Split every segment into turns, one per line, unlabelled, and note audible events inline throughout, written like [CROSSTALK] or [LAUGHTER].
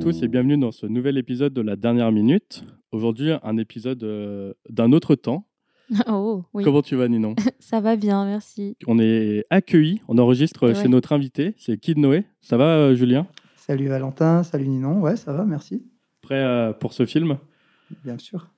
tous et bienvenue dans ce nouvel épisode de la dernière minute. Aujourd'hui, un épisode euh, d'un autre temps.
[LAUGHS] Oh, oui.
Comment tu vas, Ninon [LAUGHS]
Ça va bien, merci.
On est accueillis, on enregistre
Ouais.
chez notre invité, c'est Kid Noé. Ça va, euh, Julien
Salut Valentin, salut Ninon, ouais, ça va, merci,
Prêt euh, pour ce film
bien sûr.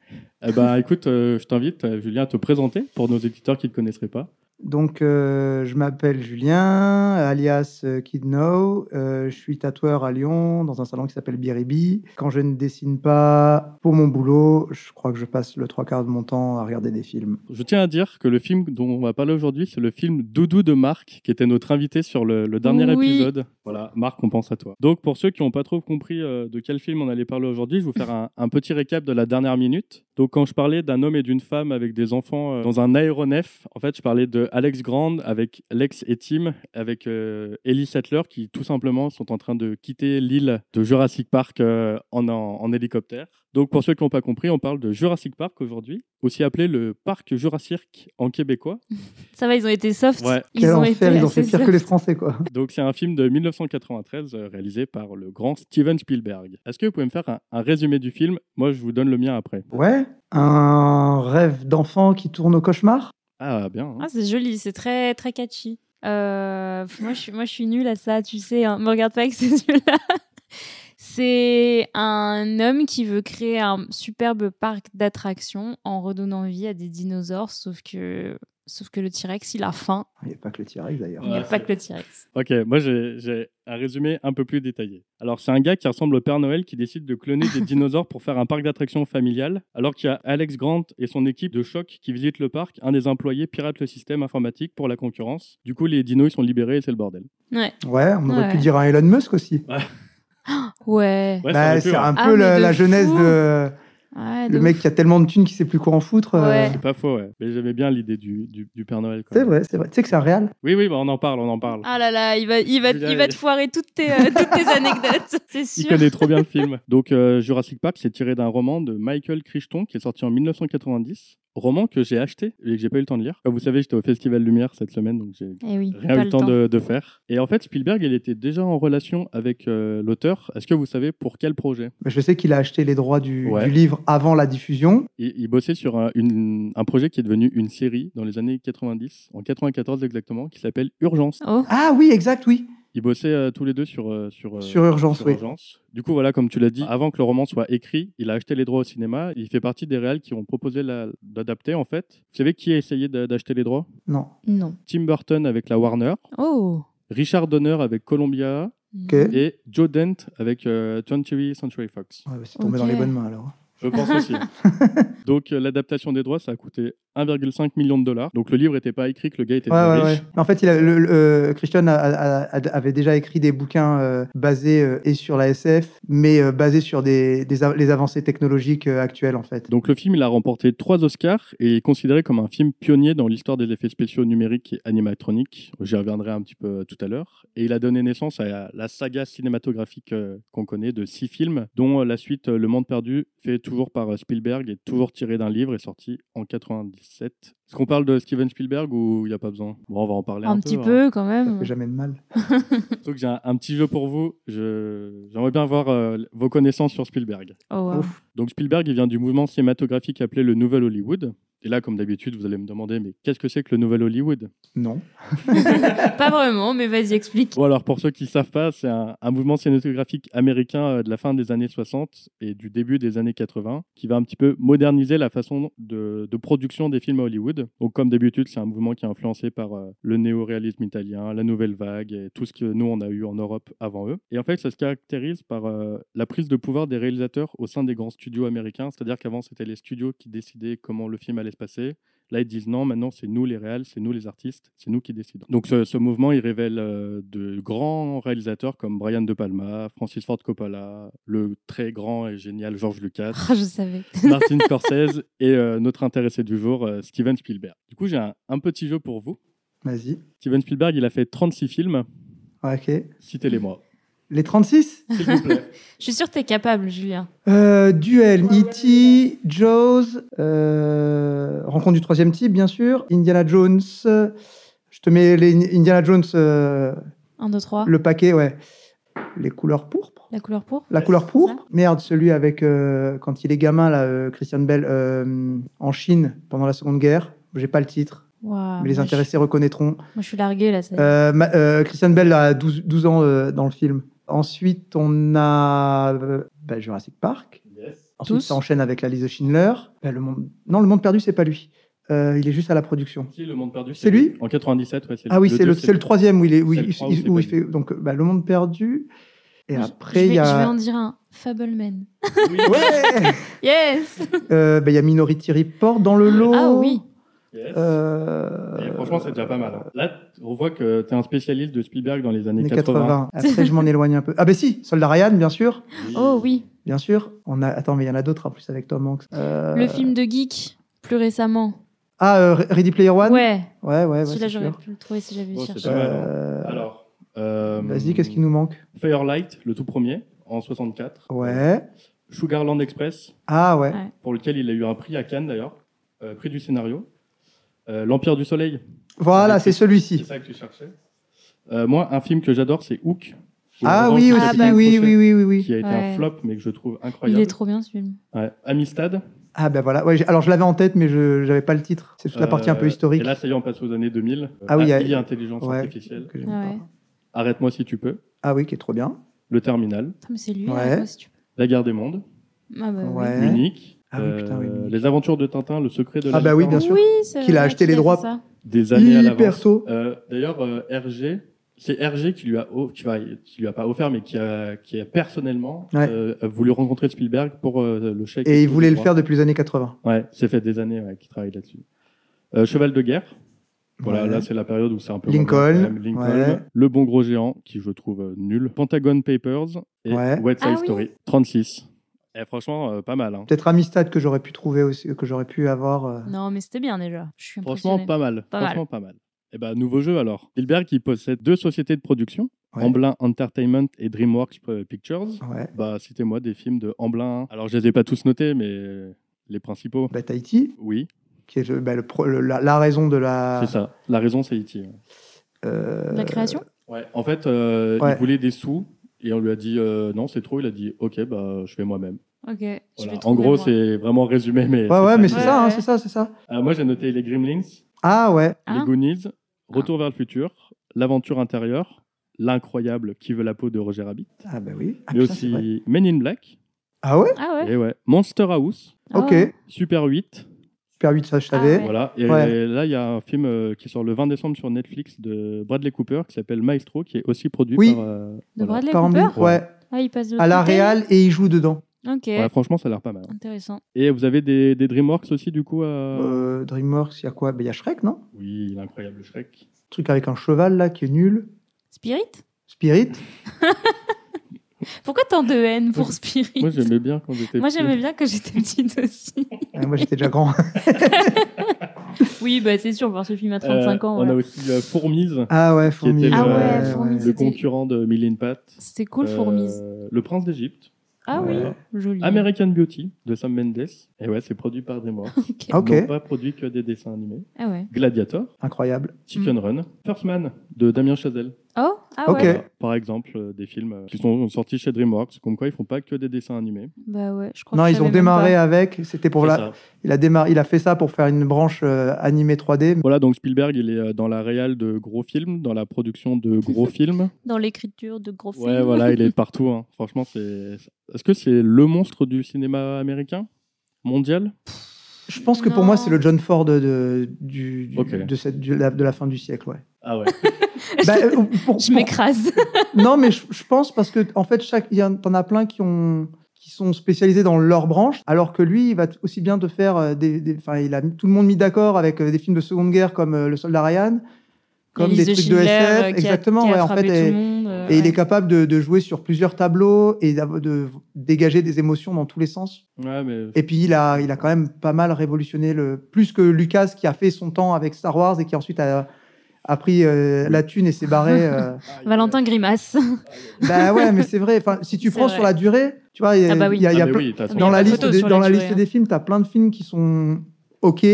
Eh ben, écoute, euh, je t'invite, euh, Julien, à te présenter pour nos éditeurs qui ne te connaîtraient pas.
Donc, euh, je m'appelle Julien, alias euh, Kid No. Euh, je suis tatoueur à Lyon, dans un salon qui s'appelle Biribi. Quand je ne dessine pas pour mon boulot, je crois que je passe le trois quarts de mon temps à regarder des films.
Je tiens à dire que le film dont on va parler aujourd'hui, c'est le film Doudou de Marc, qui était notre invité sur le, le dernier
Oui.
épisode. Voilà, Marc, on pense à toi. Donc, pour ceux qui n'ont pas trop compris euh, de quel film on allait parler aujourd'hui, je vais vous faire un, un petit récap de la dernière minute. Donc, quand je parlais d'un homme et d'une femme avec des enfants euh, dans un aéronef, en fait, je parlais de Alex Grand avec Lex et Tim, avec euh, Ellie Sattler, qui tout simplement sont en train de quitter l'île de Jurassic Park euh, en- en- en hélicoptère. Donc, pour ceux qui n'ont pas compris, on parle de Jurassic Park aujourd'hui, aussi appelé le parc Jurassic en
[LAUGHS]
québécois.
Ça va, ils ont été soft.
Ouais.
Ils
Quel
ont
enfer,
été
ils ont fait
assez
pire que
soft.
les Français, quoi.
Donc, c'est un film de 1993 euh, réalisé par le grand Steven Spielberg. Est-ce que vous pouvez me faire un, un résumé du film Moi, je vous donne le mien après.
Ouais, un rêve d'enfant qui tourne au cauchemar
Ah, bien. hein.
Ah, c'est joli, c'est très très catchy. Euh, pff, moi, je suis, moi, je suis nulle à ça, tu sais. Hein. Me regarde pas avec [LAUGHS] ces yeux-là. C'est un homme qui veut créer un superbe parc d'attractions en redonnant vie à des dinosaures, sauf que, sauf que le T-Rex, il a faim.
Il n'y a pas que le T-Rex, d'ailleurs.
Il n'y a
Ouais,
pas que le T-Rex.
Ok, moi, j'ai j'ai un résumé un peu plus détaillé. Alors, c'est un gars qui ressemble au Père Noël qui décide de cloner
[LAUGHS]
des dinosaures pour faire un parc d'attractions familial, alors qu'il y a Alex Grant et son équipe de choc qui visitent le parc. Un des employés pirate le système informatique pour la concurrence. Du coup, les dinos, ils sont libérés et c'est le bordel.
Ouais, on aurait pu
Ouais.
dire un Elon Musk aussi.
Ouais.
Ouais, ça
Bah,
aurait pu,
c'est
hein.
un peu
Ah, mais
la,
de
la jeunesse
fou.
de
Ouais, Ah, de
le mec qui a tellement de thunes qu'il sait plus quoi en foutre. euh,
Ouais.
C'est pas faux, ouais. Mais j'aimais bien l'idée du, du, du Père Noël. quand
C'est
même.
vrai, c'est vrai. Tu sais que c'est un réel
Oui, oui, bah, on en parle, on en parle.
Ah là là, il va, il va,
Julien,
il va
il-
te foirer toutes tes, euh, toutes
[LAUGHS]
tes anecdotes, c'est
Il
sûr.
connaît trop
[LAUGHS]
bien le film. Donc, euh, Jurassic Park, c'est tiré d'un roman de Michael Crichton qui est sorti en 1990. Roman que j'ai acheté et que j'ai pas eu le temps de lire. Comme vous savez, j'étais au Festival Lumière cette semaine, donc j'ai
Eh oui,
rien
pas
eu le temps, de, de faire. Et en fait, Spielberg, il était déjà en relation avec euh, l'auteur. Est-ce que vous savez pour quel projet
Mais Je sais qu'il a acheté les droits du,
Ouais.
du livre avant la diffusion.
il, il bossait sur un, une- un projet qui est devenu une série dans les années 90, en 94 exactement, qui s'appelle Urgence.
Oh,
Ah oui, exact, oui.
Ils bossaient euh, tous les deux sur, euh, sur, euh,
Sur Urgence,
sur
oui.
Urgence. Du coup, voilà, comme tu l'as dit, avant que le roman soit écrit, il a acheté les droits au cinéma. Il fait partie des réals qui ont proposé la- d'adapter, en fait. Vous savez qui a essayé d'a- d'acheter les droits
Non.
non.
Tim Burton avec la Warner,
Oh.
Richard Donner avec Columbia
Ok. Ouais,
et Joe Dent avec euh, 20th Century Fox.
bah, c'est tombé dans
Ok.
les bonnes mains alors.
Je pense
[LAUGHS]
aussi. Donc, euh, l'adaptation des droits, ça a coûté 1,5 million de dollars. Donc, le livre n'était pas écrit, que le gars était
Ouais,
pas
ouais,
riche.
ouais. Mais En fait, il a- le- le- euh, Christian a- a- a- avait déjà écrit des bouquins euh, basés euh, et sur la SF, mais euh, basés sur des, des av- les avancées technologiques euh, actuelles en fait.
Donc le film, il a remporté trois Oscars et est considéré comme un film pionnier dans l'histoire des effets spéciaux numériques et animatroniques. J'y reviendrai un petit peu euh, tout à l'heure. Et il a donné naissance à la saga cinématographique euh, qu'on connaît de six films, dont euh, la suite euh, Le Monde Perdu, fait toujours par euh, Spielberg et toujours tiré d'un livre et sorti en 97. Est-ce qu'on parle de Steven Spielberg ou il n'y a pas besoin Bon, on va en parler un,
Un, petit
hein.
peu quand
Ça
même.
fait jamais de mal.
Surtout que j'ai un, un petit jeu pour vous. Je- J'aimerais bien voir euh, vos connaissances sur Spielberg.
Oh, wow.
Ouf.
Donc Spielberg, il vient du mouvement cinématographique appelé le Nouvel Hollywood. Et là, comme d'habitude, vous allez me demander, mais qu'est-ce que c'est que le Nouvel Hollywood
Non.
Pas vraiment, mais vas-y, explique.
Bon, alors pour ceux qui ne savent pas, c'est un, un mouvement cinématographique américain euh, de la fin des années 60 et du début des années 80, qui va un petit peu moderniser la façon de, de production des films à Hollywood. Donc comme d'habitude, c'est un mouvement qui est influencé par euh, le néo-réalisme italien, la nouvelle vague et tout ce que nous, on a eu en Europe avant eux. Et en fait, ça se caractérise par euh, la prise de pouvoir des réalisateurs au sein des grands studios américains, c'est-à-dire qu'avant, c'était les studios qui décidaient comment le film allait se passer. Là, ils disent non, maintenant c'est nous les réals, c'est nous les artistes, c'est nous qui décidons. Donc ce, ce mouvement, il révèle euh, de grands réalisateurs comme Brian De Palma, Francis Ford Coppola, le très grand et génial George
[LAUGHS]
Lucas,
[LAUGHS] Ah, je savais.
Martin Scorsese et euh, notre intéressé du jour, euh, Steven Spielberg. Du coup, j'ai un, un petit jeu pour vous.
Vas-y.
Steven Spielberg, il a fait 36 films,
Ouais, ok.
citez-les-moi,
Les 36
s'il vous plaît.
Je suis sûre que t'es capable, Julien.
euh, Duel, E.T., Jaws, euh, Rencontre du troisième type, bien sûr, Indiana Jones. euh, Je te mets les Indiana Jones euh,
Un, deux, trois.
Le paquet, ouais. les couleurs pourpres.
La couleur pourpre
La couleur pourpre Merde, celui avec, euh, quand il est gamin, là, euh, Christian Bell, euh, en Chine, pendant la Seconde Guerre. J'ai pas le titre,
Waouh,
mais les
moi, je-
intéressés reconnaîtront.
Moi, je suis larguée, là. ça y est.
Euh, ma- euh, Christian Bell a 12, 12 ans euh, dans le film. Ensuite, on a euh, bah, Jurassic Park. Ensuite,
Tous.
ça enchaîne avec la liste de Schindler. Bah, le monde... Non, Le Monde Perdu, c'est pas lui. Euh, il est juste à la production.
Si, le monde perdu.
C'est lui
En 97, ouais, c'est
Ah oui, c'est le, c'est le troisième où il, est, où
c'est
il-
le trois
il-
où c'est
où
pas
il fait. Donc, bah, Le Monde Perdu. Et
Je-
après,
je
il
vais-
y
Je vais en
a.
dire un. Fableman.
Oui,
[LAUGHS] Ouais
Yes
Euh, bah, Il y a Minority Report dans le
[LAUGHS]
lot.
Ah oui.
yes.
Euh,
Et franchement, c'est déjà pas mal. hein. Là, t- on voit que tu es un spécialiste de Spielberg dans les années,
Années
80.
80. Après, je m'en éloigne un peu. Ah ben si, Soldat Ryan, bien sûr.
Oh oui.
Bien sûr. On a... Attends, mais il y en a d'autres en plus avec Tom Hanks. Euh,
Le film de Geek, plus récemment.
Ah, euh, Re- Ready Player One
Ouais.
ouais, ouais, ouais,
Celui-là,
c'est
j'aurais
sûr.
pu le trouver si j'avais
Bon, c'est
cherché.
pas mal.
Euh,
Alors. euh,
Vas-y, qu'est-ce qui nous manque
Firelight, le tout premier, en 64.
Ouais.
Sugarland Express,
Ah ouais.
Ouais.
pour lequel il a eu un prix à Cannes d'ailleurs, euh, prix du scénario. Euh, L'Empire du Soleil,
Voilà,
Ouais,
c'est
c'est
celui-ci.
ça que tu cherchais. Euh, moi, un film que j'adore, c'est Hook. Je
Ah
pense
oui,
que
aussi,
j'ai
Ah
pas
bah
oui,
accroché,
oui, oui, oui, oui.
Qui a été
Ouais.
un flop, mais que je trouve
Il
incroyable.
est trop bien ce film.
Ouais. Amistad.
Ah ben voilà. Ouais, j'ai- alors je l'avais en tête, mais je n'avais pas le titre. C'est toute la partie un peu
euh,
historique.
Et là, ça y est, on passe aux années 2000.
Ah oui, il y a-
il y a intelligence
Ouais.
artificielle.
que j'aime
Ouais.
pas.
Arrête-moi si tu peux.
Ah oui, qui est trop bien.
Le Terminal.
Putain, mais c'est lui.
Ouais.
là, quoi, si tu peux.
La guerre des mondes.
Ah bah oui.
Ouais.
Munich. Euh,
Ah oui, putain, oui, Munich.
Les aventures de Tintin. Le secret de la
Ah bah oui, bien
licorne.
sûr.
Oui, c'est
Qu'il a
vrai
acheté les
fait
droits.
ça.
Des années à
Hyper
l'avance.
tôt.
Euh, D'ailleurs, euh, RG, c'est RG qui lui a, o- qui, va- qui lui a pas offert, mais qui a, qui a personnellement
Ouais.
euh, voulu rencontrer Spielberg pour euh, le chèque.
Et il voulait le
faire
faire depuis les années 80.
Ouais, c'est fait des années ouais, qu'il travaille là-dessus. Euh, Cheval de guerre. Voilà,
Ouais.
là c'est la période où c'est un peu
Lincoln,
moins bien quand même. Lincoln,
ouais.
Le Bon Gros Géant, qui je trouve euh, nul, Pentagon Papers et
Ouais.
West Side
Ah oui.
Story. 36. Et franchement, euh, pas mal. hein.
Peut-être Amistad que j'aurais pu trouver aussi, que j'aurais pu avoir. euh.
Non, mais c'était bien déjà. Je suis
Franchement,
impressionnée.
pas mal.
Pas mal.
franchement, pas mal. Et ben, nouveau jeu alors. Spielberg, qui possède deux sociétés de production,
Ouais.
Amblin Entertainment et DreamWorks euh, Pictures.
Mm.
Ouais.
Bah, citez-moi des films de Amblin. Alors, je les ai pas tous notés, mais les principaux.
Bah, Tahiti,
Oui,
qui est le- bah, le pro- le- la, la raison de la.
c'est ça. La raison, c'est E.T. ouais.
euh,
La création
Ouais, en fait, euh,
Ouais.
il voulait des sous et on lui a dit euh, non, c'est trop. Il a dit ok, bah, je fais moi-même.
Ok. je
Voilà.
vais
En
trouver,
gros,
moi.
c'est vraiment résumé. Mais
Ouais, ouais, mais
Ouais,
c'est ça, hein,
ouais.
c'est ça, c'est ça.
Euh, moi, j'ai noté les Gremlins,
Ah ouais.
Hein
les Goonies, Retour vers le futur, L'aventure intérieure, L'incroyable qui veut la peau de Roger Rabbit,
Ah bah oui. Ah,
mais
putain, c'est vrai.
aussi Men in Black,
Ah ouais.
Ah ouais
et ouais, Monster House,
Ah
Ok.
ouais.
Super 8.
Super 8, ça je
Ah
savais.
ouais.
Voilà. Et
Ouais.
là, il y a un film euh, qui sort le 20 décembre sur Netflix de Bradley Cooper qui s'appelle Maestro, qui est aussi produit
Oui.
par. euh,
De
voilà.
Bradley
Par
Cooper
Amblin, ouais.
Ah, il passe de
À la
l'autre côté.
Real et il joue dedans.
Ok.
Ouais, franchement, ça a l'air pas mal. hein.
Intéressant.
Et vous avez des, des DreamWorks aussi, du coup à-
Euh, DreamWorks, il y a quoi Bah, Il y a Shrek, non
Oui, l'incroyable Shrek.
Le truc avec un cheval là qui est nul.
Spirit
Spirit.
Pourquoi tant de haine pour Spirit
Moi, j'aimais bien quand j'étais
Moi,
petit.
j'aimais bien que j'étais
[LAUGHS]
petite aussi.
Ah, Moi j'étais déjà grand.
Oui, bah c'est sûr, voir ce film à
Euh,
35 ans.
On
voilà.
a aussi euh, Fourmise,
Ah ouais, fourmis.
était
Ah
le-
ouais,
euh,
Fourmis,
le
c'était-
concurrent de Mille et une pattes.
C'était cool,
Euh,
Fourmise.
Le Prince d'Égypte.
Ah oui,
ouais.
joli.
American Beauty de Sam Mendes. Et ouais, c'est produit par DreamWorks.
Ok.
Ah, ok.
Ils n'ont pas produit que des dessins animés.
Ah ouais.
Gladiator,
Incroyable.
Mm.
Chicken Run, First Man de Damien Chazelle.
Oh, ah
Ok.
ouais.
Voilà, par exemple, euh, des films euh, qui sont sortis chez DreamWorks, comme quoi ils font pas que des dessins animés.
Bah ouais, je crois
Non,
que je
ils ont
savais même
démarré
pas.
avec. C'était pour
C'est
la.
ça.
Il a démarré. Il a fait ça pour faire une branche euh, animée 3D.
Voilà, donc Spielberg, il est euh, dans la réal de gros films, dans la production de
[LAUGHS]
gros films.
dans l'écriture de gros films.
Ouais, voilà, il est partout. hein. Franchement, c'est. Est-ce que c'est le monstre du cinéma américain Mondial
Je pense que pour
Non.
moi, c'est le John Ford de, du, du-
Ok.
de, cette, du- la, de la fin du
[LAUGHS]
siècle. Ouais.
Ah ouais.
Bah, euh, pour-
[LAUGHS] Je
pour-
m'écrase.
non, mais je, je pense parce que en fait, chaque, il y en t'en as plein qui ont qui sont spécialisés dans leur branche, alors que lui, il va t- aussi bien te faire euh, des, des- enfin, il a mis tout le monde mis d'accord avec euh, des films de Seconde Guerre comme euh, Le Soldat Ryan, comme
Lise
des trucs de
Schindler,
SF,
euh, qui a-
exactement.
qui a
ouais, en
frappé
fait,
tout
et-
le monde, euh,
Et il
ouais.
est capable de, de jouer sur plusieurs tableaux et d'av- de dégager des émotions dans tous les sens.
Ouais, mais.
Et puis il a, il a quand même pas mal révolutionné le plus que Lucas qui a fait son temps avec Star Wars et qui ensuite a, a pris euh, la thune et s'est
[LAUGHS]
barré. euh.
Valentin Grimace.
bah ouais, mais c'est vrai. Enfin, si tu
C'est
prends
vrai.
sur la durée, tu vois, il y a,
Ah bah oui.
il y a- il y a
Ah, mais
plein-
oui, t'as
mais
son-
dans
il y a
la
pas
liste
photo
des,
sur
dans
la
la
durée,
liste
hein.
des films, t'as plein de films qui sont ok,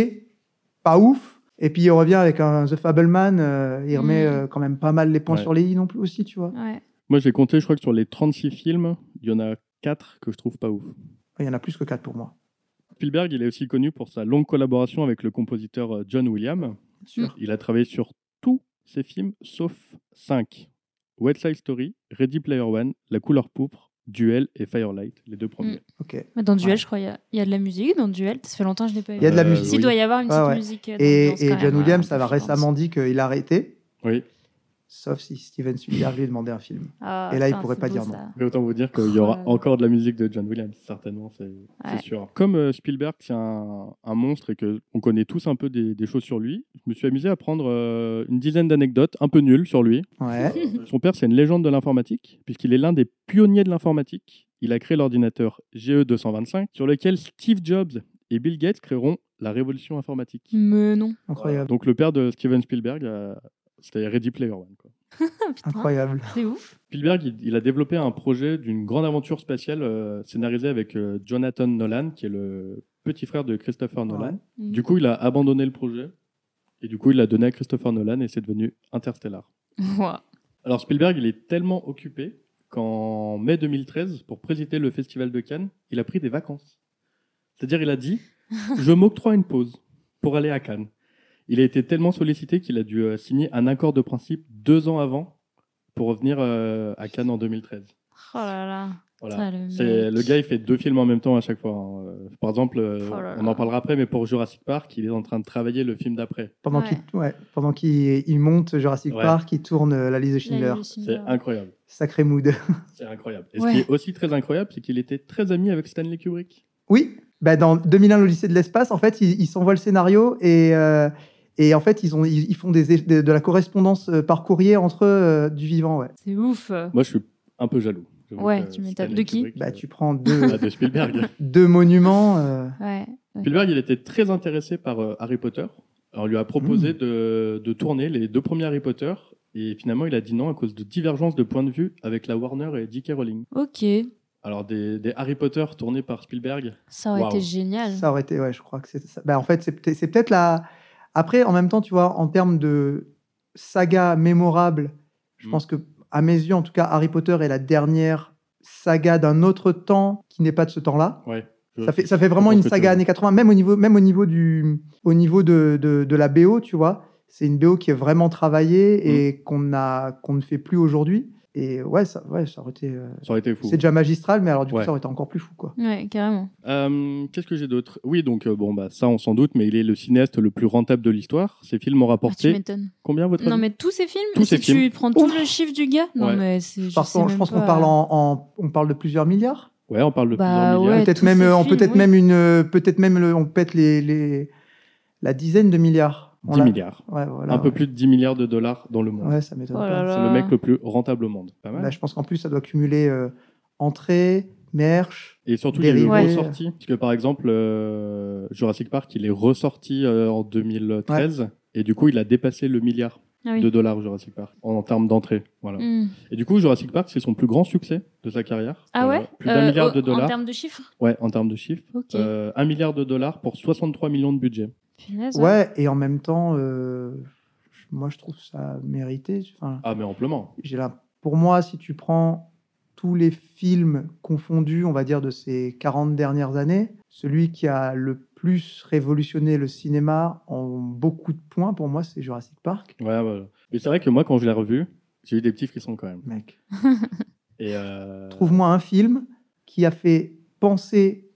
pas ouf. Et puis il revient avec un The Fableman, euh, il remet
Mm.
euh, quand même pas mal les points
Ouais.
sur les i non plus aussi, tu vois.
Ouais.
Moi, j'ai compté, je crois que sur les 36 films, il y en a 4 que je trouve pas ouf.
Il y en a plus que 4 pour moi.
Spielberg, il est aussi connu pour sa longue collaboration avec le compositeur euh, John Williams.
Sûr.
Il a travaillé sur tous ses films sauf 5. West Side Story, Ready Player One, La couleur pourpre, Duel et Firelight, les deux premiers.
Ok.
Dans Duel,
Ouais.
je crois, Mm. il y a- il y, a de la musique. Dans Duel, ça fait longtemps que je l'ai pas
Il y a
vu.
de la
Euh,
musique.
Si, il doit y avoir une petite
Ouais, ouais.
musique. euh,
Et,
d'ambiance
et
quand
John
même,
Williams,
euh,
Ah,
ça va
je pense.
récemment dit qu'il a arrêté,
Oui,
sauf si Steven Spielberg lui demandait un film.
Ah,
Et là, il
putain,
pourrait
c'est
pas
beau,
dire non.
ça.
mais autant vous dire qu'il y aura
Oh là là.
encore de la musique de John Williams, certainement, c'est c'est
Ouais.
sûr. Comme euh, Spielberg, c'est un, un monstre et qu'on connaît tous un peu des, des choses sur lui, je me suis amusé à prendre euh, une dizaine d'anecdotes un peu nulles sur lui.
Ouais.
Euh, Son père, c'est une légende de l'informatique, puisqu'il est l'un des pionniers de l'informatique. Il a créé l'ordinateur E GE225, sur lequel Steve Jobs et Bill Gates créeront la révolution informatique.
Mais non.
Incroyable.
Donc le père de Steven Spielberg, euh, c'était Ready Player One. quoi.
Ah, putain,
Incroyable.
C'est
[LAUGHS]
ouf.
Spielberg, il, il a développé un projet d'une grande aventure spatiale euh, scénarisée avec euh, Jonathan Nolan, qui est le petit frère de Christopher Nolan. Du coup, il a abandonné le projet, et du coup, il l'a donné à Christopher Nolan, et c'est devenu Interstellar.
Ouah.
Alors Spielberg, il est tellement occupé qu'en mai 2013, pour présider le Festival de Cannes, il a pris des vacances. C'est-à-dire, il a
[LAUGHS]
dit « Je m'octroie une pause pour aller à Cannes ». Il a été tellement sollicité qu'il a dû euh, signer un accord de principe deux ans avant pour revenir euh, à Cannes en 2013.
Oh là là.
Voilà.
Putain, le
C'est-
mec.
Le gars, il fait deux films en même temps à chaque fois. hein. Euh, Par exemple, euh,
Oh là là.
on en parlera après, mais pour Jurassic Park, il est en train de travailler le film d'après.
Pendant
Ouais.
qu'il ouais, pendant qu'il il monte Jurassic
Ouais.
Park, il tourne euh, la liste de Schindler.
C'est incroyable.
Sacré mood.
C'est incroyable. Et
Ouais.
ce qui est aussi très incroyable, c'est qu'il était très ami avec Stanley Kubrick.
Oui, bah dans 2001, l'Odyssée de l'espace, en fait, ils, ils s'envoient le scénario et, euh, et en fait, ils, ont, ils, ils font des, é- de, de la correspondance euh, par courrier entre eux euh, du vivant. Ouais.
C'est ouf. euh.
Moi, je suis un peu jaloux. J'avoue
Ouais,
que
tu m'étonnes.
Stanley
De qui
Kubrick,
Bah,
euh,
tu prends deux,
ah, De Spielberg.
[LAUGHS] deux monuments. euh,
Ouais.
Spielberg, il était très intéressé par euh, Harry Potter. Alors, on lui a
Mm.
proposé de, de tourner les deux premiers Harry Potter. Et finalement, il a dit non à cause de divergences de points de vue avec la Warner et J.K. Rowling.
Ok.
Alors, des, des Harry Potter tournés par Spielberg.
Ça aurait
Waouh.
été génial.
Ça aurait été, ouais, je crois que c'est ça. Bah, en fait, c'est peut-être c'est peut-être la. Après, en même temps, tu vois, en termes de saga mémorable, je
Mm.
pense que, à mes yeux, en tout cas, Harry Potter est la dernière saga d'un autre temps qui n'est pas de ce temps-là.
Ouais. Je-
Ça fait, ça fait vraiment
je
une
pense que
saga
tu-
années 80, même au niveau, même au niveau, du, au niveau de, de, de la BO, tu vois. C'est une BO qui est vraiment travaillée
Mm.
et qu'on a qu'on ne fait plus aujourd'hui. Et ouais, ça, ouais, ça aurait été. euh,
Ça aurait été fou.
C'est déjà magistral, mais alors du coup,
Ouais.
ça aurait été encore plus fou, quoi.
Ouais, carrément.
Euh, qu'est-ce que j'ai d'autre Oui, donc, euh, bon, bah, ça, on s'en doute, mais il est le cinéaste le plus rentable de l'histoire. Ses films ont
Ah, tu
rapporté
m'étonnes.
combien, à votre
Non,
avis
mais tous ces films,
Tous
si
ces films.
tu prends tout
Ouf.
le chiffre du gars, non,
Ouais.
mais c'est. Je,
Parce
sais
qu'on- je
même
pense
pas.
qu'on parle en, en- on parle de plusieurs milliards.
Ouais, on parle de
Bah,
plusieurs milliards.
ouais.
peut-être
tous
même,
ces
euh, on
films,
peut-être
oui.
même une, euh, peut-être même le, on pète les, les la dizaine de milliards. On
10
l'a-
milliards.
Ouais, voilà.
un peu plus de 10 milliards de dollars dans le monde.
Ouais, ça m'étonne
Oh
pas.
là là.
C'est le mec le plus rentable au monde. Pas mal.
Bah, je pense qu'en plus, ça doit cumuler euh, entrée, merch.
Et surtout, il y a eu une
Dérivé.
grosse sortie. Parce que par exemple, euh, Jurassic Park, il est ressorti euh, en 2013. Et du coup, il a dépassé le milliard
Ah oui.
de dollars, Jurassic Park, en, en termes d'entrée. Voilà.
Hmm.
Et du coup, Jurassic Park, c'est son plus grand succès de sa carrière.
Ah
Euh,
ouais
Plus d'un
Euh,
milliard de
au- En
dollars.
termes de chiffres
Ouais, en termes de chiffres.
Ok.
Euh, un milliard de dollars pour 63 millions de budget.
Punaise,
Ouais. et en même temps, euh, moi, je trouve ça mérité. Enfin,
Ah, mais amplement.
j'ai la- pour moi, si tu prends tous les films confondus, on va dire, de ces 40 dernières années, celui qui a le plus révolutionné le cinéma en beaucoup de points, pour moi, c'est Jurassic Park.
Ouais, ouais. Mais c'est vrai que moi, quand je l'ai revu, j'ai eu des petits frissons quand même.
Mec,
Et euh,
trouve-moi un film qui a fait penser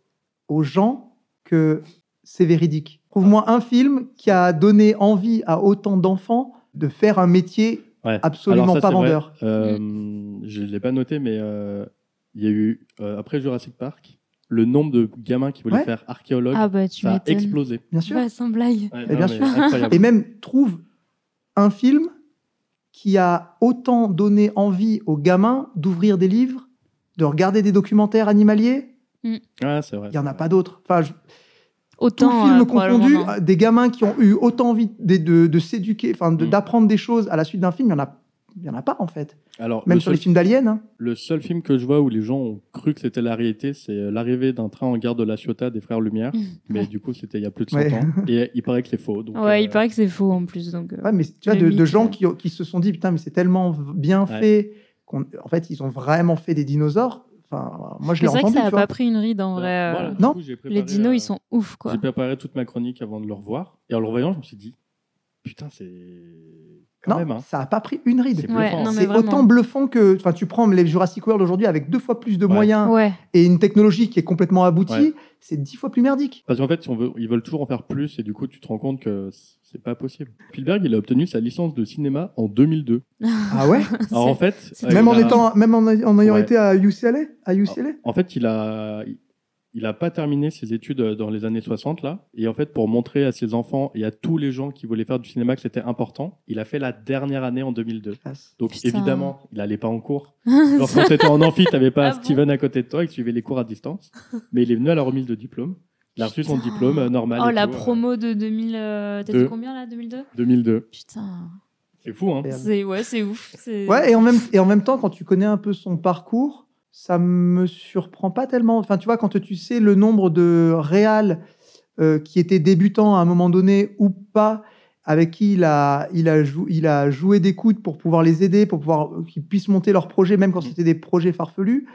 aux gens que c'est véridique. Trouve-moi un film qui a donné envie à autant d'enfants de faire un métier
ouais.
absolument
Alors ça,
pas
c'est vrai.
vendeur.
Euh,
Mm.
Je ne l'ai pas noté, mais euh, il y a eu, euh, après Jurassic Park, le nombre de gamins qui voulaient
Ouais.
faire archéologue,
Ah bah tu
ça a
m'étonnes. Eh
explosé.
Bien sûr.
Ouais, Bah, sans blague.
Ouais,
Mais Eh bien sûr.
incroyable.
Et même trouve un film qui a autant donné envie aux gamins d'ouvrir des livres, de regarder des documentaires animaliers.
Ouais, c'est vrai.
Il n'y en a pas d'autres. Enfin, je- tout
Autant.
film
euh, probablement,
confondu,
non.
euh, des gamins qui ont eu autant envie de, de- de s'éduquer, enfin, de-
Mm.
d'apprendre des choses à la suite d'un film, il n'y en a, il y en a pas en fait.
Alors,
Même
le
sur les
seul,
films d'aliens. hein.
le seul film que je vois où les gens ont cru que c'était la réalité, c'est euh, l'arrivée d'un train en gare de La Ciotat des Frères
[LAUGHS]
Lumière. Mais du coup, c'était il y a plus de 100
Ouais.
ans. Et euh, il paraît que c'est faux. donc,
Ouais,
euh, Ah,
il paraît que c'est faux en plus. Donc, euh,
Ouais, mais tu vois,
Le
de, de
mythe.
gens qui, ont- qui se sont dit putain, mais c'est tellement v- bien
Ouais.
fait on- en fait, ils ont vraiment fait des dinosaures. Enfin, moi, je
C'est
l'ai
vrai que
entendu.
ça
tu
n'a
vois.
pas pris une ride en vrai.
Voilà,
euh,
du
non.
coup, j'ai préparé,
Les dinos,
euh,
ils sont ouf quoi.
J'ai préparé toute ma chronique avant de le revoir. Et en le revoyant, je me suis dit, putain, c'est. Quand
non,
même, hein.
ça n'a pas pris une ride.
C'est
Ouais,
bluffant.
non, mais
C'est
vraiment.
autant bluffant que. Enfin, tu prends les Jurassic World aujourd'hui avec deux fois plus de
Ouais.
moyens
Ouais. [LAUGHS]
et une technologie qui est complètement aboutie,
Ouais.
c'est dix fois plus merdique.
Parce qu'en fait, si on veut, ils veulent toujours en faire plus, et du coup, tu te rends compte que c'est pas possible. Spielberg, il a obtenu sa licence de cinéma en 2002. [LAUGHS]
Ah ouais
[LAUGHS]
Alors en fait,
c'est
euh,
Même
il
en
a-
étant, même en, en ayant
Ouais.
été à UCLA, à UCLA.
En fait, il a, il a pas terminé ses études euh, dans les années 60 là. Et en fait, pour montrer à ses enfants et à tous les gens qui voulaient faire du cinéma que c'était important, il a fait la dernière année en 2002.
Classe.
Donc
Putain.
évidemment, il allait pas en
[LAUGHS]
cours. Alors quand t'étais en amphi, t'avais pas
Ah bon
Steven à côté de toi, il suivait les cours à distance. Mais il est venu à la remise de diplôme. Il a reçu son
Putain.
diplôme euh, normal.
Oh
et
la
tout, euh,
promo de 2000. euh, T'as
Deux.
dit combien là 2002
2002.
Putain.
C'est fou, hein
Merde.
C'est ouais, c'est ouf. c'est-
Ouais, et en, même, et en même temps, quand tu connais un peu son parcours, ça me surprend pas tellement. Enfin, tu vois, quand tu sais le nombre de réals euh, qui étaient débutants à un moment donné ou pas, avec qui il a, il a, jou- il a joué des coudes pour pouvoir les aider, pour pouvoir euh, qu'ils puissent monter leurs projets, même quand
Mm.
c'était des projets farfelus,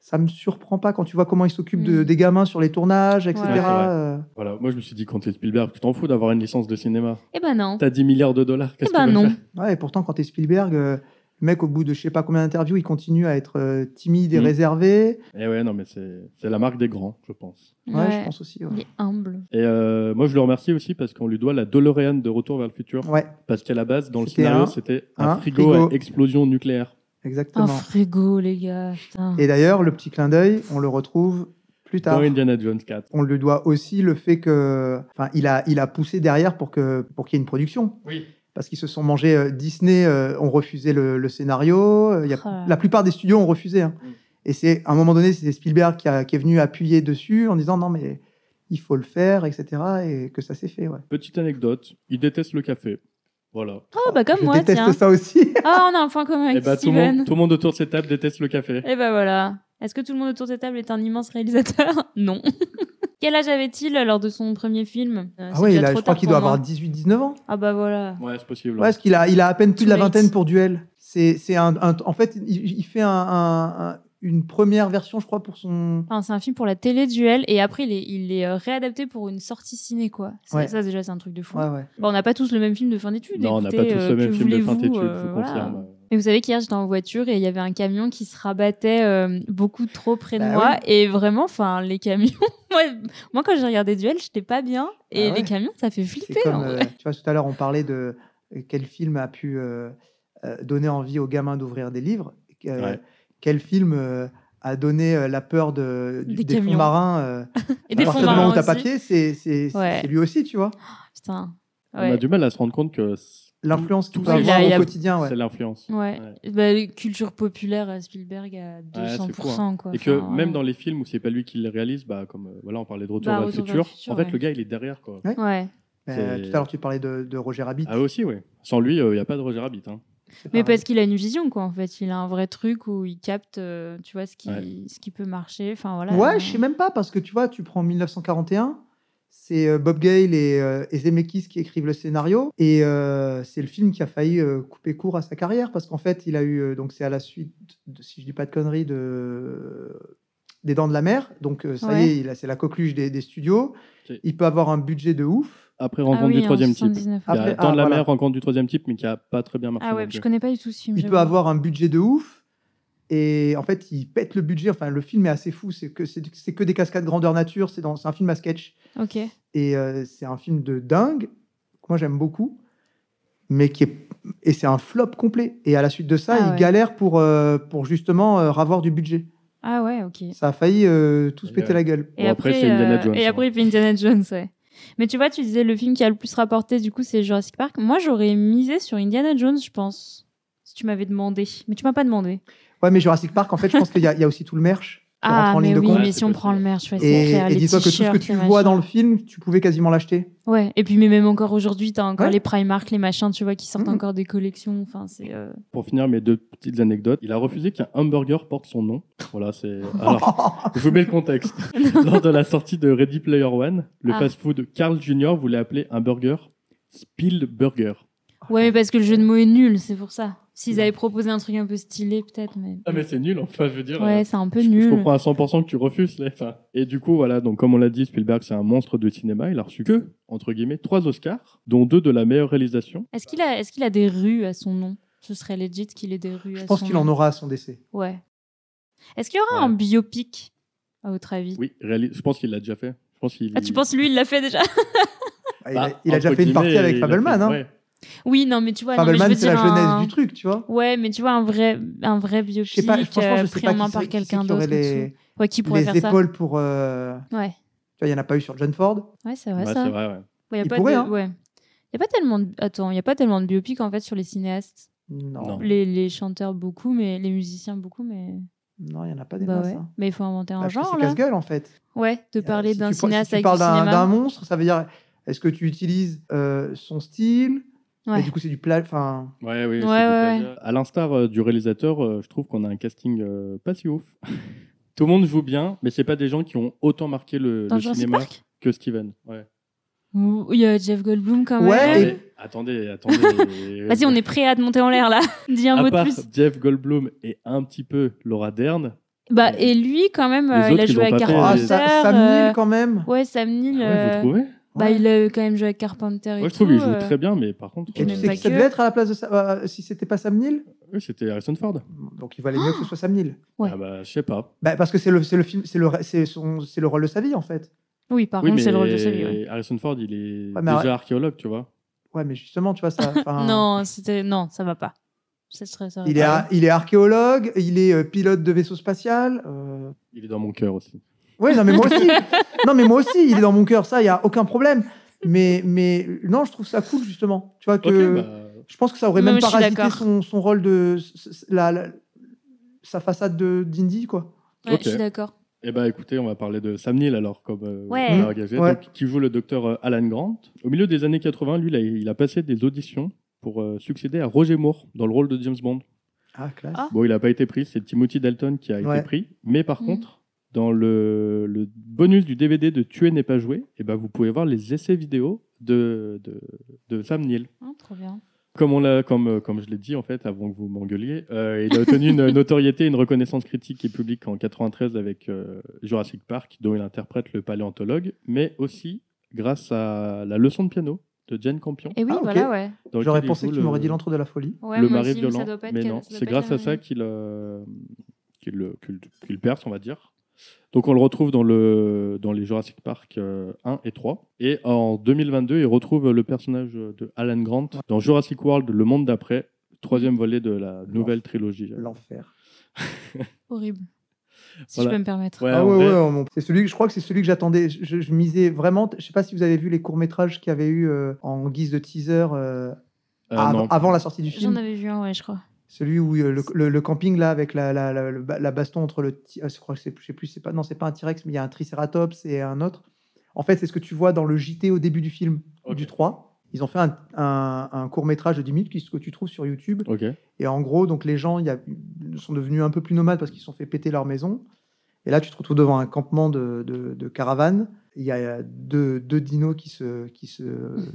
ça me surprend pas quand tu vois comment il s'occupe de,
Mm.
des gamins sur les tournages, etc.
Ouais, c'est
vrai.
Euh,
Voilà, moi je me suis dit, quand t'es Spielberg, tu t'en fous d'avoir une licence de cinéma.
Eh ben non.
T'as 10 milliards de dollars,
Eh
qu'est-ce que
ben
tu veux
non.
faire
Ouais, et pourtant, quand t'es Spielberg, euh, le mec, au bout de je sais pas combien d'interviews, il continue à être euh, timide et
Mm.
réservé.
Eh ouais, non, mais c'est c'est la marque des grands, je pense.
Ouais, je pense aussi. ouais.
Il est humble.
Et euh, moi, je le remercie aussi parce qu'on lui doit la DeLorean de Retour vers le futur.
Ouais,
Parce qu'à la base, dans le
C'était
scénario,
un-
c'était un,
un
frigo,
frigo.
à explosion nucléaire.
Un
exactement.
frigo, les gars. Putain.
Et d'ailleurs, le petit clin d'œil, on le retrouve plus tard.
Dans Indiana Jones 4.
On lui doit aussi le fait que, enfin, il a, il a poussé derrière pour que, pour qu'il y ait une production.
Oui.
Parce qu'ils se sont mangés euh, Disney, euh, ont refusé le, le scénario. euh, il y a-
Oh là là.
la plupart des studios ont refusé. hein.
Mm.
Et c'est à un moment donné, c'est Spielberg qui, a- qui est venu appuyer dessus en disant non mais il faut le faire, etc. Et que ça s'est fait. Ouais.
Petite anecdote, il déteste le café. Voilà.
Oh bah comme
Je
moi,
déteste
tiens.
ça aussi.
Ah, on a un point commun
Et
avec
bah, tout, le
Steven.
monde, tout le monde autour de cette table déteste le café.
Et bah voilà. Est-ce que tout le monde autour de cette table est un immense réalisateur Non. [LAUGHS] Quel âge avait-il lors de son premier film Euh,
ah
c'est
ouais,
déjà
il a-
trop
je crois
tard
qu'il
pour
doit
moi.
avoir 18-19 ans.
Ah bah voilà.
Ouais, c'est possible.
Ouais, parce qu'il a, il a à peine plus de la
Too late.
vingtaine pour duel. C'est, c'est un, un- en fait, il, il fait un- un- un- une première version, je crois, pour son.
Enfin, c'est un film pour la télé duel et après il est, il est euh, réadapté pour une sortie ciné quoi. C'est-
Ouais.
Ça déjà c'est un truc de fou.
Ouais, ouais.
Bon, on n'a pas tous le même film de fin d'études.
non, on n'a pas
écoutez,
tous
euh,
le
que
même film de fin
voulez-vous,
d'études,
euh,
je vous
voilà.
confirme.
Et vous savez qu'hier j'étais en voiture et il y avait un camion qui se rabattait euh, beaucoup trop près de
Bah
moi et vraiment, enfin les camions. [LAUGHS] moi, moi, quand j'ai regardé Duel, j'étais pas bien et
Ah ouais.
les camions ça fait
C'est
flipper.
comme,
hein.
euh, tu vois, tout à l'heure, on parlait de euh, quel film a pu euh, euh, donner envie aux gamins d'ouvrir des livres. Euh,
Ouais.
Quel film euh, a donné euh, la peur de, du-
Des
des,
camions.
fonds marins euh,
Et
Des
À
fonds
partir du moment
marins
où t'as
aussi.
papier, c'est, c'est, c'est-
Ouais.
c'est lui aussi, tu vois.
Putain.
On a
Ouais.
du mal à se rendre compte que c'est
L'influence
Tout
qu'il peut
ça,
il
avoir
a- il a-
au quotidien. Ah Ouais.
c'est l'influence.
Ouais. Bah, culture populaire à Spielberg à 200%.
c'est fou, hein.
quoi.
Et que
Enfin,
même
ouais.
dans les films où c'est pas lui qui les réalise, bah, comme euh, voilà, on parlait de Retour
Bah,
vers le
Retour
futur,
vers le futur,
en fait,
ouais.
le gars, il est derrière.
[LAUGHS]
Quoi.
Ouais.
Ouais.
Ah
Euh,
c'est-
tout à l'heure, tu parlais de, de Roger Rabbit.
Ah, aussi, oui. Sans lui, il n'y a pas de Roger Rabbit. hein.
C'est
Mais
pareil.
parce qu'il a une vision, quoi, en fait. Il a un vrai truc où il capte, euh, tu vois, ce qui,
Ouais.
ce qui peut marcher. Enfin, voilà. Euh,
Ouais, je sais même pas, parce que tu vois, tu prends 1941, c'est euh, Bob Gale et, euh, et Zemeckis qui écrivent le scénario, et euh, c'est le film qui a failli euh, couper court à sa carrière, parce qu'en fait, il a eu, euh, donc c'est à la suite, de, si je dis pas de conneries, de... des Dents de la Mer, donc euh, ça
Ouais.
y est, il a- c'est la coqueluche des, des studios,
Ok.
il peut avoir un budget de ouf.
Après,
Ah
Rencontre
oui,
du
en
Troisième Type. Il
79.
y a
Après-
Temps
ah,
de la
voilà.
mer, Rencontre du Troisième Type, mais qui a pas très bien marché. euh,
Ah ouais,
non
je
plus.
connais pas du tout ce film.
Il
j'avoue.
peut avoir un budget de ouf. Et en fait, il pète le budget. Enfin, le film est assez fou. C'est que, c'est c'est que des cascades grandeur nature. C'est dans- c'est un film à sketch.
Ok.
Et euh, c'est un film de dingue, que moi j'aime beaucoup, mais qui est... Et c'est un flop complet. Et à la suite de ça,
Ah
il
ouais.
galère pour, euh, pour justement euh, avoir du budget.
Ah ouais, ok. Et euh,
Ça a failli euh, tous
Et
péter
ouais.
la gueule.
Bon, après, c'est Indiana Jones,
Et
hein.
après, il fait Indiana Jones, ouais. Mais tu vois, tu disais le film qui a le plus rapporté, du coup, c'est Jurassic Park. Moi, j'aurais misé sur Indiana Jones, je pense. Si tu m'avais demandé. Mais tu m'as pas demandé.
Ouais, mais Jurassic Park, en fait, je pense qu'il y, a- il y a aussi tout
[LAUGHS]
le merch qui
Ah,
rentre en ligne
mais
de
oui,
compte.
Ouais,
mais
c'est
si on
possible.
prend le merch, ouais, c'est
Et,
clair.
et
les
dis-toi que tout ce que
t-shirts,
tu
les
vois
machins.
dans le film, tu pouvais quasiment
[LAUGHS]
l'acheter.
Ouais, et puis mais même encore aujourd'hui, t'as encore
Ouais.
les Primark, les machins, tu vois, qui sortent
Mhm.
encore des collections. Enfin, c'est. euh,
Pour finir mes deux petites anecdotes, il a refusé qu'un hamburger porte son nom. Voilà,
[LAUGHS]
c'est. Alors, je vous mets le contexte. Lors de la sortie de Ready Player One, le
Ah.
fast-food Carl Jr. voulait appeler un burger Spielburger.
Ouais, mais parce que le jeu de mots est nul, c'est pour ça. S'ils avaient proposé un truc un peu stylé, peut-être, mais.
Ah, mais c'est nul, enfin, je veux dire. euh,
Ouais, c'est un peu
je- Je
nul.
comprends à 100% que tu refuses. là. Enfin, et du coup, voilà, donc comme on l'a dit, Spielberg, c'est un monstre de cinéma. Il a reçu que, entre guillemets, trois Oscars, dont deux de la meilleure réalisation.
Est-ce qu'il a, est-ce qu'il a des rues à son nom Ce serait legit qu'il ait des rues
Je
à
pense
son
qu'il en
nom.
aura à son décès.
Ouais. Est-ce qu'il y aura
Ouais.
un biopic, à votre avis
Oui, réalis- je pense qu'il l'a déjà fait. Je pense qu'il...
Ah, tu penses lui, il l'a fait déjà
Ah, il
Bah,
a, il a déjà
entre
fait une partie
guillemets,
avec
il a fait-
Fableman. Hein.
ouais.
Oui, non, mais tu vois, non, mais je
Fableman,
veux
c'est la
dire
jeunesse
un-
du truc, tu vois.
Ouais, mais tu vois, un vrai, un vrai biopic
Je sais pas, je- franchement,
euh,
je sais
pris
pas
en main
qui, c'est-
par
qui c'est qui
quelqu'un
aurait
d'autre. en dessous.
les,
Ouais, qui pourrait
les
faire ça
épaules pour. euh,
Ouais,
Tu vois, il n'y en a pas eu sur John Ford.
ouais c'est vrai
Ouais,
ça.
Bah, c'est vrai, ouais.
Ouais, y a
Il
pas
pourrait,
de-
hein.
ouais. Y a pas tellement de... Attends, il n'y a pas tellement de biopics en fait sur les cinéastes.
Non,
Non.
Les, les chanteurs beaucoup, mais les musiciens beaucoup, mais.
non, il n'y en a pas des
Bah
masses.
ouais.
hein.
Mais il faut inventer un
Parce que
genre
c'est
là.
casse-gueule en fait.
Ouais, de parler
Euh, si
d'un
tu par- si
cinéaste
tu
avec
parles
du
d'un- d'un
cinéma.
monstre, ça veut dire est-ce que tu utilises euh, son style
Ouais.
Et du coup, c'est du plat. Enfin,
Ouais, oui, c'est
Ouais,
du
ouais,
plagiat. À l'instar euh, du réalisateur, euh, je trouve qu'on a un casting euh, pas si ouf. [LAUGHS] Tout le monde joue bien, mais c'est pas des gens qui ont autant marqué le,
Dans
le
Jurassic
cinéma
Park
que Steven. Ouais.
Ouh, Il y a Jeff Goldblum quand même.
Ouais,
Mais attendez, attendez.
[LAUGHS] Vas-y, on est prêt à te monter en l'air là. [LAUGHS] Dis un
à
mot de
part
plus.
Jeff Goldblum et un petit peu Laura Dern.
Bah, et lui quand même,
Les
euh, il
autres,
a
ils
joué
l'ont
à
pas fait.
Carpenter.
Ah,
ah,
ça-
ça, Sam
euh,
Neill, quand même.
Ouais, Sam
Ah
Neill.
ouais,
euh,
vous trouvez
Bah,
Ouais.
il a quand même joué à Carpenter et
Moi, je trouve qu'il
tout,
joue
euh.
très bien, mais par contre,
Et
Même
tu sais
pas
qui ça
que.
devait être à la place de Sa- euh, si c'était pas Sam Neill
oui, c'était Harrison Ford.
Donc il valait mieux que ce soit Sam Neill.
Ouais.
Ah bah, je sais pas.
Bah, parce que c'est le, c'est le film, c'est le, c'est son, c'est le rôle de sa vie en fait.
Oui, par contre, c'est le rôle de celui. ouais.
Harrison Ford, il est
Ouais, mais
déjà
arrête.
archéologue, tu vois.
Ouais, mais justement, tu vois ça.
Ah.
enfin,
[LAUGHS] Non, c'était non, ça va pas. Ça serait ça. va
Il est,
pas.
ar- il est archéologue, il est euh, pilote de vaisseau spatial. euh,
Il est dans mon cœur aussi.
Ouais, non mais
[LAUGHS]
moi aussi. non mais moi aussi, il est dans mon cœur, ça, il y a aucun problème. Mais mais non, je trouve ça cool justement. Tu vois que
Ok, bah,
je pense que ça aurait
Non,
même
mais je suis
parasité
d'accord.
son, son rôle de s- s- la, la- sa façade de d'indie quoi.
Ouais,
Ok.
Je suis d'accord.
Eh ben écoutez, on va parler de Sam Neill alors, comme euh,
Ouais.
Bernard Gazet,
Ouais.
donc, qui joue le docteur euh, Alan Grant. Au milieu des années 80, lui, il a, il a passé des auditions pour euh, succéder à Roger Moore dans le rôle de James Bond.
Ah classe.
Ah.
Bon, il n'a pas été pris, c'est Timothy Dalton qui a
Ouais.
été pris. Mais par
Mhm.
contre, dans le, le bonus du DVD de Tuer n'est pas joué, eh ben, vous pouvez voir les essais vidéo de, de, de Sam Neill.
Ah, trop bien.
Comme, on l'a, comme, euh, comme je l'ai dit, en fait, avant que vous m'engueuliez, euh, il a obtenu une notoriété, une reconnaissance critique et publique en 93 avec euh, Jurassic Park, dont il interprète le paléontologue, mais aussi grâce à la leçon de piano de Jane Campion.
Et oui,
Ah, ok.
voilà, ouais.
dans
J'aurais
lequel il
pensé
joue
que tu
le-
m'aurais dit l'antre de la folie.
Ouais,
le
moi
mari
aussi, mais
violent.
ça doit pas être
mais
quel-
non,
ça doit
c'est
pas
grâce
être
à
la
ça
même.
qu'il euh, qu'il le- qu'il- qu'il perce, on va dire. Donc on le retrouve dans, le, dans les Jurassic Park euh, 1 et 3. Et en 2022, il retrouve le personnage de Alan Grant dans Jurassic World, Le Monde d'après, troisième volet de la nouvelle trilogie.
L'enfer.
Horrible. Si
Voilà.
je peux me permettre.
Ouais,
Ah
en
ouais,
vrai, euh,
ouais, on- c'est celui que je crois que c'est celui que j'attendais. Je, je- je misais vraiment. Je sais pas si vous avez vu les courts métrages qu'il y avait eu euh, en guise de teaser euh,
euh,
av-
non.
avant la sortie du
J'en
film.
avais vu un, ouais, je crois.
Celui où euh, le, le- le camping là avec la, la, la, le ba- la baston entre le ti- euh, je crois que c'est je sais plus c'est pas non c'est pas un T-Rex mais il y a un Triceratops et un autre. En fait, c'est ce que tu vois dans le JT au début du film
Ok.
du 3. Ils ont fait un, court métrage de 10 minutes qui- ce que tu trouves sur YouTube
Ok.
et en gros donc les gens il y a- sont devenus un peu plus nomades parce qu'ils se sont fait péter leur maison. Et là, tu te retrouves devant un campement de, de, de caravanes. Il y a deux, deux dinos qui se, qui, se,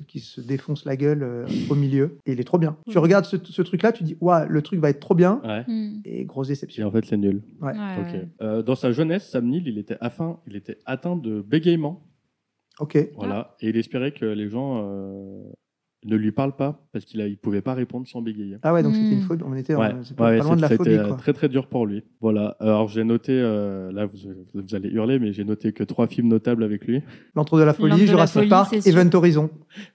qui se défoncent la gueule euh, au milieu. Et il est trop bien. Tu regardes ce, ce truc-là, tu dis, waouh, le truc va être trop bien.
Ouais.
Hmm.
Et grosse
Et
déception.
en fait, c'est nul.
Ouais,
Ouais,
Ok.
ouais.
Euh, dans sa jeunesse, Sam Neill, il était, affin, il était atteint de bégaiement.
Ok.
Voilà. Et il espérait que les gens euh, ne lui parlent pas parce qu'il ne pouvait pas répondre sans bégayer.
Ah ouais, donc c'était une
Hmm.
faute. On était
Ouais,
en- c'est pas,
ouais,
pas loin de la
ça a été,
phobie.
euh,
Quoi.
très très dur pour lui. Voilà. Alors j'ai noté, euh, là vous, vous allez hurler, mais j'ai noté que trois films notables avec lui. [LAUGHS]
L'entre de la
L'Antre de
folie,
la
Jurassic
folie,
Park,
c'est sûr.
Event Horizon.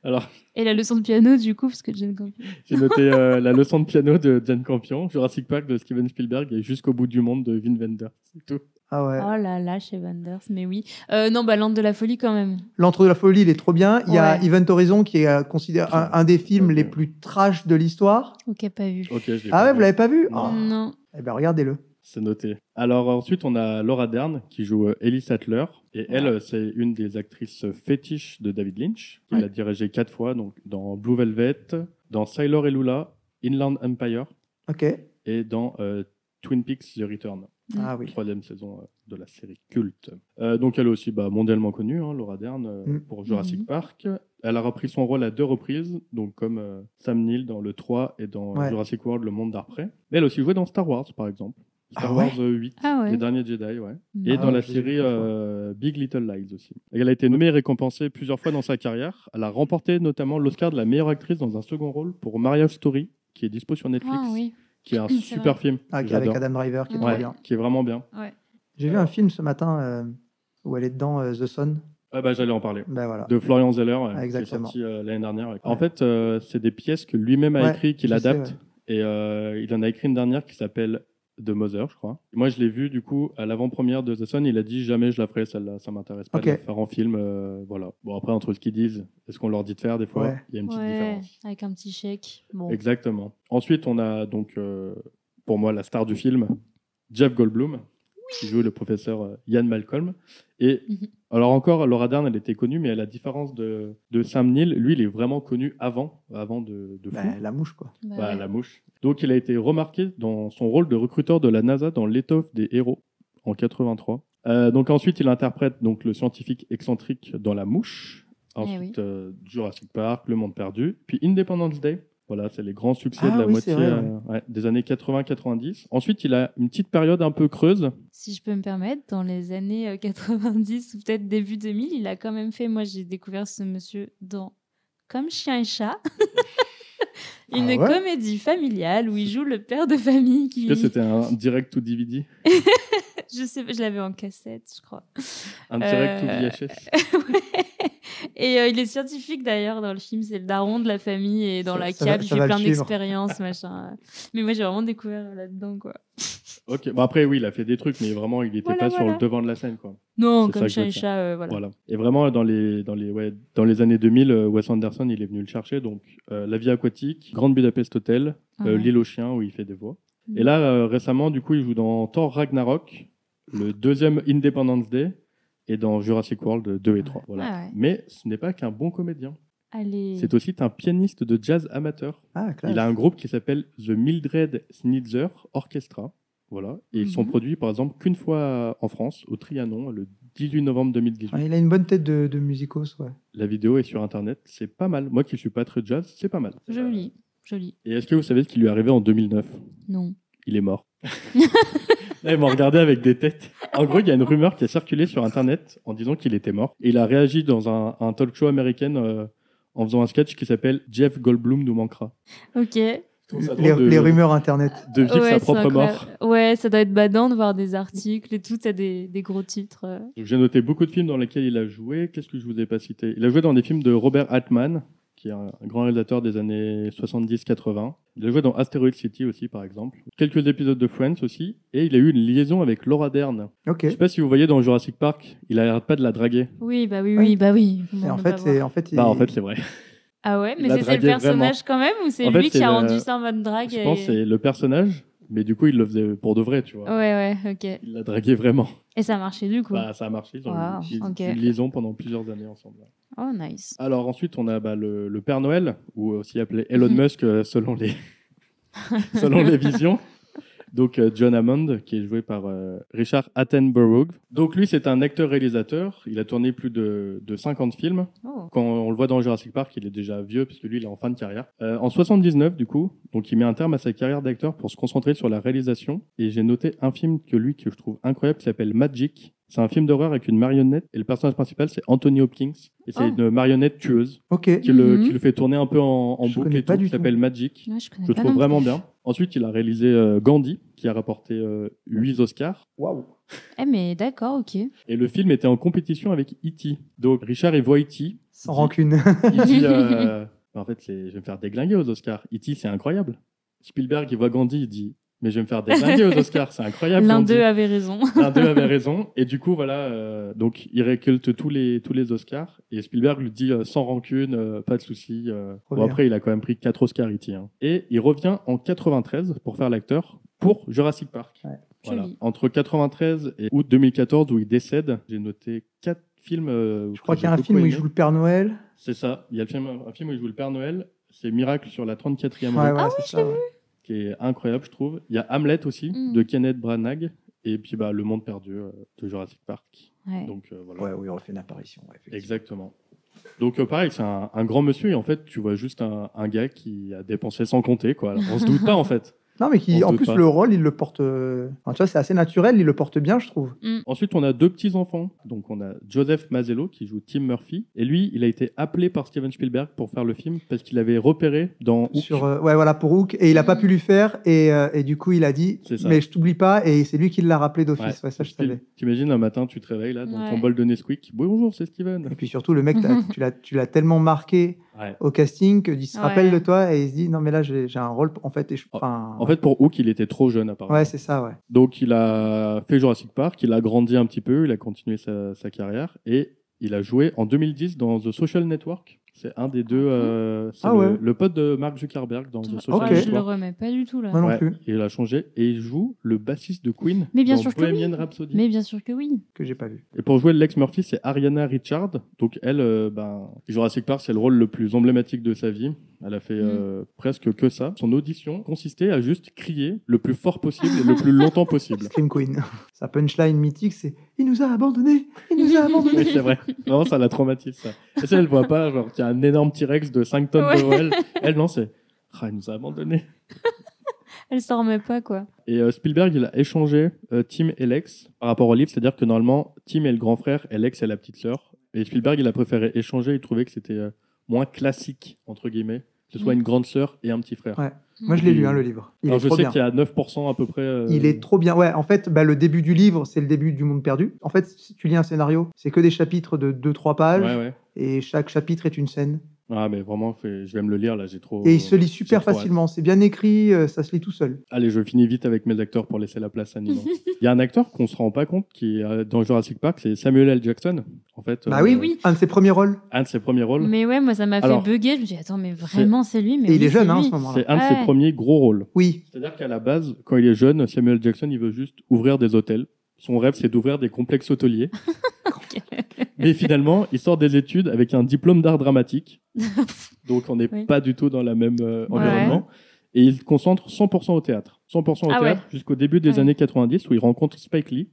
Alors
Et la leçon de piano, du coup, parce que Jane Campion.
j'ai noté euh, La leçon de piano de Jane Campion, Jurassic Park de Steven Spielberg et Jusqu'au bout du monde de Vin Wenders. C'est tout.
Ah ouais.
Oh là là, chez Vanders, mais oui. Euh, non, bah, l'Ante de la folie quand même.
L'entre de la folie, il est trop bien. Il y a
Ouais.
Event Horizon qui est euh, considéré un, un des films
Ok.
les plus trash de l'histoire.
Ok, pas vu.
Ok, je l'ai
Ah
pas
ouais,
vu.
vous l'avez pas vu
Non.
Oh.
Non.
Eh ben regardez-le.
C'est noté. Alors ensuite, on a Laura Dern qui joue euh, Ellie Sattler. Et elle, euh, c'est une des actrices euh, fétiches de David Lynch. Il
Ouais.
a dirigé quatre fois, donc dans Blue Velvet, dans Sailor et Lula, Inland Empire
Ok.
et dans euh, Twin Peaks The Return,
Ah oui.
troisième saison euh, de la série culte. Euh, donc elle est aussi bah, mondialement connue, hein, Laura Dern, euh,
Mm.
pour Jurassic
Mhm.
Park. Elle a repris son rôle à deux reprises, donc comme euh, Sam Neill dans le 3 et dans euh,
Ouais.
Jurassic World, le monde d'après. Mais elle a aussi joué dans Star Wars, par exemple. Star
Ah ouais
Wars euh, 8,
Ah ouais.
les derniers Jedi, ouais.
Mm.
Et
Ah
dans la
je les ai
série
pas fois.
euh, Big Little Lies aussi. Et elle a été nommée et récompensée plusieurs fois dans sa carrière. Elle a remporté notamment l'Oscar de la meilleure actrice dans un second rôle pour Marriage Story, qui est dispo sur Netflix,
Ah oui.
qui est un
C'est
super
vrai.
film.
Ah,
que
avec
j'adore.
Adam Driver qui est
Ouais.
trop bien.
qui est vraiment bien.
J'ai vu un film ce matin euh, où elle est dedans, euh, The Sun.
Ah bah j'allais en parler.
Ben voilà.
De Florian Zeller, euh, qui est
Ah, exactement.
sorti euh, l'année dernière. En fait, euh, c'est des pièces que lui-même a
Ouais,
écrites, qu'il
je sais,
adapte. Et euh, il en a écrit une dernière qui s'appelle The Mother, je crois. Moi, je l'ai vu, du coup, à l'avant-première de The Sun, il a dit jamais je la ferai, celle-là, ça m'intéresse pas
Ok.
de la faire en film. euh, voilà. Bon, après, entre ce qu'ils disent et ce qu'on leur dit de faire, des fois,
Ouais.
il y a une petite
Ouais,
différence.
avec un petit chèque. Bon.
Exactement. Ensuite, on a donc, euh, pour moi, la star du film, Jeff Goldblum, qui joue le professeur euh, Ian Malcolm. Et
Mhm.
alors encore, Laura Dern, elle était connue, mais à la différence de, de Sam Neill, lui, il est vraiment connu avant, avant de, de fou.
Ben, la mouche, quoi.
Bah
Bah,
ouais.
la mouche. Donc, il a été remarqué dans son rôle de recruteur de la NASA dans l'étoffe des héros en 83. Euh, donc ensuite, il interprète donc le scientifique excentrique dans La Mouche. Ensuite,
Eh oui.
euh, Jurassic Park, Le Monde Perdu, puis Independence Day. Voilà, c'est les grands succès
Ah
de la
oui,
moitié
c'est vrai,
euh, ouais, des années 80-90. Ensuite, il a une petite période un peu creuse.
Si je peux me permettre, dans les années euh, 90 ou peut-être début 2000, il a quand même fait. Moi, j'ai découvert ce monsieur dans Comme chien et chat. Une
Ah ouais
comédie familiale où il joue le père de famille qui.
Est-ce que c'était un direct to DVD
[LAUGHS] Je sais pas, je l'avais en cassette, je crois. [LAUGHS]
Un direct
Euh,
to VHS
Ouais. Et euh, il est scientifique d'ailleurs dans le film, c'est le daron de la famille et dans
Ça-
la
ça va-
cave, il
ça
fait
va le
plein
suivre.
d'expériences, machin. Mais moi j'ai vraiment découvert euh, là-dedans quoi.
Ok, bon après, oui, il a fait des trucs, mais vraiment, il n'était
Voilà,
pas sur
voilà.
le devant de la scène, quoi.
Non,
C'est ça
comme
que je
chat
veux
et
dire.
chat, euh, voilà.
Voilà. Et vraiment, dans les, dans les, ouais, dans les années 2000, euh, Wes Anderson, il est venu le chercher. Donc, euh, La vie aquatique, Grande Budapest Hotel,
Ah
euh,
ouais.
L'île aux chiens, où il fait des voix.
Mm.
Et là, euh, récemment, du coup, il joue dans Thor Ragnarok, le deuxième Independence Day, et dans Jurassic World 2 et 3. Voilà.
Ah ouais.
Mais ce n'est pas qu'un bon comédien.
Allez.
C'est aussi un pianiste de jazz amateur.
Ah, classe.
Il a un groupe qui s'appelle The Mildred Schnitzer Orchestra. Voilà. Et ils sont
Mhm.
produits, par exemple, qu'une fois en France, au Trianon, le 18 novembre 2018.
Ouais, il a une bonne tête de, de musicos, ouais.
La vidéo est sur internet, c'est pas mal. Moi qui suis pas très jazz, c'est pas mal.
Joli, joli.
Et est-ce que vous savez ce qui lui est arrivé en 2009
Non.
Il est mort. [LAUGHS] Là, ils m'ont regardé avec des têtes. En gros, il y a une rumeur qui a circulé sur internet en disant qu'il était mort. Et il a réagi dans un, un talk show américain euh, en faisant un sketch qui s'appelle Jeff Goldblum nous manquera.
Ok.
Les, les rumeurs internet.
De vivre
Ouais,
sa
c'est
propre mort.
incroyable. Ouais, ça doit être badant de voir des articles et tout, t'as des, des gros titres. euh.
J'ai noté beaucoup de films dans lesquels il a joué. Qu'est-ce que je vous ai pas cité Il a joué dans des films de Robert Altman, qui est un grand réalisateur des années 70-80. Il a joué dans Asteroid City aussi, par exemple. Quelques épisodes de Friends aussi. Et il a eu une liaison avec Laura Dern.
Ok.
Je sais pas si vous voyez dans Jurassic Park, il arrête pas de la draguer.
Oui, bah oui,
Oui.
oui, bah oui.
Et
Comment
en
ne
fait,
pas
c'est
voir.
en fait, il-
Bah, en fait, c'est vrai.
Ah ouais, mais
l'a
c'est- c'est le
dragué
personnage quand même ou c'est
En fait,
lui qui
c'est
a
le-
rendu ça en mode drague
Je
et-
pense que c'est le personnage, mais du coup, il le faisait pour de vrai, tu vois.
Ouais, ouais, ok.
Il l'a dragué vraiment.
Et ça a marché du coup.
Bah, ça a marché. Ils ont
Wow,
eu une-
ok.
une liaison pendant plusieurs années ensemble.
Oh, nice.
Alors ensuite, on a bah, le, le Père Noël, ou aussi appelé Elon
Mhm.
Musk euh, selon les, [LAUGHS] selon les visions. Donc euh, John Hammond, qui est joué par euh, Richard Attenborough. Donc lui, c'est un acteur-réalisateur. Il a tourné plus de, de 50 films.
Oh.
Quand on le voit dans Jurassic Park, il est déjà vieux, puisque lui, il est en fin de carrière. Euh, en 79, du coup, donc il met un terme à sa carrière d'acteur pour se concentrer sur la réalisation. Et j'ai noté un film que lui, que je trouve incroyable, qui s'appelle Magic. C'est un film d'horreur avec une marionnette, et le personnage principal, c'est Anthony Hopkins. Et c'est
Oh.
une marionnette tueuse
Ok.
qui, le,
Mhm.
qui le fait tourner un peu en, en
Je
boucle
connais
et
pas
tout,
du
qui
tout.
s'appelle Magic.
Ouais, je connais
Je
pas
trouve
non
vraiment
plus.
bien. Ensuite, il a réalisé euh, Gandhi, qui a rapporté 8 Oscars.
Waouh.
Eh, mais d'accord, ok.
Et le film était en compétition avec E.T. Donc Richard, il voit E.T.
Sans
Dis-
rancune.
Il
[LAUGHS]
dit, euh, en fait, c'est- je vais me faire déglinguer aux Oscars. E.T., c'est incroyable. Spielberg, il voit Gandhi, il dit, mais je vais me faire déglinguer aux Oscars, c'est incroyable.
L'un
Gandhi.
d'eux avait raison.
L'un d'eux avait raison. Et du coup, voilà, euh, donc il récolte tous les, tous les Oscars. Et Spielberg lui dit, euh, sans rancune, euh, pas de souci. euh.
Trop
Bon,
bien.
après, il a quand même pris 4 Oscars, E.T. hein. Et il revient en 93 pour faire l'acteur pour Jurassic Park.
Ouais.
Voilà.
Joli.
Entre 93 et août 2014, où il décède, j'ai noté 4 films. euh,
[LAUGHS] Je crois
que
qu'il y
j'ai
a un
beaucoup
film où il
aimés.
joue le Père Noël.
C'est ça. Il y a le film, un film où il joue le Père Noël. C'est Miracle sur la 34e rue,
Ouais, voilà, c'est ça, ouais.
qui est incroyable, je trouve. Il y a Hamlet aussi,
Mm.
de Kenneth Branagh. Et puis bah, Le Monde perdu euh, de Jurassic Park.
[LAUGHS] Ouais.
Donc euh, voilà.
Ouais, où il refait une apparition. ouais, effectivement.
Exactement. Donc euh, pareil, c'est un, un grand monsieur et en fait, tu vois juste un, un gars qui a dépensé sans compter. Quoi. Alors, on se doute pas en fait.
[LAUGHS] Non, mais qui,
On se
en
doute
plus,
pas.
le rôle, il le porte. euh, enfin, tu vois, c'est assez naturel, il le porte bien, je trouve.
Ensuite, on a deux petits-enfants. Donc, on a Joseph Mazzello qui joue Tim Murphy. Et lui, il a été appelé par Steven Spielberg pour faire le film parce qu'il avait repéré dans Hook.
Sur, euh, ouais, voilà, pour Hook. Et il a pas pu lui faire, et, euh, et du coup, il a dit
C'est ça.
Mais je t'oublie pas, et c'est lui qui l'a rappelé d'office. Ouais, ça, je savais.
[LAUGHS] Spiel- T'imagines un matin, tu te réveilles là, dans
Ouais.
ton bol de Nesquik. Oui, bonjour, c'est Steven.
Et puis surtout, le mec, t'as- tu l'as- tu l'as tellement marqué
Ouais.
au casting qu'il se
Ouais.
rappelle de toi, et il se dit Non, mais là, j'ai j'ai un rôle, en fait. Et je, enfin,
En fait, pour Hook, il était trop jeune apparemment.
ouais, c'est ça, ouais.
Donc, il a fait Jurassic Park, il a grandi un petit peu, il a continué sa, sa carrière et il a joué en 2010 dans The Social Network. C'est un des deux. euh, c'est
Ah
le,
ouais.
le pote de Mark Zuckerberg dans The Social
ok.
Ah, Je le
Network.
remets pas du tout là.
Moi non
Ouais,
plus,
et il a changé et il joue le bassiste de Queen
Mais bien
dans
sûr que
Bohemian
oui.
Rhapsody.
Mais bien sûr
[LAUGHS]
que oui.
que j'ai pas vu.
Et pour jouer Lex Murphy, c'est Ariana Richard. Donc elle, euh, ben, Jurassic Park, c'est le rôle le plus emblématique de sa vie. Elle a fait euh, presque que ça. Son audition consistait à juste crier le plus fort possible et le plus longtemps
[LAUGHS]
possible.
Scream Queen. Sa punchline mythique, c'est Il nous a abandonnés Il nous a abandonnés
Oui, c'est vrai. Vraiment, ça la traumatise, ça. Et ça, elle voit pas, genre, qu'il y a un énorme T-Rex de 5 tonnes
Ouais.
devant elle. Elle, non, c'est, ah, elle nous a abandonnés.
[LAUGHS] Elle s'en remet pas quoi.
Et euh, Spielberg, il a échangé euh, Tim et Lex par rapport au livre, c'est-à-dire que normalement, Tim est le grand frère et Lex est la petite sœur. Et Spielberg, il a préféré échanger, il trouvait que c'était euh, moins classique, entre guillemets, que ce soit
Mm.
une grande sœur et un petit frère.
Ouais. Moi, je l'ai lu, hein,
Il-
le livre. Il
Alors
est
je
trop
sais
bien.
qu'il y a 9% à peu près. euh,
Il est trop bien. Ouais, en fait, bah, le début du livre, c'est le début du monde perdu. En fait, si tu lis un scénario, c'est que des chapitres de 2-3 pages,
Ouais, ouais.
et chaque chapitre est une scène.
Ah, mais vraiment, fait- je vais me le lire, là, j'ai trop.
Et il se lit
j'ai
super
Oh, trop hâte.
facilement. C'est bien écrit, euh, ça se lit tout seul.
Allez, je finis vite avec mes acteurs pour laisser la place à
[LAUGHS]
Nino. Il y a un acteur qu'on se rend pas compte qui est euh, dans Jurassic Park, c'est Samuel L. Jackson. En fait,
Bah
euh,
oui,
oui.
un de ses premiers rôles.
un de ses premiers rôles.
Mais ouais, moi ça m'a fait
Alors-
bugger. Je me dis attends, mais vraiment c'est lui mais
et il
oui,
est jeune
c'est
hein, en
lui.
ce moment-là.
C'est un de ses
Ouais.
premiers gros rôles.
Oui,
C'est-à-dire qu'à la base, quand il est jeune, Samuel Jackson, il veut juste ouvrir des hôtels. Son rêve, c'est d'ouvrir des complexes
[LAUGHS]
hôteliers. Mais finalement, il sort des études avec un diplôme d'art dramatique.
[LAUGHS]
Donc, on n'est
Oui.
pas du tout dans le même euh,
Ouais.
environnement. Et il se concentre 100% au théâtre. 100% au
Ah
théâtre jusqu'au début des
Ouais.
années 90 où il rencontre Spike
[LAUGHS]
Lee,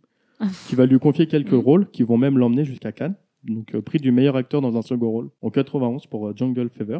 qui va lui confier quelques
Mm.
rôles qui vont même l'emmener jusqu'à Cannes. Donc, euh, prix du meilleur acteur dans un second rôle en 91 pour euh, Jungle Fever.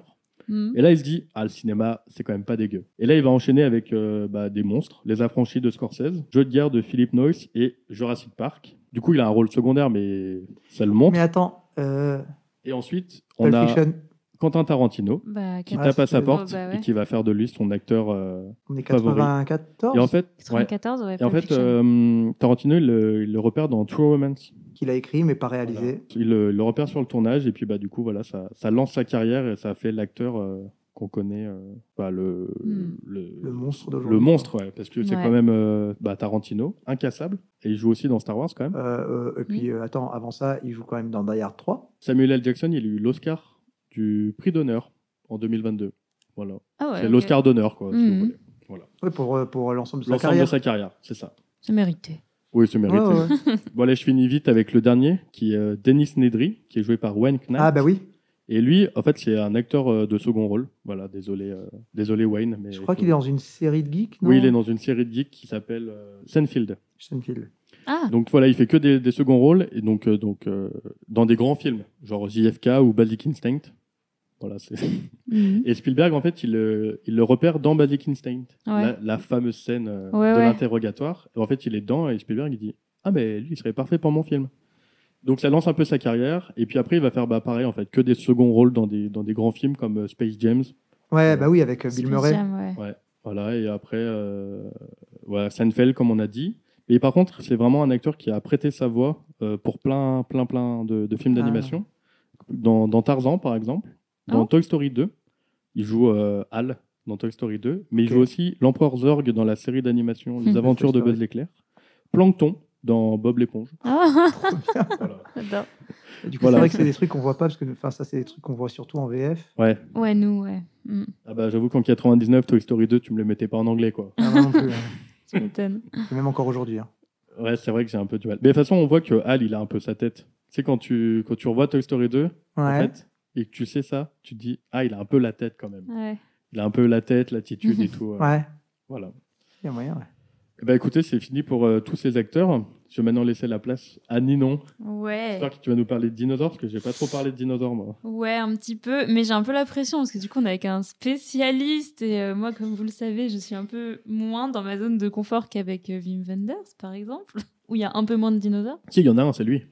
Mm.
Et là, il se dit, ah, le cinéma, c'est quand même pas dégueu. Et là, il va enchaîner avec euh, bah, des monstres, Les Affranchis de Scorsese, Jeu de guerre de Philip Noyce et Jurassic Park. Du coup, il a un rôle secondaire, mais ça le montre.
mais attends, euh,
Et ensuite, on
Pulp
a
Fiction,
Quentin Tarantino
Bah,
qui
Ouais,
tape à
c'était-
sa porte
Oh, bah ouais.
et qui va faire de lui son acteur. euh,
on est
favori.
94,
Oh,
Et en fait, ouais.
94 ouais.
Et en
Pulp
fait
Fiction.
euh, Tarantino, il, le- il le repère dans True Romance.
qu'il a écrit, mais pas réalisé.
Voilà. Il, le- il le repère sur le tournage et puis bah, du coup, voilà, ça, ça lance sa carrière et ça fait l'acteur euh, qu'on connaît, euh, bah, le,
Hmm.
le,
Le monstre d'aujourd'hui.
Le monstre, ouais, parce que c'est
Ouais.
quand même euh, bah, Tarantino, incassable, et il joue aussi dans Star Wars quand même.
Euh, euh, et puis, euh, attends, avant ça, il joue quand même dans Die Hard 3.
Samuel L. Jackson, il a eu l'Oscar du prix d'honneur en 2022. Voilà,
Ah ouais,
c'est
ok.
l'Oscar d'honneur, quoi. si
Mhm.
vous voulez.
Ouais, pour, euh, pour l'ensemble de sa
L'ensemble de
carrière.
sa carrière, c'est ça.
C'est mérité.
Oui, c'est mérité.
Ouais, ouais, ouais.
Bon, allez, je finis vite avec le dernier, qui est euh, Dennis Nedry, qui est joué par Wayne Knight.
Ah,
[LAUGHS]
bah oui.
Et lui, en fait, c'est un acteur euh, de second rôle. Voilà, désolé, euh, désolé Wayne, mais
Je crois qu'il est dans une série de geeks, non
Oui, il est dans une série de geeks qui s'appelle euh, Seinfeld.
Seinfeld.
Ah,
Donc voilà, il fait que des, des seconds rôles et donc, euh, donc euh, dans des grands films, genre JFK ou Basic Instinct. Voilà, c'est- [LAUGHS] Mm.
Mhm.
et Spielberg, en fait, il, euh, il le repère dans Basic Instinct,
Ouais.
la, la fameuse scène euh,
Ouais,
de
ouais.
l'interrogatoire. Et En fait, il est dedans et Spielberg, il dit Ah, mais lui, il serait parfait pour mon film. Donc ça lance un peu sa carrière. Et puis après, il va faire bah, pareil, en fait, que des seconds rôles dans des, dans des grands films comme euh, Space James.
Ouais, bah oui, avec euh, Bill
Space
Murray.
Jam, ouais.
Voilà, et après, euh, voilà, Seinfeld, comme on a dit. Mais par contre, c'est vraiment un acteur qui a prêté sa voix euh, pour plein, plein, plein de, de films
Ah.
d'animation. Dans, dans Tarzan, par exemple, dans
Ah.
Toy Story 2, il joue euh, Hal dans Toy Story 2, mais il
Ok.
joue aussi l'empereur Zorg dans la série
[LAUGHS]
d'animation Les
Hmm.
Aventures de
Toy Story.
Buzz l'éclair, Plankton dans Bob l'éponge.
Ah,
[LAUGHS] Voilà.
j'adore.
Et Du coup,
Voilà.
c'est vrai que c'est des trucs qu'on voit pas, parce que enfin, ça, c'est des trucs qu'on voit surtout en VF.
Ouais.
Ouais, nous, ouais. Mm.
Ah bah, j'avoue qu'en 99, Toy Story 2, tu me le mettais pas en anglais, quoi.
Ah, non, non plus,
[LAUGHS]
hein.
Tu m'étonnes.
Et Même encore aujourd'hui. hein.
Ouais, c'est vrai que j'ai un peu du mal. Mais de toute façon, on voit que Hal, il a un peu sa tête. Tu sais, quand tu, quand tu revois Toy Story 2, en
Ouais.
fait, et que tu sais ça, tu te dis, ah, il a un peu la tête quand même.
Ouais.
Mhm.
Il a un peu la tête, l'attitude et tout. euh,
Ouais.
Voilà.
Il y a moyen, ouais.
Eh ben, écoutez, c'est fini pour euh, tous ces acteurs. Je vais maintenant laisser la place à Ninon.
Ouais.
J'espère que tu vas nous parler de dinosaures, parce que j'ai pas trop parlé de dinosaures, moi.
Ouais, un petit peu, mais j'ai un peu la pression parce que du coup, on est avec un spécialiste et euh, moi, comme vous le savez, je suis un peu moins dans ma zone de confort qu'avec euh, Wim Wenders, par exemple, [LAUGHS] où il y a un peu moins de dinosaures.
Si, il y en a un, c'est lui.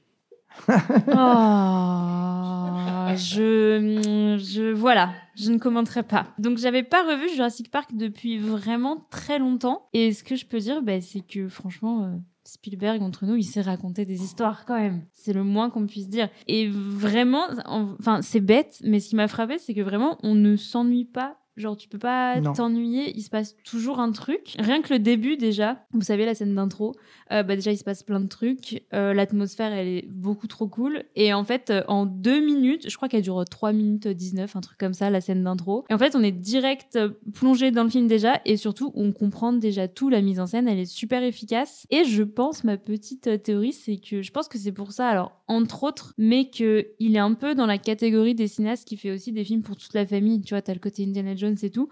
Oh, je, je, voilà, je ne commenterai pas. Donc, j'avais pas revu Jurassic Park depuis vraiment très longtemps. Et ce que je peux dire, bah, c'est que franchement, euh, Spielberg, entre nous, il sait raconter des histoires quand même. C'est le moins qu'on puisse dire. Et vraiment, en- enfin, c'est bête, mais ce qui m'a frappé, c'est que vraiment, on ne s'ennuie pas. Genre, tu peux pas
Non.
t'ennuyer, il se passe toujours un truc. Rien que le début, déjà, vous savez, la scène d'intro, euh, bah déjà il se passe plein de trucs, Euh, l'atmosphère elle est beaucoup trop cool et en fait euh, en deux minutes, je crois qu'elle dure 3 minutes 19, un truc comme ça la scène d'intro et en fait on est direct euh, plongé dans le film déjà et surtout on comprend déjà tout, la mise en scène elle est super efficace et je pense ma petite euh, théorie c'est que je pense que c'est pour ça alors entre autres mais que il est un peu dans la catégorie des cinéastes qui fait aussi des films pour toute la famille, tu vois t'as le côté Indiana Jones et tout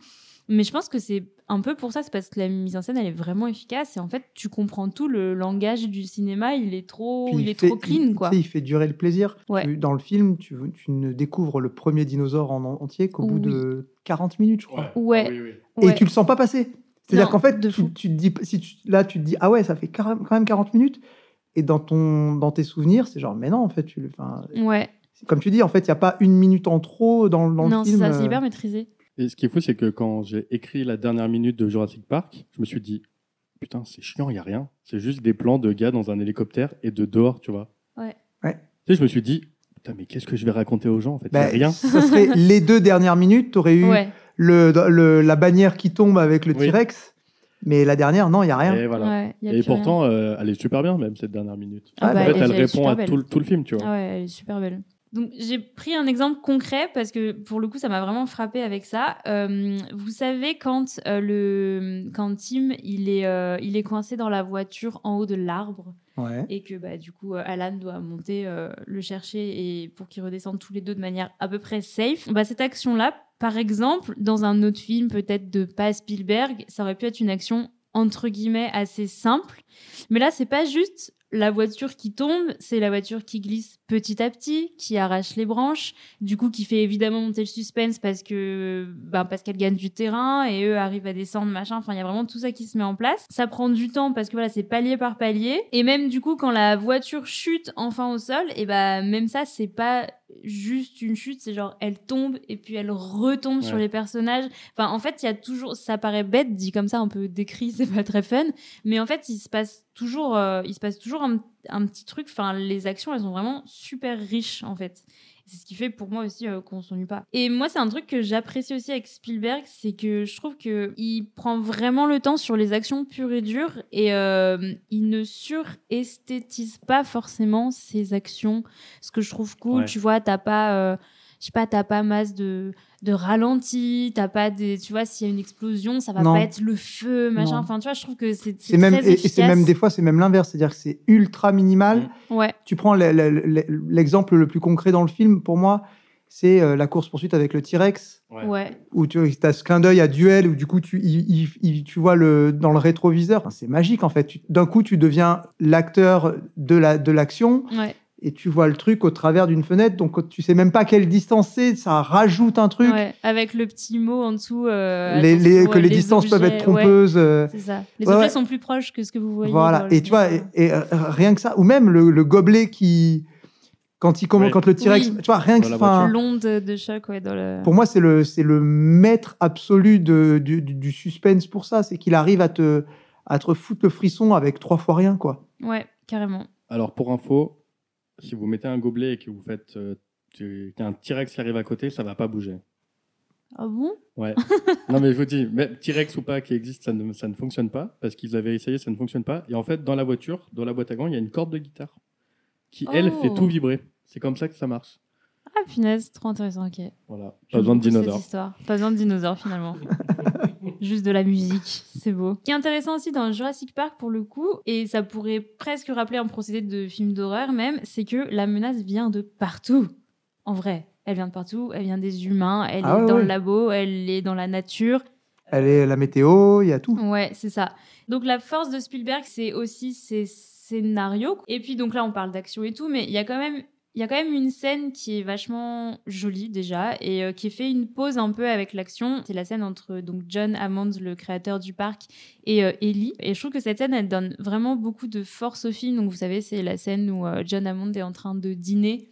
mais je pense que c'est un peu pour ça, c'est parce que la mise en scène, elle est vraiment efficace. Et en fait, tu comprends tout le langage du cinéma. Il est trop,
Puis
Oh, il, est
fait-
trop clean,
il-
quoi.
tu sais, il fait durer le plaisir.
Ouais.
Tu- dans le film, tu, tu ne découvres le premier dinosaure en entier qu'au bout
Oh, Oui.
de 40 minutes, je crois.
Ouais.
Ah Oui, oui.
Ouais.
Et tu le sens pas passer. C'est-à-dire
Non,
qu'en fait,
de fou.
tu, tu te dis, si tu- là, tu te dis, ah ouais, ça fait quand même quand même 40 minutes. Et dans, ton, dans tes souvenirs, c'est genre, mais non, en fait, tu le. enfin,
Ouais.
c'est- Comme tu dis, en fait, il n'y a pas une minute en trop dans, dans
non,
le film.
ça, c'est
euh,
hyper maîtrisé.
Et ce qui est fou, c'est que quand j'ai écrit la dernière minute de Jurassic Park, je me suis dit, putain, c'est chiant, il n'y a rien. C'est juste des plans de gars dans un hélicoptère et de dehors, tu vois.
Ouais.
Ouais.
Tu sais, je me suis dit, putain, mais qu'est-ce que je vais raconter aux gens, en fait Il y a
bah,
rien.
Ça serait les deux dernières minutes, tu aurais eu
Ouais.
le, le- la bannière qui tombe avec le
Oui.
T-Rex. Mais la dernière, non, il n'y a rien.
Et voilà.
ouais, y a
Et
plus rien.
pourtant, euh, elle est super bien, même cette dernière minute.
Ah
En
bah,
en fait, elle
est
répond
super
à
belle.
tout, le- tout le film, tu vois.
Ah ouais, elle est super belle. Donc j'ai pris un exemple concret parce que pour le coup ça m'a vraiment frappé avec ça. Euh, vous savez quand euh, le quand Tim il est euh, il est coincé dans la voiture en haut de l'arbre
Ouais.
et que bah, du coup euh, Alan doit monter euh, le chercher et pour qu'ils redescendent tous les deux de manière à peu près safe. Bah, cette action là, par exemple, dans un autre film peut-être de pas Spielberg, ça aurait pu être une action entre guillemets assez simple, mais là c'est pas juste la voiture qui tombe, c'est la voiture qui glisse petit à petit, qui arrache les branches, du coup qui fait évidemment monter le suspense parce que ben, parce qu'elle gagne du terrain et eux arrivent à descendre machin enfin il y a vraiment tout ça qui se met en place ça prend du temps parce que voilà c'est palier par palier et même du coup quand la voiture chute enfin au sol et ben même ça c'est pas juste une chute c'est genre elle tombe et puis elle retombe sur
Ouais.
les personnages enfin en fait il y a toujours ça paraît bête dit comme ça un peu décrit [LAUGHS] c'est pas très fun mais en fait il se passe toujours euh, il se passe toujours un, un petit truc enfin les actions elles sont vraiment super riches en fait c'est ce qui fait pour moi aussi euh, qu'on s'ennuie pas. Et moi, c'est un truc que j'apprécie aussi avec Spielberg, c'est que je trouve que il prend vraiment le temps sur les actions pures et dures et euh, il ne suresthétise pas forcément ses actions. Ce que je trouve cool,
Ouais.
tu vois, t'as pas, euh, je sais pas, t'as pas masse de de ralenti, t'as pas des, tu vois, s'il y a une explosion, ça va
Non.
pas être le feu, machin.
Non.
Enfin, tu vois, je trouve que c'est
C'est même,
très
et- et
efficace. Mmh.
c'est même des fois, c'est même l'inverse. C'est-à-dire que c'est ultra minimal.
Mm.
Ouais,
Tu prends le- le- le- l'exemple le plus concret dans le film, pour moi, c'est euh, la course-poursuite avec le T-Rex,
Ouais.
ouais,
où tu as ce clin d'œil à duel, où du coup, tu, il- il- il- tu vois le, dans le rétroviseur. Enfin, c'est magique, en fait. Tu- D'un coup, tu deviens l'acteur de la- de l'action
ouais,
et tu vois le truc au travers d'une fenêtre. Donc, tu sais même pas quelle distance c'est. Ça rajoute un truc.
ouais. Avec le petit mot en dessous. euh,
Les- les-
attention,
que
euh,
les, distances peuvent être
objets, ouais.
trompeuses. euh,
C'est ça. Les
Ouais,
objets
ouais.
sont plus proches que ce que vous voyez. dans
Voilà.
le
Et tu vois, et,
film.
et, euh, rien que ça, ou même le, le gobelet qui, quand il commence,
Oui.
quand le T-Rex,
Oui.
tu vois, rien que
Dans la
enfin,
L'onde de choc, ouais, dans le.
pour moi, c'est le, c'est le maître absolu de, du, du- du suspense pour ça, c'est qu'il arrive à te, à te foutre le frisson avec trois fois rien, quoi.
Ouais, carrément.
Alors, pour info, si vous mettez un gobelet et que vous faites euh, tu- qu'un T-Rex qui arrive à côté, ça va pas bouger.
Ah bon [LAUGHS]
Ouais. non, mais je vous dis, même T-Rex ou pas qui existe, ça ne, ça ne fonctionne pas parce qu'ils avaient essayé, ça ne fonctionne pas. Et en fait, dans la voiture, dans la boîte à gants, il y a une corde de guitare qui, elle,
Oh.
fait tout vibrer. C'est comme ça que ça marche.
Ah punaise, trop intéressant, ok.
Voilà. Pas
J'aime
besoin de
beaucoup cette
dinosaures.
histoire. Pas besoin de dinosaures
[LAUGHS]
finalement. Juste de la musique, c'est beau. Ce qui est intéressant aussi dans Jurassic Park pour le coup, et ça pourrait presque rappeler un procédé de film d'horreur même, c'est que la menace vient de partout. En vrai, elle vient de partout, elle vient des humains, elle
Ah
est
ouais,
dans
ouais.
le labo, elle est dans la nature.
elle est la météo, il y a tout.
Ouais, c'est ça. Donc la force de Spielberg, c'est aussi ses scénarios. Et puis donc là, on parle d'action et tout, mais il y a quand même il y a quand même une scène qui est vachement jolie déjà et euh, qui fait une pause un peu avec l'action. C'est la scène entre donc John Hammond, le créateur du parc, et euh, Ellie. Et je trouve que cette scène, elle donne vraiment beaucoup de force au film. Donc vous savez, c'est la scène où euh, John Hammond est en train de dîner.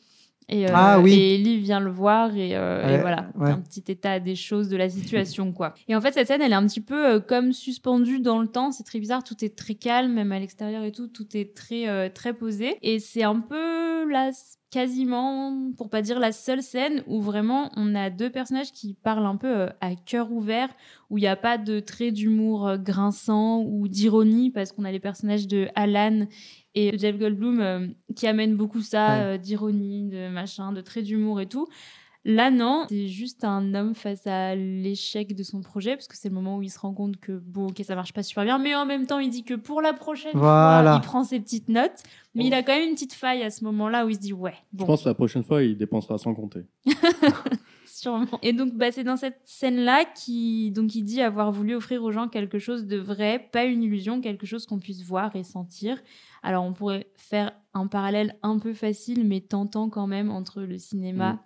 Et, euh,
Ah oui.
et Ellie vient le voir et, euh, et
Ouais,
voilà,
ouais.
un petit état des choses, de la situation quoi. Et en fait cette scène elle est un petit peu euh, comme suspendue dans le temps, c'est très bizarre, tout est très calme même à l'extérieur et tout, tout est très euh, très posé et c'est un peu la quasiment pour pas dire la seule scène où vraiment on a deux personnages qui parlent un peu euh, à cœur ouvert où il n'y a pas de trait d'humour euh, grinçant ou d'ironie parce qu'on a les personnages de Alan et Jeff Goldblum euh, qui amène beaucoup ça
Ouais.
euh, d'ironie, de machin, de trait d'humour et tout. Là non, c'est juste un homme face à l'échec de son projet parce que c'est le moment où il se rend compte que bon ok ça marche pas super bien mais en même temps il dit que pour la prochaine
Voilà.
fois il prend ses petites notes mais il a quand même une petite faille à ce moment-là où il se dit ouais
Je
bon
pense que la prochaine fois, il dépensera sans compter.
Sûrement. Et donc, bah, c'est dans cette scène-là qui, donc, il dit avoir voulu offrir aux gens quelque chose de vrai, pas une illusion, quelque chose qu'on puisse voir et sentir. Alors, on pourrait faire un parallèle un peu facile, mais tentant quand même entre le cinéma,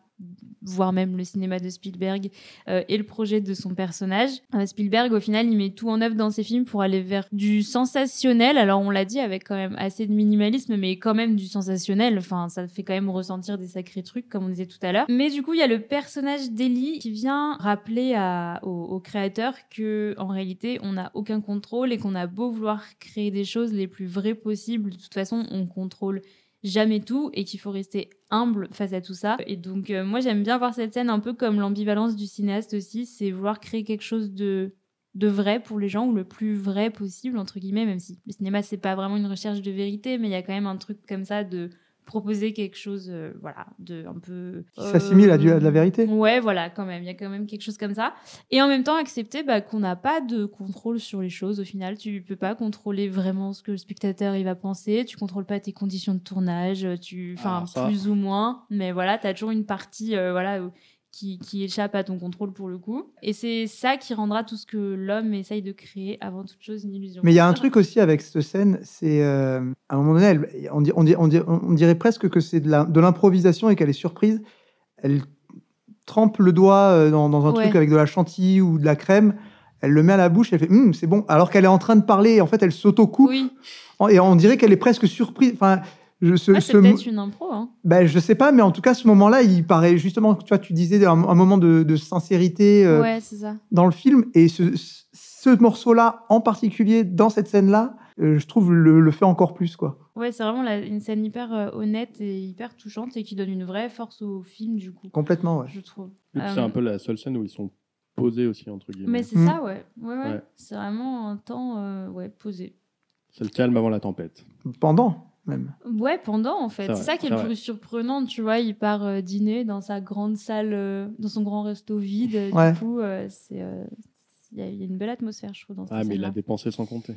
voire même le cinéma de Spielberg euh, et le projet de son personnage. Euh, Spielberg, au final, il met tout en œuvre dans ses films pour aller vers du sensationnel. Alors, on l'a dit avec quand même assez de minimalisme, mais quand même du sensationnel. Enfin, ça fait quand même ressentir des sacrés trucs, comme on disait tout à l'heure. Mais du coup, il y a le personnage d'Ellie qui vient rappeler à- au, au créateur que, en réalité, on n'a aucun contrôle et qu'on a beau vouloir créer des choses les plus vraies possibles. De toute façon, on contrôle jamais tout et qu'il faut rester humble face à tout ça. Et donc euh, moi j'aime bien voir cette scène un peu comme l'ambivalence du cinéaste aussi, c'est vouloir créer quelque chose de de vrai pour les gens ou le plus vrai possible entre guillemets même si le cinéma c'est pas vraiment une recherche de vérité mais il y a quand même un truc comme ça de proposer quelque chose euh, voilà de un peu
Qui s'assimile à, du- à de la vérité.
Ouais, voilà, quand même. Il y a quand même quelque chose comme ça. Et en même temps, accepter bah, qu'on n'a pas de contrôle sur les choses. Au final, tu peux pas contrôler vraiment ce que le spectateur il va penser. Tu contrôles pas tes conditions de tournage. euh,
Ah,
Tu, enfin,
Alors, ça.
plus ou moins. Mais voilà, tu as toujours une partie, euh, voilà. où- Qui, qui échappe à ton contrôle pour le coup. Et c'est ça qui rendra tout ce que l'homme essaye de créer avant toute chose une illusion.
Mais il y a un truc aussi avec cette scène, c'est euh, à un moment donné, elle- on, di- on di- on di- on dirait presque que c'est de la- de l'improvisation et qu'elle est surprise. Elle trempe le doigt euh, dans, dans un
Ouais.
truc avec de la chantilly ou de la crème. Elle le met à la bouche, elle fait Hum, c'est bon. Alors qu'elle est en train de parler, en fait, elle s'auto-coupe
Oui,
En- et on dirait qu'elle est presque surprise. Enfin, je, ce,
Ah,
ce
c'est
mo-
peut-être une impro. hein.
ben, je sais pas, mais en tout cas, ce moment-là, il paraît justement, tu vois, tu disais un, un moment de, de sincérité euh,
ouais, c'est ça.
dans le film. Et ce, ce- ce morceau-là, en particulier, dans cette scène-là, euh, je trouve le, le fait encore plus, quoi.
Ouais, c'est vraiment la- une scène hyper euh, honnête et hyper touchante et qui donne une vraie force au film du coup.
Complètement, ouais.
je trouve.
Et puis,
Euh,
C'est un peu la seule scène où ils sont posés aussi, entre guillemets.
Mais c'est
Mm.
ça, ouais. Ouais, ouais.
Ouais.
C'est vraiment un temps euh, ouais, posé.
C'est le calme avant la tempête.
Pendant, même.
Ouais, pendant, en fait.
C'est
C'est
vrai,
ça qui est
c'est
le
vrai.
plus surprenant, tu vois. Il part euh, dîner dans sa grande salle, euh, dans son grand resto vide. euh,
Ouais.
Du coup, euh, c'est. euh, il y, a- il y a une belle atmosphère, je trouve, dans cette
Ah, mais il
scène-là.
a dépensé sans compter.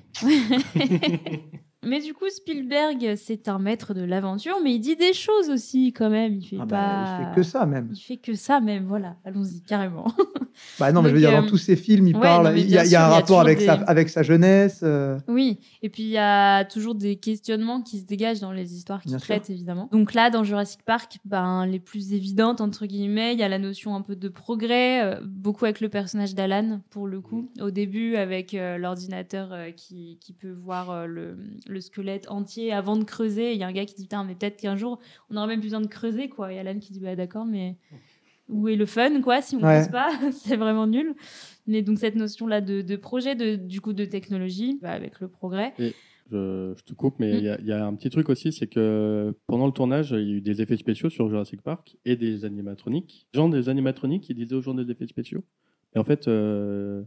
Mais du coup, Spielberg, c'est un maître de l'aventure, mais il dit des choses aussi, quand même. Il fait
bah,
Ah ben,
pas...
Il fait que ça, même.
Il fait que ça, même, voilà. Allons-y, carrément.
Bah non, mais je veux
Donc,
dire, dans
euh,
tous ses films, il
ouais, non,
parle,
mais
il y a,
bien
il
sûr,
y a un
il y a
rapport
toujours
avec, sa,
des-
avec sa jeunesse. euh,
Oui, et puis il y a toujours des questionnements qui se dégagent dans les histoires qu'il
Bien
traite, évidemment. Donc là, dans Jurassic Park, ben, les plus évidentes, entre guillemets, il y a la notion un peu de progrès, euh, beaucoup avec le personnage d'Alan, pour le coup. Au début, avec euh, l'ordinateur euh, qui, qui peut voir euh, le, le squelette entier avant de creuser, il y a un gars qui dit, putain, mais peut-être qu'un jour, on aura même plus besoin de creuser, quoi. Et Alan qui dit, bah d'accord, mais où est le fun, quoi, si on
Ouais.
creuse pas [LAUGHS] C'est vraiment nul. Mais donc cette notion-là de, de projet, de, du coup de technologie, bah, avec le progrès.
Je, je te coupe, mais il
Mm.
y a- il y, a un petit truc aussi, c'est que pendant le tournage, il y a eu des effets spéciaux sur Jurassic Park et des animatroniques. Gens des animatroniques, ils disaient aux gens des effets spéciaux. Et en fait, euh,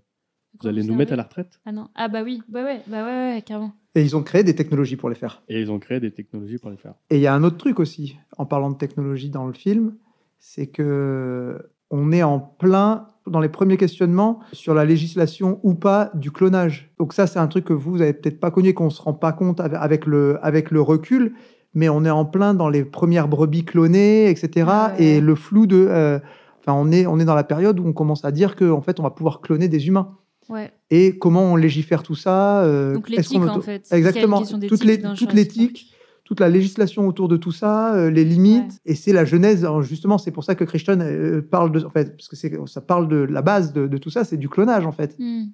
vous allez nous mettre à la retraite.
Ah non, ah bah oui, bah ouais, bah ouais, ouais, ouais, carrément.
Et ils ont créé des technologies pour les faire.
Et ils ont créé des technologies pour les faire.
Et il y a un autre truc aussi, en parlant de technologie dans le film, c'est que on est en plein dans les premiers questionnements sur la législation ou pas du clonage. Donc ça, c'est un truc que vous, vous avez peut-être pas connu, et qu'on se rend pas compte avec- avec le, avec le recul, mais on est en plein dans les premières brebis clonées, etc.
Ouais.
Et le flou de... euh, Enfin, on est, on est dans la période où on commence à dire qu'en fait, on va pouvoir cloner des humains.
Ouais.
Et comment on légifère tout ça euh,
Donc
est-ce
l'éthique
qu'on
en
auto-
fait.
Exactement. Toute l'é- toute l'éthique, toute la législation autour de tout ça, euh, les limites.
Ouais.
Et c'est la genèse, alors, justement, c'est pour ça que Christian euh, parle de, en fait, parce que c'est, ça parle de la base de, de tout ça, c'est du clonage en fait.
Hmm.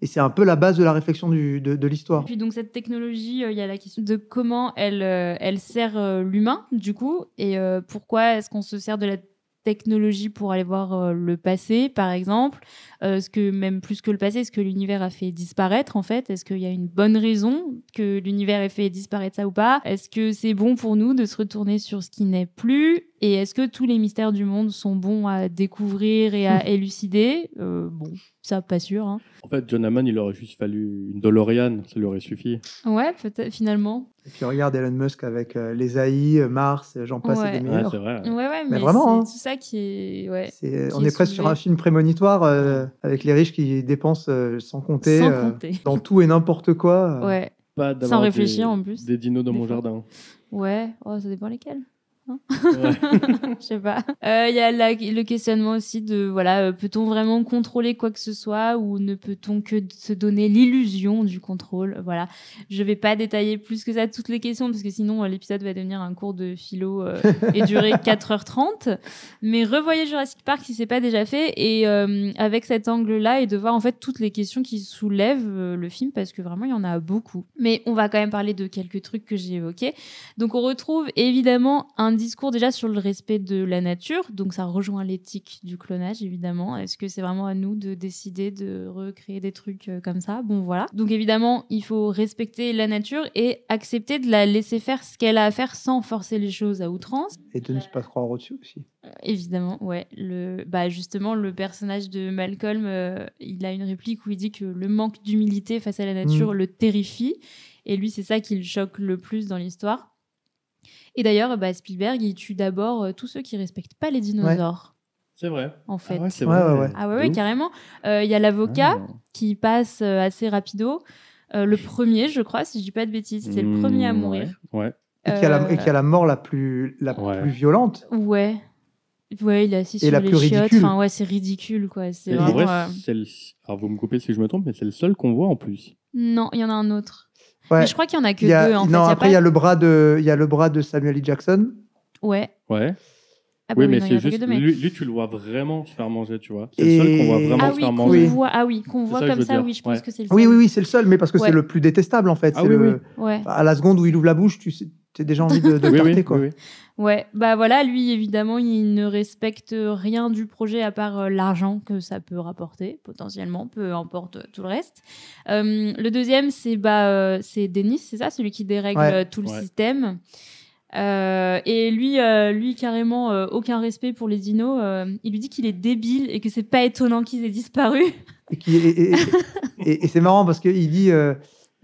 Et c'est un peu la base de la réflexion du- de, de l'histoire.
Puis donc cette technologie, euh, il y a la question de comment elle, euh, elle sert euh, l'humain du coup et euh, pourquoi est-ce qu'on se sert de la technologie pour aller voir euh, le passé par exemple Euh, Est-ce que même plus que le passé, est-ce que l'univers a fait disparaître en fait Est-ce qu'il y a une bonne raison que l'univers ait fait disparaître ça ou pas Est-ce que c'est bon pour nous de se retourner sur ce qui n'est plus Et est-ce que tous les mystères du monde sont bons à découvrir et à élucider Euh, Bon, ça pas sûr. Hein.
En fait, John Hammond, il aurait juste fallu une DeLorean, ça lui aurait suffi.
Ouais, peut-être finalement.
Et puis regarde Elon Musk avec euh, les AI, euh, Mars, euh, j'en passe
Ouais.
et des
Ouais,
meilleurs.
c'est vrai.
Ouais, ouais, mais,
vraiment, hein.
c'est tout ça qui est. Ouais.
C'est- euh,
Qui
on
est
est, presque
soulevé.
sur un film prémonitoire euh, avec les riches qui dépensent euh, sans compter,
Sans
euh,
compter.
dans tout et n'importe quoi. euh.
Ouais,
Pas d'avoir des-
réfléchir, en plus.
Des dinos dans
Des
mon
fois. [LAUGHS]
jardin.
ouais. Oh, ça dépend lesquels.
Ouais.
[LAUGHS] Je sais pas. Euh, Il y a la- le questionnement aussi de voilà, euh, peut-on vraiment contrôler quoi que ce soit ou ne peut-on que d- se donner l'illusion du contrôle Voilà. Je vais pas détailler plus que ça toutes les questions parce que sinon euh, l'épisode va devenir un cours de philo euh, et [LAUGHS] durer 4h30. Mais revoyez Jurassic Park si c'est pas déjà fait et euh, avec cet angle-là et de voir en fait toutes les questions qui soulèvent euh, le film parce que vraiment il y en a beaucoup. Mais on va quand même parler de quelques trucs que j'ai évoqués. Donc on retrouve évidemment un discours déjà sur le respect de la nature, donc ça rejoint l'éthique du clonage évidemment. Est-ce que c'est vraiment à nous de décider de recréer des trucs euh, comme ça Bon voilà. Donc évidemment, il faut respecter la nature et accepter de la laisser faire ce qu'elle a à faire sans forcer les choses à outrance.
Et de ne pas croire au-dessus aussi.
Évidemment, ouais. Le, bah justement, le personnage de Malcolm, euh, il a une réplique où il dit que le manque d'humilité face à la nature
Mm.
le terrifie. Et lui, c'est ça qui le choque le plus dans l'histoire. Et d'ailleurs, bah, Spielberg, il tue d'abord euh, tous ceux qui respectent pas les dinosaures,
C'est vrai.
en fait.
Ah ouais, c'est
Ouais,
vrai.
ouais, ouais.
Ah ouais,
De
ouais,
ouf.
carrément. Euh, Il y a l'avocat
Ah.
qui passe euh, assez rapido. Euh, le premier, je crois, si je dis pas de bêtises, c'est le premier à
Mmh,
mourir.
Ouais. ouais.
Et qui a la, et
Euh,
qui a la mort la plus, la
Ouais.
plus violente.
Ouais. Ouais, il est assis
Et
sur
la
les
plus
chiottes.
ridicule.
Enfin, ouais, c'est ridicule, quoi. C'est
Et en
vraiment,
vrai,
euh,
c'est le- Alors vous me coupez si je me trompe, mais c'est le seul qu'on voit en plus.
Non, il y en a un autre.
Ouais.
Mais je crois qu'il y en a que
Il y a-
deux, en fait.
non,
Il y a
après,
pas-
il y, a le bras de, il y a le bras de Samuel E. Jackson.
Ouais.
Ouais.
Ah bah
oui,
oui,
mais
non, il y
c'est
en a pas que
juste
deux, mais-
lui, lui, tu le vois vraiment se faire manger, tu vois. C'est le seul
Et-
qu'on voit vraiment
Ah
se
oui,
faire
qu'on
manger.
voit, ah oui, qu'on
C'est
voit
ça que
comme
je veux
ça,
dire,
oui, je pense
ouais.
que c'est le
Oui,
seul.
oui, oui, c'est le seul, mais parce que
Ouais.
c'est le plus détestable, en fait.
Ah
C'est
oui,
le-
oui.
Ouais.
À la seconde où il ouvre la bouche, tu as déjà envie de, de
oui,
tarter,
oui,
quoi.
oui, oui.
Ouais, bah voilà, lui évidemment, il ne respecte rien du projet à part euh, l'argent que ça peut rapporter potentiellement, peu importe euh, tout le reste. Euh, le deuxième, c'est bah euh, c'est Denis, c'est ça, celui qui dérègle
Ouais.
euh, tout le
Ouais.
système. Euh, et lui, euh, lui carrément euh, aucun respect pour les dinos. euh, il lui dit qu'il est débile et que c'est pas étonnant qu'ils aient disparu.
Et, qui- et- et- et- et c'est marrant parce qu'il dit euh,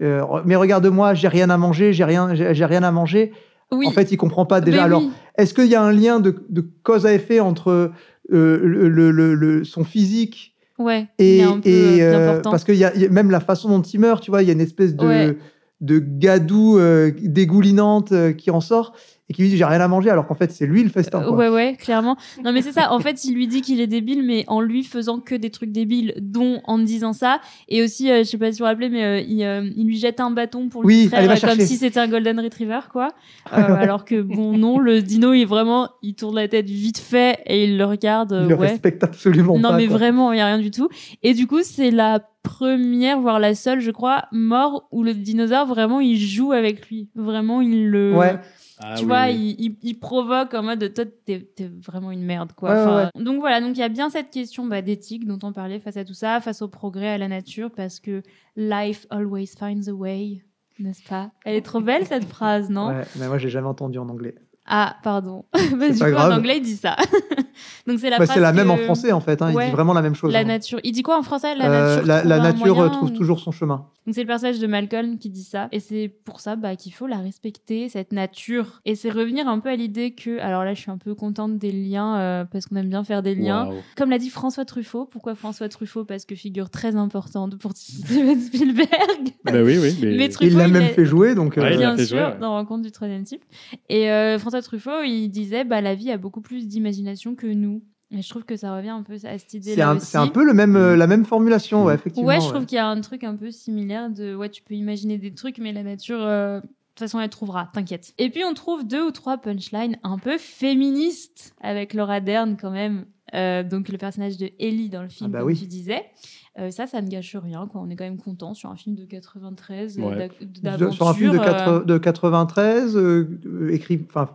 euh, Mais regarde-moi, j'ai rien à manger, j'ai rien, j'ai j'ai rien à manger.
Oui.
En fait, il comprend pas déjà.
Mais
Alors,
oui.
Est-ce qu'il y a un lien de, de cause à effet entre euh, le, le- le- le- son physique
Ouais,
et,
il est un peu
et,
euh,
euh,
important.
parce qu'il y, a il y a même la façon dont il meurt, tu vois, il y a une espèce de,
Ouais.
de gadoue euh, dégoulinante euh, qui en sort et qui lui dit j'ai rien à manger alors qu'en fait c'est lui le festin. quoi.
Euh, Ouais, ouais, clairement. Non, mais c'est ça. En fait, il lui dit qu'il est débile, mais en lui faisant que des trucs débiles, dont en disant ça. Et aussi, euh, je sais pas si vous vous rappelez, mais euh, il, euh, il lui jette un bâton pour lui
Oui,
distraire,
allez, va
euh, comme
chercher.
si c'était un Golden Retriever,
[LAUGHS]
quoi. Euh, alors que, bon, non, le dino, il vraiment, il tourne la tête vite fait et il le regarde. euh,
Il le
ouais.
respecte absolument
Non,
pas.
mais
quoi.
vraiment, il n'y a rien du tout. Et du coup, c'est la première, voire la seule, je crois, mort où le dinosaure, vraiment, il joue avec lui. Vraiment, il le
Ouais.
Ah
tu
oui,
vois,
oui.
Il, il, il provoque en mode toi, t'es t'es vraiment une merde, quoi.
Ouais, ouais,
Enfin, Donc voilà, donc il y a bien cette question bah, d'éthique dont on parlait face à tout ça, face au progrès, à la nature, parce que life always finds a way, n'est-ce pas Elle est trop belle cette phrase, non
Ouais, mais moi j'ai jamais entendu en anglais.
Ah, pardon. Bah, [LAUGHS] du coup,
pas grave.
en anglais, il dit ça. [LAUGHS] donc c'est la
Bah,
phrase.
c'est la même
que-
en français en fait, hein,
ouais.
il dit vraiment la même chose.
La
hein.
nature. Il dit quoi en français La
Euh,
nature,
la-
trouve,
la
un
nature, euh,
moyen,
trouve
ou-
toujours son chemin.
Donc c'est le personnage de Malcolm qui dit ça, et c'est pour ça bah, qu'il faut la respecter, cette nature. Et c'est revenir un peu à l'idée que, alors là je suis un peu contente des liens, euh, parce qu'on aime bien faire des liens.
Waouh.
Comme l'a dit François Truffaut, pourquoi François Truffaut Parce que figure très importante pour Steven [LAUGHS] Spielberg.
Bah oui, oui. Mais...
Mais Truffaut,
il l'a même
a-
fait jouer donc.
Ouais,
euh,
il l'a
Bien
fait
sûr,
jouer, ouais.
dans Rencontre du troisième type. Et euh, François Truffaut, il disait, bah, la vie a beaucoup plus d'imagination que nous. Mais je trouve que ça revient un peu à cette
C'est
idée-là
un,
hein, aussi.
c'est un peu le même, euh, la même formulation, ouais,
Ouais,
effectivement.
Ouais, je
ouais.
trouve qu'il y a un truc un peu similaire de ouais, tu peux imaginer des trucs, mais la nature, euh, de toute façon, elle trouvera, t'inquiète. Et puis on trouve deux ou trois punchlines un peu féministes avec Laura Dern quand même, euh, donc le personnage de Ellie dans le film,
Ah bah
comme
oui.
tu disais. Euh, ça, ça ne gâche rien, quoi. On est quand même content sur un film de 93, euh,
Ouais.
d'ac-
De-
d'aventure.
Sur un film de,
euh,
quatre- de 93, euh, euh, écrit, enfin,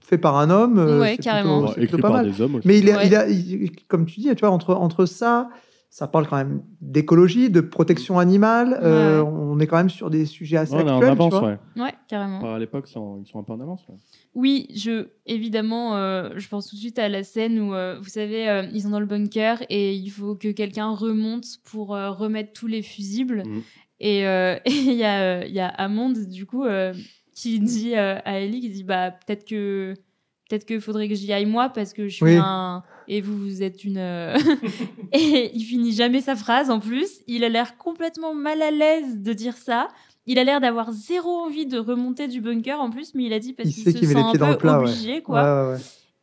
fait par un homme. euh,
Ouais,
c'est
carrément.
plutôt-
Bon,
c'est plutôt
écrit
pas
par
mal.
des hommes aussi.
Mais il est,
Ouais.
il a, il- comme tu dis, tu vois, entre, entre ça, ça parle quand même d'écologie, de protection animale. euh, on est quand même sur des sujets assez
Ouais, on est en
actuels. tu
avance,
vois.
ouais.
euh, Ouais, carrément.
Par à l'époque, c'est en- ils sont un peu en avance. ouais.
Oui, je évidemment, euh, je pense tout de suite à la scène où, euh, vous savez, euh, ils sont dans le bunker et il faut que quelqu'un remonte pour euh, remettre tous les fusibles.
Mhm.
Et euh, [LAUGHS] et il y, a, euh, il y a Amand, du coup, euh, qui dit euh, à Ellie, qui dit, bah, peut-être que peut-être que faudrait que j'y aille moi parce que je suis
Oui.
un... Et vous, vous êtes une... euh, [LAUGHS] et il finit jamais sa phrase, en plus. Il a l'air complètement mal à l'aise de dire ça. Il a l'air d'avoir zéro envie de remonter du bunker en plus, mais il a dit parce
Il
qu'il
sait
se
qu'il met
sent
les
un
pieds dans
peu
le plat, ouais.
obligé, quoi.
Ouais, ouais, ouais.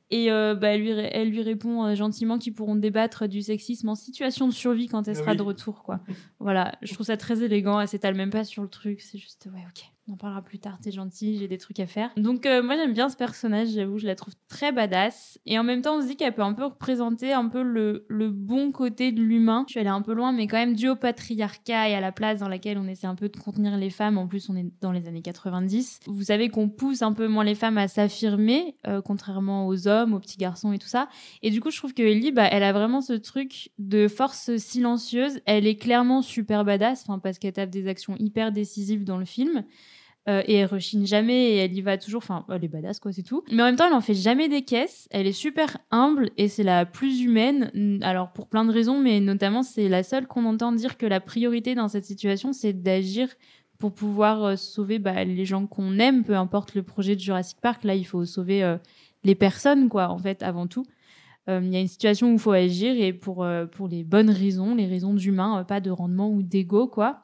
Et euh, bah, elle lui, ré- elle lui répond euh, gentiment qu'ils pourront débattre du sexisme en situation de survie quand elle
Ah
sera
oui.
de retour, quoi. voilà, je trouve ça très élégant. Elle s'étale même pas sur le truc. C'est juste, ouais, ok, on en parlera plus tard. T'es gentil, j'ai des trucs à faire. Donc euh, moi j'aime bien ce personnage, j'avoue, je la trouve très badass. Et en même temps, on se dit qu'elle peut un peu représenter un peu le, le bon côté de l'humain. Je suis allée un peu loin, mais quand même dû au patriarcat et à la place dans laquelle on essaie un peu de contenir les femmes. En plus, on est dans les années 90. Vous savez qu'on pousse un peu moins les femmes à s'affirmer, euh, contrairement aux hommes, aux petits garçons et tout ça. Et du coup, je trouve que Ellie, bah, elle a vraiment ce truc de force silencieuse. Elle est clairement super badass, enfin, parce qu'elle tape des actions hyper décisives dans le film. Euh, et elle rechigne jamais et elle y va toujours. Enfin, elle est badass, quoi, c'est tout. Mais en même temps, elle en fait jamais des caisses. Elle est super humble et c'est la plus humaine. N- Alors, pour plein de raisons, mais notamment, c'est la seule qu'on entend dire que la priorité dans cette situation, c'est d'agir pour pouvoir euh, sauver bah, les gens qu'on aime, peu importe le projet de Jurassic Park. Là, il faut sauver euh, les personnes, quoi, en fait, avant tout. Euh, Il y a une situation où il faut agir et pour, euh, pour les bonnes raisons, les raisons d'humain, euh, pas de rendement ou d'ego, quoi.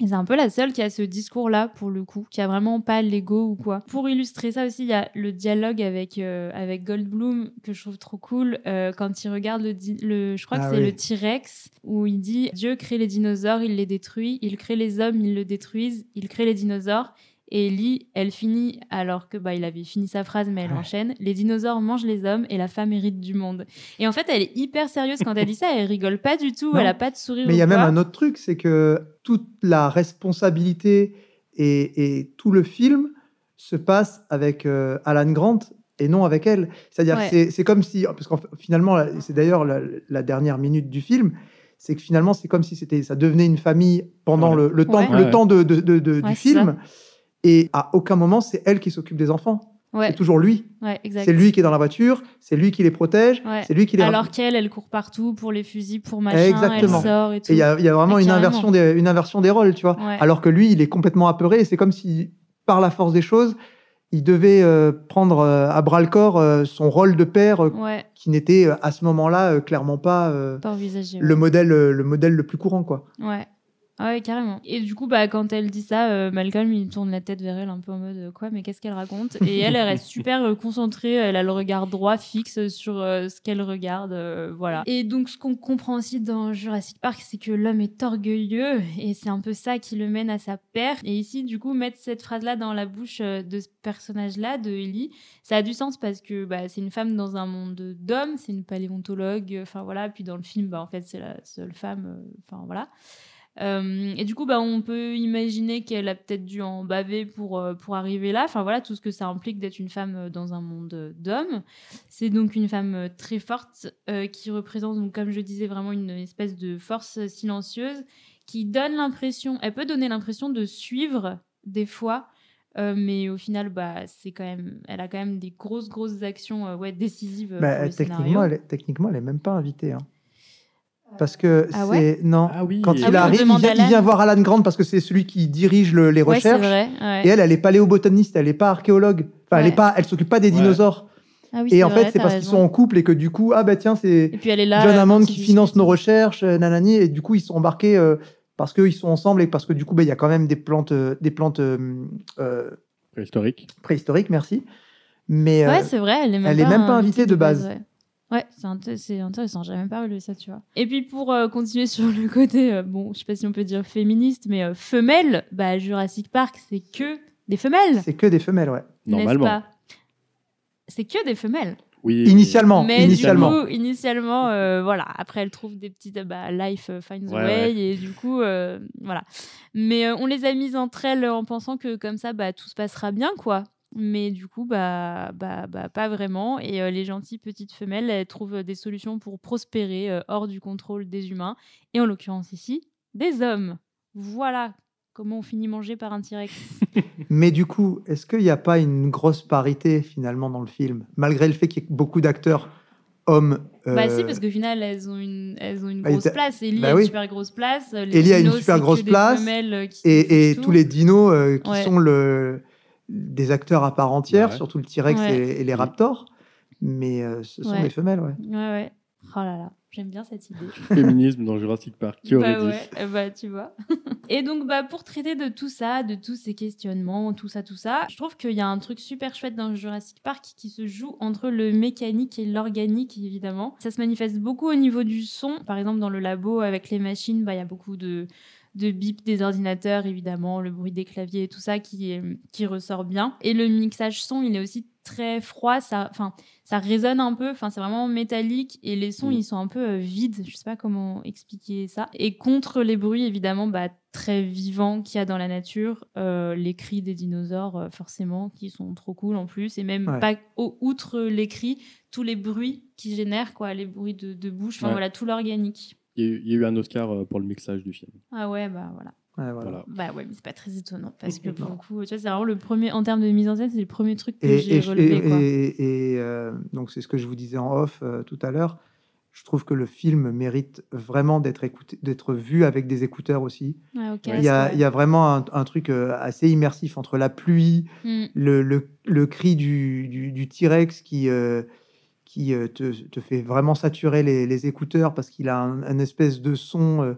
Et c'est un peu la seule qui a ce discours-là, pour le coup, qui a vraiment pas l'ego ou quoi. Pour illustrer ça aussi, il y a le dialogue avec, euh, avec Goldblum, que je trouve trop cool, euh, quand il regarde le, di- le- je crois
Ah
que c'est
oui.
le T-Rex, où il dit « Dieu crée les dinosaures, il les détruit, il crée les hommes, il le détruisent, il crée les dinosaures, et Ellie, elle finit, alors que bah, il avait fini sa phrase, mais elle
Ouais.
enchaîne Les dinosaures mangent les hommes et la femme hérite du monde. Et en fait, elle est hyper sérieuse quand elle dit ça, elle rigole pas du tout,
Non.
elle a pas de sourire.
Mais il
ou
y a même
quoi.
un autre truc, c'est que toute la responsabilité et, et tout le film se passe avec euh, Alan Grant et non avec elle. C'est-à-dire
Ouais.
que c'est- c'est comme si, parce qu'en finalement, la- c'est d'ailleurs la, la dernière minute du film, c'est que finalement, c'est comme si c'était, ça devenait une famille pendant
Ouais.
le, le temps,
Ouais.
le
Ouais.
temps de, de- de- de-
Ouais,
du
c'est ça.
film. Et à aucun moment, c'est elle qui s'occupe des enfants.
Ouais,
C'est toujours lui.
ouais, exact.
C'est lui qui est dans la voiture, c'est lui qui les protège,
Ouais.
c'est lui qui les
Alors qu'elle, elle court partout pour les fusils, pour machin,
Exactement.
elle sort et tout.
Et il y a, il y a vraiment
Ah,
une
carrément.
inversion, des, une inversion des rôles, tu vois.
Ouais.
Alors que lui, il est complètement apeuré. Et c'est comme si, par la force des choses, il devait euh, prendre euh, à bras le corps euh, son rôle de père euh,
Ouais,
qui n'était euh, à ce moment-là euh, clairement pas euh,
pas envisagé.
le, modèle, euh, le modèle le plus courant, quoi.
Ouais. Ah Ouais, carrément. Et du coup, bah, quand elle dit ça, euh, Malcolm, il tourne la tête vers elle un peu en mode euh, quoi, mais qu'est-ce qu'elle raconte Et elle, elle reste super euh, concentrée, elle a le regard droit fixe sur euh, ce qu'elle regarde, euh, voilà. Et donc, ce qu'on comprend aussi dans Jurassic Park, c'est que l'homme est orgueilleux et c'est un peu ça qui le mène à sa perte. Et ici, du coup, mettre cette phrase-là dans la bouche euh, de ce personnage-là, de Ellie, ça a du sens parce que bah, c'est une femme dans un monde d'hommes, c'est une paléontologue, enfin voilà. Puis dans le film, bah, en fait, c'est la seule femme, euh, enfin voilà. Euh, et du coup, bah, on peut imaginer qu'elle a peut-être dû en baver pour, euh, pour arriver là. Enfin voilà, tout ce que ça implique d'être une femme euh, dans un monde euh, d'hommes. C'est donc une femme euh, très forte euh, qui représente, donc, comme je disais, vraiment une espèce de force euh, silencieuse qui donne l'impression, elle peut donner l'impression de suivre des fois, euh, mais au final, bah, c'est quand même, elle a quand même des grosses, grosses actions euh, ouais, décisives euh,
Bah,
pour le
techniquement,
scénario.
elle est, techniquement, elle est même pas invitée. hein. Parce que
Ah
c'est.
ouais
non.
Ah oui,
Quand
et-
Ah oui,
il
on
arrive, il
demande
vient,
Alan.
il vient voir Alan Grant parce que c'est celui qui dirige le- les
Ouais, c'est
recherches.
vrai. ouais.
et elle, elle est paléobotaniste, elle n'est pas archéologue. Enfin, elle
Ouais.
est pas, elle s'occupe pas des
Ouais.
dinosaures.
Ah oui,
et
c'est
en
vrai,
fait, c'est
t'as
parce qu'ils
raison.
sont en couple et que du coup, ah bah tiens, c'est
Et puis elle est là.
John
euh,
Hammond
quand
qui
ils
finance
discutent.
nos recherches, euh, nanani, et du coup ils sont embarqués euh, parce qu'ils sont ensemble et parce que du coup bah, il y a quand même des plantes, euh, des plantes euh, euh,
préhistorique.
préhistoriques, merci. Mais euh,
Ouais, c'est vrai, elle est même,
elle
pas,
est même pas invitée de base.
ouais. Ouais, c'est int- c'est intéressant, j'avais même pas relevé ça, tu vois. Et puis pour euh, continuer sur le côté, euh, bon, je sais pas si on peut dire féministe, mais euh, femelle, bah Jurassic Park, c'est que des femelles,
C'est que des femelles, ouais.
n'est-ce
Normalement.
pas C'est que des femelles.
Oui.
Initialement,
mais
initialement.
du coup, initialement, euh, voilà. Après, elle trouve des petites, euh, bah, life euh, finds a
Ouais,
way,
ouais.
et du coup, euh, voilà. Mais euh, on les a mises entre elles en pensant que comme ça, bah, tout se passera bien, quoi. Mais du coup, bah, bah, bah, pas vraiment. Et euh, les gentilles petites femelles, elles trouvent euh, des solutions pour prospérer euh, hors du contrôle des humains, et en l'occurrence ici, des hommes. Voilà comment on finit mangé par un T-Rex.
Mais du coup, est-ce qu'il n'y a pas une grosse parité finalement dans le film Malgré le fait qu'il y ait beaucoup d'acteurs hommes.
Bah
euh,
si, parce qu'au final, elles ont une, elles ont une
bah, il
grosse
t'a-
place. Ellie
bah
a
oui.
une super grosse place. Les
Ellie a une
dinos,
super
c'est que
grosse
des
place,
femelles, euh, qui
et, et
détruisent
tous
tout.
les dinos euh, qui
Ouais.
sont le, des acteurs à part entière,
Ouais.
surtout le T-Rex
Ouais.
et, et les raptors. Mais euh, ce sont
Ouais.
des femelles, ouais.
Ouais, ouais. Oh là là, j'aime bien cette idée.
Féminisme dans Jurassic
[LAUGHS]
Park. Qui aurait
bah
dit
ouais, euh, bah tu vois. [LAUGHS] et donc bah pour traiter de tout ça, de tous ces questionnements, tout ça, tout ça, je trouve qu'il y a un truc super chouette dans Jurassic Park qui se joue entre le mécanique et l'organique évidemment. Ça se manifeste beaucoup au niveau du son. Par exemple dans le labo avec les machines, bah il y a beaucoup de de bip des ordinateurs évidemment, le bruit des claviers et tout ça qui est- qui ressort bien. Et le mixage son, il est aussi très froid, ça, enfin ça résonne un peu, enfin c'est vraiment métallique et les sons
Mm.
ils sont un peu euh, vides, je sais pas comment expliquer ça. Et contre les bruits évidemment bah, très vivants qu'il y a dans la nature, euh, les cris des dinosaures euh, forcément qui sont trop cool en plus et même
Ouais.
pas au, outre les cris, tous les bruits qui génèrent quoi, les bruits de, de bouche, enfin
Ouais.
voilà tout l'organique.
Il y a eu- il y a eu un Oscar euh, pour le mixage du film.
Ah ouais bah voilà.
Ouais,
Voilà.
voilà.
Bah ouais mais c'est pas très étonnant parce que pour
Non.
le coup tu vois c'est vraiment le premier en termes de mise en scène c'est le premier truc que
Et,
j'ai
et-
relevé
et-
quoi.
et- et, euh, donc, c'est ce que je vous disais en off euh, tout à l'heure. Je trouve que le film mérite vraiment d'être écouté, d'être vu avec des écouteurs aussi.
Ouais, ok,
Il
Il y a,
ouais.
il y a vraiment un, un truc euh, assez immersif entre la pluie,
Mm.
le, le- le cri du, du- du T-Rex qui, euh, qui euh, te, te fait vraiment saturer les, les écouteurs parce qu'il a un, un espèce de son euh,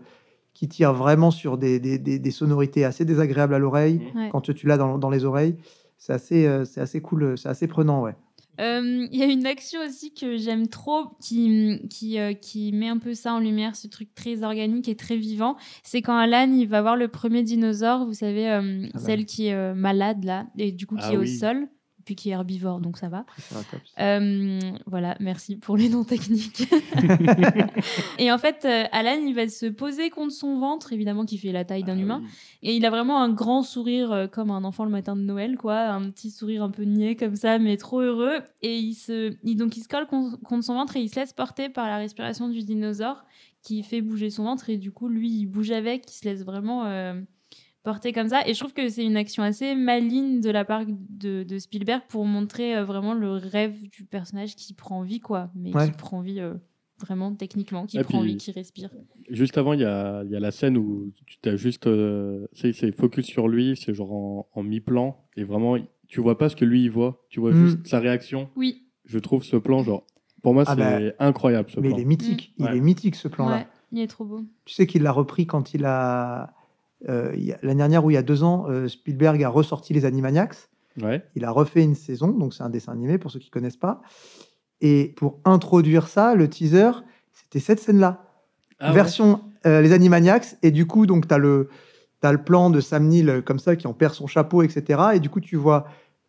qui tire vraiment sur des, des- des- des sonorités assez désagréables à l'oreille
Ouais.
quand tu l'as dans, dans les oreilles. C'est assez, euh, c'est assez cool, euh, c'est assez prenant, ouais.
Euh, Il y a une action aussi que j'aime trop qui, qui, euh, qui met un peu ça en lumière, ce truc très organique et très vivant. C'est quand Alan il va voir le premier dinosaure, vous savez, euh,
Ah bah
celle
oui.
qui est euh, malade là, et du coup qui
Ah
est au
oui.
sol, puis qui est herbivore, donc ça va.
Triceratops.
Euh, voilà, merci pour les
[LAUGHS]
noms techniques. et en fait, euh, Alan il va se poser contre son ventre, évidemment qui fait la taille d'un
Ah
humain.
oui.
Et il a vraiment un grand sourire euh, comme un enfant le matin de Noël, quoi. Un petit sourire un peu niais comme ça, mais trop heureux. Et il se, il- donc il se colle con- contre son ventre et il se laisse porter par la respiration du dinosaure qui fait bouger son ventre. Et du coup, lui, il bouge avec, il se laisse vraiment euh, porter comme ça. Et je trouve que c'est une action assez maligne de la part de, de Spielberg pour montrer euh, vraiment le rêve du personnage qui prend vie, quoi. Mais
Ouais.
qui prend vie euh, vraiment techniquement, qui
Et
prend
Ah, puis-
vie, qui respire.
Juste avant, il y a, il y a la scène où tu t'as juste. euh, c'est c'est focus sur lui, c'est genre en, en mi-plan. Et vraiment, tu vois pas ce que lui il voit. Tu vois
Mm.
juste sa réaction.
Oui.
Je trouve ce plan, genre. Pour moi,
Ah
c'est incroyable ce
Mais
plan.
il est mythique, il
Euh, Ouais.
est mythique ce plan-là.
Ouais, il est trop beau.
Tu sais qu'il l'a repris quand il a. euh, il y a- L'année dernière ou il y a deux ans, euh, Spielberg a ressorti les Animaniacs.
Ouais.
Il a refait une saison, donc c'est un dessin animé pour ceux qui connaissent pas. Et pour introduire ça, le teaser, c'était cette scène-là.
Ah ouais.
Version euh, Les Animaniacs. Et du coup, donc, tu as le, t'as le plan de Sam Neill euh, comme ça, qui en perd son chapeau, etc. Et du coup, tu vois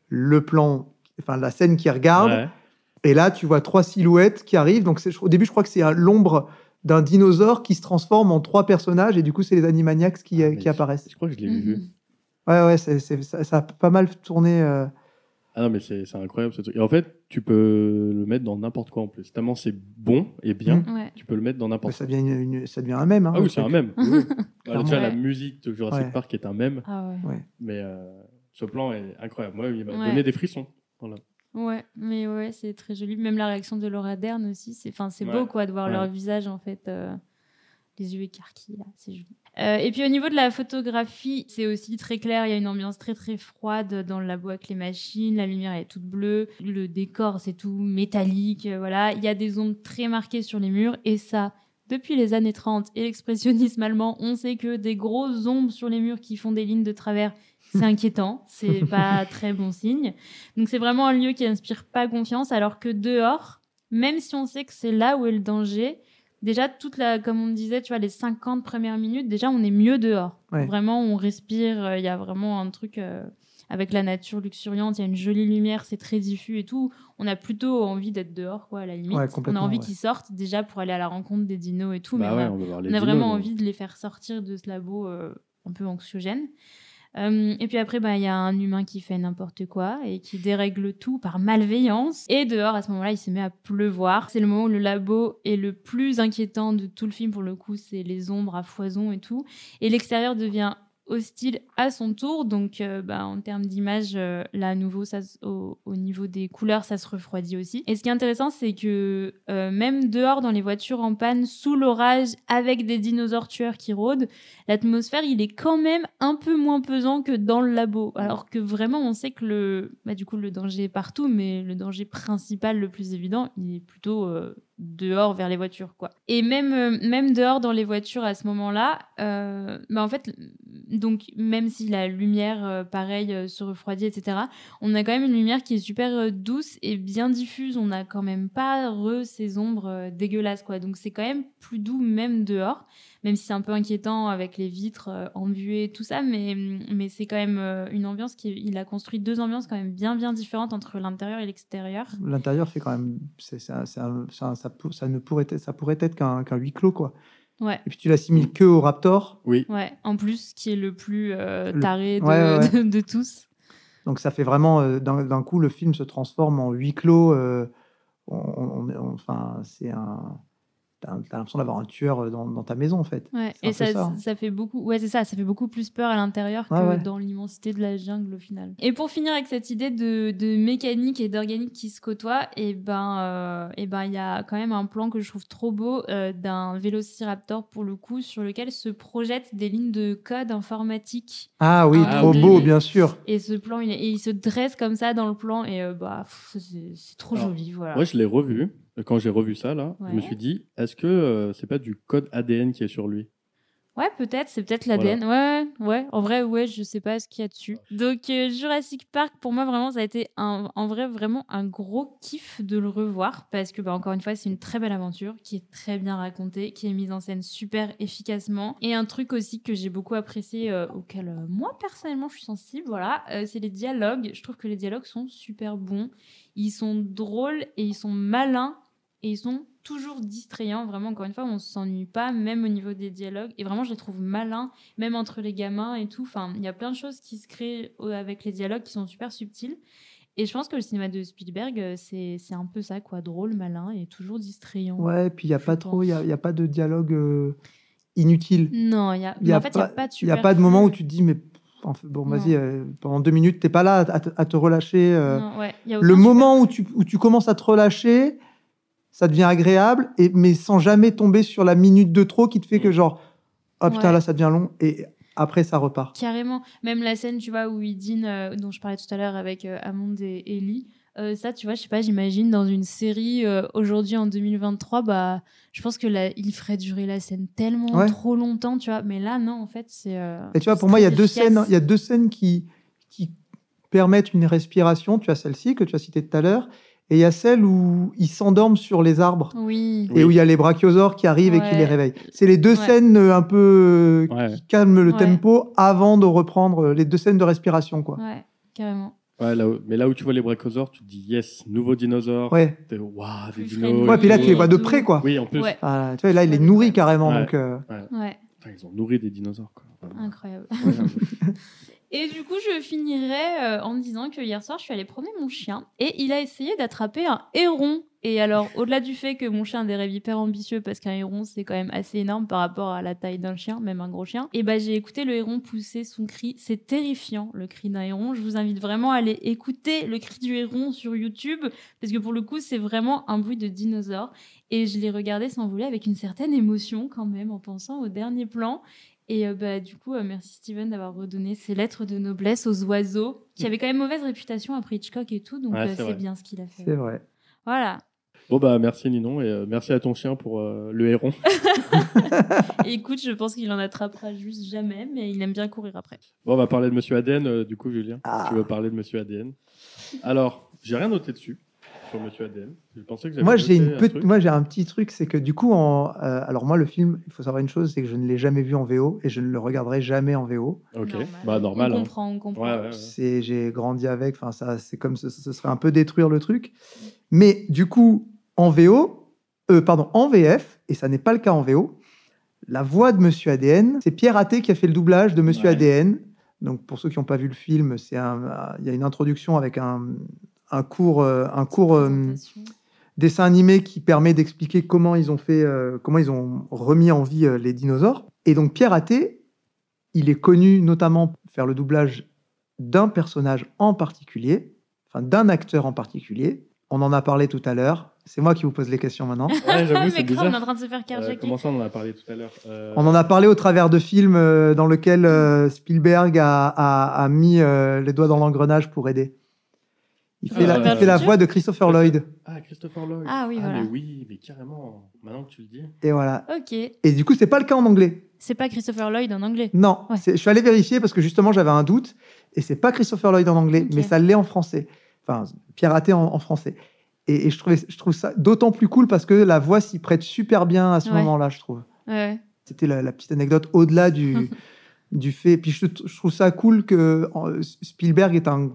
le plan, enfin, la scène qui regarde.
Ouais.
Et là, tu vois trois silhouettes qui arrivent. Donc, c'est- au début, je crois que c'est un- l'ombre d'un dinosaure qui se transforme en trois personnages. Et du coup, c'est les Animaniacs qui,
Ah,
euh,
mais
qui apparaissent.
Je crois que je l'ai
Mhm.
vu.
Ouais, ouais, c'est- c'est- ça, ça a pas mal tourné. euh,
Ah non, mais c'est c'est incroyable ce truc. Et en fait, tu peux le mettre dans n'importe quoi en plus. Tellement c'est bon et bien,
Mm.
Ouais.
tu peux le mettre dans
Mais
n'importe quoi.
ça devient, une- une- ça devient un mème. hein,
Ah
le
oui, c'est
truc.
un mème. Oui.
[LAUGHS]
Voilà, déjà, la
Ouais.
musique de Jurassic
Ouais.
Park est un mème,
Ah ouais.
mais euh, ce plan est incroyable. Moi, il m'a
Ouais.
donné des frissons. Voilà.
Ouais, mais ouais, c'est très joli. Même la réaction de Laura Dern aussi, c'est enfin, c'est beau
Ouais,
quoi de voir
ouais.
leur visage en fait, euh, les yeux écarquillés là, c'est joli. Euh, et puis au niveau de la photographie, c'est aussi très clair. Il y a une ambiance très très froide dans le labo avec les machines. La lumière elle est toute bleue. Le décor c'est tout métallique. euh, Voilà, il y a des ombres très marquées sur les murs. Et ça, depuis les années 30 et l'expressionnisme allemand, on sait que des grosses ombres sur les murs qui font des lignes de travers, c'est inquiétant.
[LAUGHS]
C'est pas très bon signe. Donc c'est vraiment un lieu qui inspire pas confiance, alors que dehors, même si on sait que c'est là où est le danger, déjà, toute la, comme on disait, tu vois, les 50 premières minutes, déjà, on est mieux dehors.
Ouais.
Vraiment, on respire, euh, il y a vraiment un truc euh, avec la nature luxuriante, il y a une jolie lumière, c'est très diffus et tout. On a plutôt envie d'être dehors, quoi, à la limite.
Ouais,
on a
complètement,
envie
ouais.
qu'ils sortent, déjà, pour aller à la rencontre des dinos et tout. mais
Bah
on a-
ouais, on va voir les
on a
dinos,
vraiment
nous.
envie de les hein. faire sortir de ce labo euh, un peu anxiogène. Euh, et puis après, bah, il y a un humain qui fait n'importe quoi et qui dérègle tout par malveillance. Et dehors, à ce moment-là, il se met à pleuvoir. C'est le moment où le labo est le plus inquiétant de tout le film. Pour le coup, c'est les ombres à foison et tout. Et l'extérieur devient hostile à son tour. Donc, euh, bah, en termes d'image, euh, là, à nouveau, ça, se- au, au niveau des couleurs, ça se refroidit aussi. Et ce qui est intéressant, c'est que euh, même dehors, dans les voitures en panne, sous l'orage, avec des dinosaures tueurs qui rôdent, l'atmosphère, il est quand même un peu moins pesant que dans le labo. Alors que vraiment, on sait que le, bah, du coup, le danger est partout, mais le danger principal, le plus évident, il est plutôt euh, dehors vers les voitures, quoi. Et même, euh, même dehors dans les voitures à ce moment-là, euh, bah, en fait, donc même si la lumière, euh, pareil, euh, se refroidit, etc., on a quand même une lumière qui est super euh, douce et bien diffuse. On n'a quand même pas re ces ombres euh, dégueulasses, quoi. Donc c'est quand même plus doux même dehors, même si c'est un peu inquiétant avec les vitres euh, embuées, tout ça, mais, mm, mais c'est quand même euh, une ambiance qui... est- Il a construit deux ambiances quand même bien, bien différentes entre l'intérieur et l'extérieur.
L'intérieur fait quand même. c'est- c'est un- c'est un- c'est un- ça, pour- ça ne pourrait être, ça pourrait être qu'un qu'un huis clos, quoi.
Ouais.
Et puis tu l'assimiles que au Raptor,
Oui,
Ouais, en plus, qui est le plus euh,
Le-
taré de,
Ouais,
[LAUGHS]
ouais,
de- de tous.
donc ça fait vraiment. euh, D'un d'un coup, le film se transforme en huis clos. euh, on, on- on- enfin, c'est un. T'as t'as l'impression d'avoir un tueur euh, dans, dans ta maison, en fait.
Ouais,
C'est un
et
peu
ça,
ça,
ça,
hein.
fait beaucoup. Ouais, c'est ça, ça fait beaucoup plus peur à l'intérieur que
Ouais, ouais.
dans l'immensité de la jungle au final. Et pour finir avec cette idée de, de mécanique et d'organique qui se côtoient, et ben, euh, eh ben, il y a quand même un plan que je trouve trop beau euh, d'un vélociraptor pour le coup, sur lequel se projettent des lignes de code informatique.
Ah oui,
Ah
trop
oui.
beau, bien sûr.
Et ce plan, il, est- et il se dresse comme ça dans le plan, et euh, bah, pff, c'est c'est trop
Alors,
joli, voilà.
moi je l'ai revu. Quand j'ai revu ça, là, je me
Ouais.
suis dit, est-ce que euh, c'est pas du code ADN qui est sur lui
Ouais, peut-être, c'est peut-être l'ADN. Ouais, ouais, ouais. en vrai, ouais, je sais pas ce qu'il y a dessus. Donc, euh, Jurassic Park, pour moi, vraiment, ça a été un, en vrai, vraiment un gros kiff de le revoir parce que, bah, encore une fois, c'est une très belle aventure qui est très bien racontée, qui est mise en scène super efficacement. Et un truc aussi que j'ai beaucoup apprécié, euh, auquel euh, moi, personnellement, je suis sensible, voilà, euh, c'est les dialogues. Je trouve que les dialogues sont super bons. Ils sont drôles et ils sont malins et ils sont toujours distrayants. Vraiment, encore une fois, on s'ennuie pas, même au niveau des dialogues. Et vraiment, je les trouve malins, même entre les gamins et tout. Enfin, il y a plein de choses qui se créent au- avec les dialogues qui sont super subtiles. Et je pense que le cinéma de Spielberg, euh, c'est c'est un peu ça, quoi. Drôle, malin et toujours distrayant.
Ouais, et puis il n'y a
Je
pas trop, il
pense.
n'y a, pas de dialogue euh, inutile.
Non, il y a,
Il y a
en fait, il n'y a
pas-
pas de
Il n'y a pas de
superflu.
moment où tu te dis, mais en fait, bon,
Non.
vas-y, euh, pendant deux minutes, t'es pas là à, te- à te relâcher. euh.
Non, ouais, il y a
le
aucun
moment où tu, où tu commences à te relâcher, ça devient agréable, et, mais sans jamais tomber sur la minute de trop qui te fait que genre, oh putain,
Mm. Ouais.
là, ça devient long, et après, ça repart.
Carrément. Même la scène, tu vois, où ils dînent, euh, dont je parlais tout à l'heure avec euh, Amond et Ellie. euh, ça, tu vois, je sais pas, j'imagine dans une série euh, aujourd'hui en 2023, bah, je pense que la, il ferait durer la scène tellement
Ouais.
trop longtemps, tu vois. Mais là, non, en fait, c'est. euh,
Et tu vois,
c'est
pour moi, il y a
très
deux
efficace.
scènes, il y a deux scènes qui, qui permettent une respiration. Tu as celle-ci que tu as citée tout à l'heure, et il y a celle où ils s'endorment sur les arbres.
Oui.
Oui.
et où il y a les brachiosaures qui arrivent et qui
Ouais.
les réveillent. C'est les deux
Ouais.
scènes euh, un peu euh,
Ouais.
qui calment le
Ouais.
tempo avant de reprendre euh, les deux scènes de respiration quoi.
Ouais, carrément.
Ouais, là où- mais là où tu vois les brachiosaures, tu te dis yes, nouveau dinosaure.
Ouais.
T'es, Waouh, des
Plus
dinos.
friendly.
et
Ouais, puis là
tout.
tu les vois de
Tout.
près quoi.
Oui, en plus,
Ouais,
Ah, tu vois, là il est nourri carrément
Ouais.
donc euh,
ouais,
Putain, ils ont nourri des dinosaures. Quoi.
incroyable.
Ouais.
Et du coup, je finirai euh, en disant que hier soir, je suis allée promener mon chien et il a essayé d'attraper un héron. Et alors, au-delà du fait que mon chien a des rêves hyper ambitieux, parce qu'un héron, c'est quand même assez énorme par rapport à la taille d'un chien, même un gros chien, et ben j'ai écouté le héron pousser son cri. C'est terrifiant, le cri d'un héron. Je vous invite vraiment à aller écouter le cri du héron sur YouTube, parce que pour le coup, c'est vraiment un bruit de dinosaure. Et je l'ai regardé sans voler avec une certaine émotion quand même, en pensant au dernier plan. Et euh, bah, du coup, euh, merci Steven d'avoir redonné ces lettres de noblesse aux oiseaux, qui avaient quand même mauvaise réputation après Hitchcock et tout, donc
Ouais,
euh,
c'est
c'est
vrai.
bien ce qu'il a fait.
c'est vrai.
Voilà.
Bon, bah, merci Ninon et euh, merci à ton chien pour euh, le héron.
Et écoute, je pense qu'il en attrapera juste jamais, mais il aime bien courir après.
Bon, on va parler de Monsieur ADN, euh, du coup, Julien.
Ah.
Tu veux parler de Monsieur ADN Alors, j'ai rien noté dessus. sur Monsieur ADM. Je pensais que j'avais
Moi, j'ai
noté
une
un
pe-
truc.
moi, j'ai un petit truc, c'est que du coup, en, euh, alors moi, le film, il faut savoir une chose, c'est que je ne l'ai jamais vu en VO et je ne le regarderai jamais en VO.
Ok, bah normal.
On
hein.
comprend, on comprend.
Ouais, ouais, ouais.
C'est, j'ai grandi avec. Enfin, ça, c'est comme ce, ce serait un peu détruire le truc. Mais du coup, en VO, euh, pardon, en VF, et ça n'est pas le cas en VO, la voix de Monsieur ADN, c'est Pierre Athé qui a fait le doublage de Monsieur
Ouais.
ADN. Donc, pour ceux qui n'ont pas vu le film, c'est un, il y a une introduction avec un, un court, euh, un court. euh,
Présentation.
dessin animé qui permet d'expliquer comment ils ont fait, euh, comment ils ont remis en vie euh, les dinosaures. Et donc Pierre Athé, il est connu notamment pour faire le doublage d'un personnage en particulier, enfin d'un acteur en particulier. On en a parlé tout à l'heure. C'est moi qui vous pose les questions maintenant.
Ouais, j'avoue, c'est
[LAUGHS] mais grave, on est en
bizarre.
train de se faire
Euh,
carjacker.
comment ça, on en a parlé tout à l'heure. Euh,
On en a parlé au travers de films euh, dans lesquels euh, Spielberg a, a- a mis euh, les doigts dans l'engrenage pour aider. Il fait,
Ah,
la,
Retour vers
il fait la
le futur
voix de Christopher Lloyd.
Ah, Christopher Lloyd.
Ah oui,
mais
voilà.
oui, mais carrément. Maintenant que tu le dis.
Et voilà.
Ok,
Et du coup, c'est pas le cas en anglais.
c'est pas Christopher Lloyd en anglais.
Non,
Ouais.
c'est- je suis allé vérifier parce que justement j'avais un doute et c'est pas Christopher Lloyd en anglais,
Ok.
mais ça l'est en français. Enfin, piraté en, en français. Et, et je, trouvais, je trouve ça d'autant plus cool parce que la voix s'y prête super bien à ce
Ouais.
moment-là, je trouve.
Ouais.
C'était la, la petite anecdote
[LAUGHS]
au-delà du, du fait. Puis je, je trouve ça cool que en- Spielberg est un,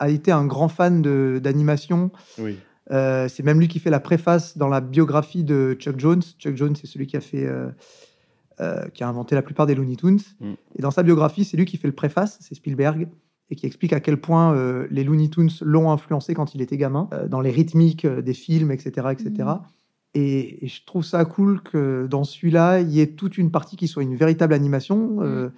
a été un grand fan de- d'animation.
Oui.
Euh, c'est même lui qui fait la préface dans la biographie de Chuck Jones. Chuck Jones, c'est celui qui a fait, euh, euh, qui a inventé la plupart des Looney Tunes.
Mm.
Et dans sa biographie, c'est lui qui fait le préface, c'est Spielberg, et qui explique à quel point euh, les Looney Tunes l'ont influencé quand il était gamin, euh, dans les rythmiques euh, des films, etc., etc.
Mm.
Et, et je trouve ça cool que dans celui-là, il y ait toute une partie qui soit une véritable animation. euh,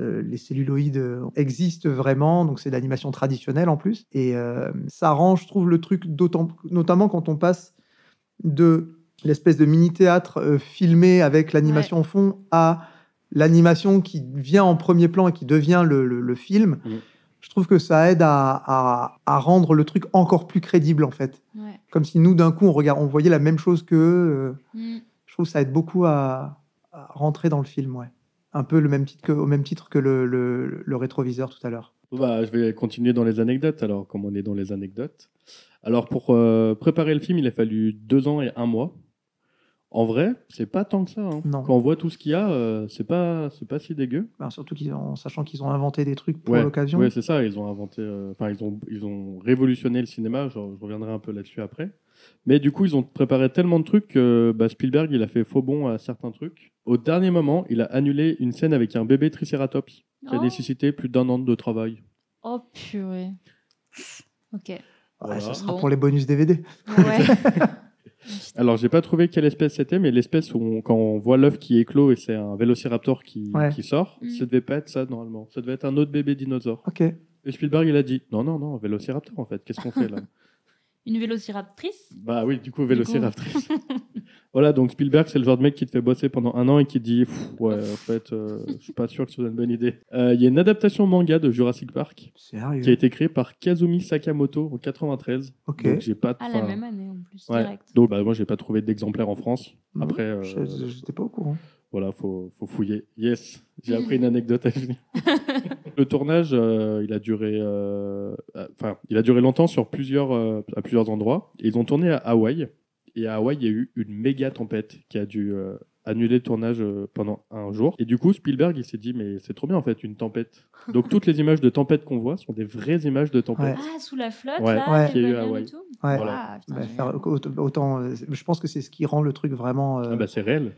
euh, les celluloïdes euh, existent vraiment, donc c'est de l'animation traditionnelle en plus. Et euh, ça rend, je trouve, le truc d'autant, notamment quand on passe de l'espèce de mini-théâtre euh, filmé avec l'animation au fond à l'animation qui vient en premier plan et qui devient le, le- le film.
Mhm.
Je trouve que ça aide à, à- à rendre le truc encore plus crédible en fait.
Ouais.
Comme si nous d'un coup on, regard- on voyait la même chose que eux, euh,
Mm.
je trouve que ça aide beaucoup à, à rentrer dans le film, ouais. Un peu le même titre que, au même titre que le, le- le rétroviseur tout à l'heure.
Bon, Bah, je vais continuer dans les anecdotes, alors, comme on est dans les anecdotes. Alors, pour euh, préparer le film, il a fallu deux ans et un mois. En vrai, c'est pas tant que ça. hein.
Non.
Quand on voit tout ce qu'il y a, euh, c'est pas, c'est pas si dégueu.
Enfin, Ben, surtout qu'ils- en sachant qu'ils ont inventé des trucs pour
Ouais,
l'occasion.
ouais, c'est ça. Ils ont inventé, euh, enfin, ils ont, ils ont révolutionné le cinéma. Je, je reviendrai un peu là-dessus après. Mais du coup, ils ont préparé tellement de trucs que bah, Spielberg, il a fait faux bon à certains trucs. Au dernier moment, il a annulé une scène avec un bébé Triceratops qui a
Oh.
nécessité plus d'un an de travail.
Oh purée. Ok.
Ouais, ça
Voilà.
sera
Bon.
pour les bonus DVD.
Ouais.
Alors, j'ai pas trouvé quelle espèce c'était, mais l'espèce où, on- quand on voit l'œuf qui éclot et c'est un vélociraptor qui,
Ouais.
qui sort,
Mm.
ça devait pas être ça normalement. Ça devait être un autre bébé dinosaure.
Ok.
Et Spielberg, il a dit Non, non, non, vélociraptor en fait, qu'est-ce qu'on fait là
Une vélociraptrice
Bah oui, du coup, vélociraptrice. [LAUGHS] voilà, donc Spielberg, c'est le genre de mec qui te fait bosser pendant un an et qui te dit Pff, Ouais, en fait, euh, je suis pas sûr que ce soit une bonne idée. Euh, Il y a une adaptation manga de Jurassic Park
Sérieux.
qui a été créée par Kazumi Sakamoto en 93.
Ok.
Donc, j'ai pas.
Ah, la
enfin,
même année en plus,
ouais.
direct.
Donc, bah, moi, j'ai pas trouvé d'exemplaire en France.
Mhm.
Après, euh,
Je- J'étais pas au courant.
voilà, faut, faut fouiller. Yes, j'ai appris une anecdote à venir. le tournage, euh, il a duré, euh, euh, enfin, il a duré longtemps sur plusieurs, euh, à plusieurs endroits. Et ils ont tourné à Hawaï. Et à Hawaï, il y a eu une méga tempête qui a dû euh, annuler le tournage euh, pendant un jour. Et du coup, Spielberg, il s'est dit, mais c'est trop bien en fait, une tempête. Donc toutes les images de tempête qu'on voit sont des vraies images de tempête.
Ah, sous la flotte,
Ouais.
là,
Ouais.
les
Qu'il y a eu à
baleines
Hawaï.
et tout
Ouais.
Voilà.
Ah, putain,
Bah,
génial.
faire- autant- autant, euh, je pense que c'est ce qui rend le truc vraiment. euh,
Ah bah, c'est réel.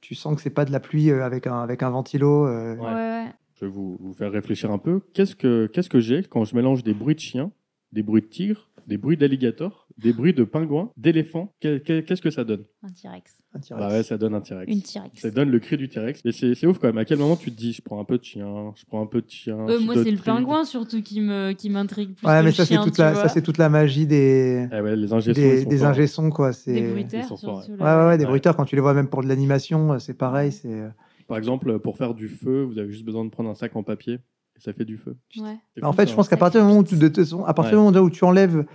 Tu sens que c'est pas de la pluie euh, avec un avec un ventilo. euh,
Ouais.
Ouais, ouais.
Je vais vous, vous faire réfléchir un peu. Qu'est-ce que, qu'est-ce que j'ai quand je mélange des bruits de chiens, des bruits de tigres, des bruits d'alligators, des bruits de pingouins, d'éléphants Qu'est- qu'est- Qu'est-ce que ça donne
Un T-Rex.
un T-Rex.
Bah ouais, ça donne un T-Rex.
Une T-Rex.
Ça donne le cri du T-Rex. Et c'est c'est ouf quand même. À quel moment tu te dis, je prends un peu de chien, je prends un peu de chien.
Euh,
je
moi,
suis
c'est le
d'autres trucs.
pingouin surtout qui me qui m'intrigue plus.
Ouais,
que
mais
le
ça c'est
chien,
toute
tu
la
vois.
ça c'est toute la magie des
Eh ouais, les ingé
des,
sont
des
forts.
ingé-sons, quoi.
Des
C'est ouais,
bruitaires
sont forts,
surtout.
ouais, ouais,
là.
des
Ouais.
bruiteurs quand tu les vois même pour de l'animation, euh, c'est pareil. C'est
Par exemple, pour faire du feu, vous avez juste besoin de prendre un sac en papier et ça fait du feu.
Ouais.
C'est
Bah, en
fou, ça.
fait,
hein.
je pense qu'à
Ça
partir du
fait
moment où tu,
pitié.
de, toute façon, à partir
Ouais.
du moment où tu enlèves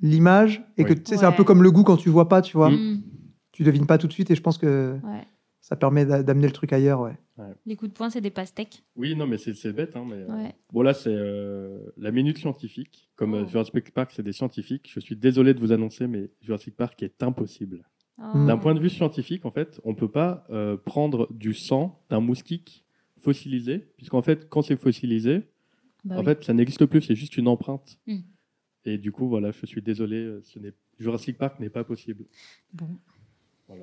l'image et que
Oui.
tu sais, c'est un peu
Ouais.
comme le goût quand tu vois pas, tu vois,
Mm.
Mm,
tu devines pas tout de suite et je pense que
ouais.
Ça permet d'a- d'amener le truc ailleurs, ouais.
Les coups de poing, c'est des pastèques.
Oui, non, mais c'est- c'est bête. hein, mais, euh,
Ouais.
Bon, là, c'est euh, la minute scientifique. Comme euh,
Oh.
Jurassic Park, c'est des scientifiques. Je suis désolé de vous annoncer, mais Jurassic Park est impossible.
Mm. Oh.
D'un point de vue scientifique, en fait, on ne peut pas euh, prendre du sang d'un moustique fossilisé, puisqu'en fait, quand c'est fossilisé,
Bah
en fait, ça n'existe plus, c'est juste une empreinte.
Mm.
Et du coup, voilà, je suis désolé, euh, ce n'est- Jurassic Park n'est pas possible.
Bon.
Voilà.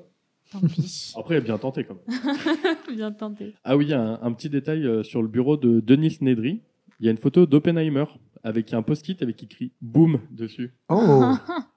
Tant pis.
Après, bien tenté quand même.
[LAUGHS] Bien tenté.
Ah oui, il y a un, un petit détail euh, sur le bureau de Denis Nedry. Il y a une photo d'Oppenheimer avec un post-it avec écrit Boom dessus.
Oh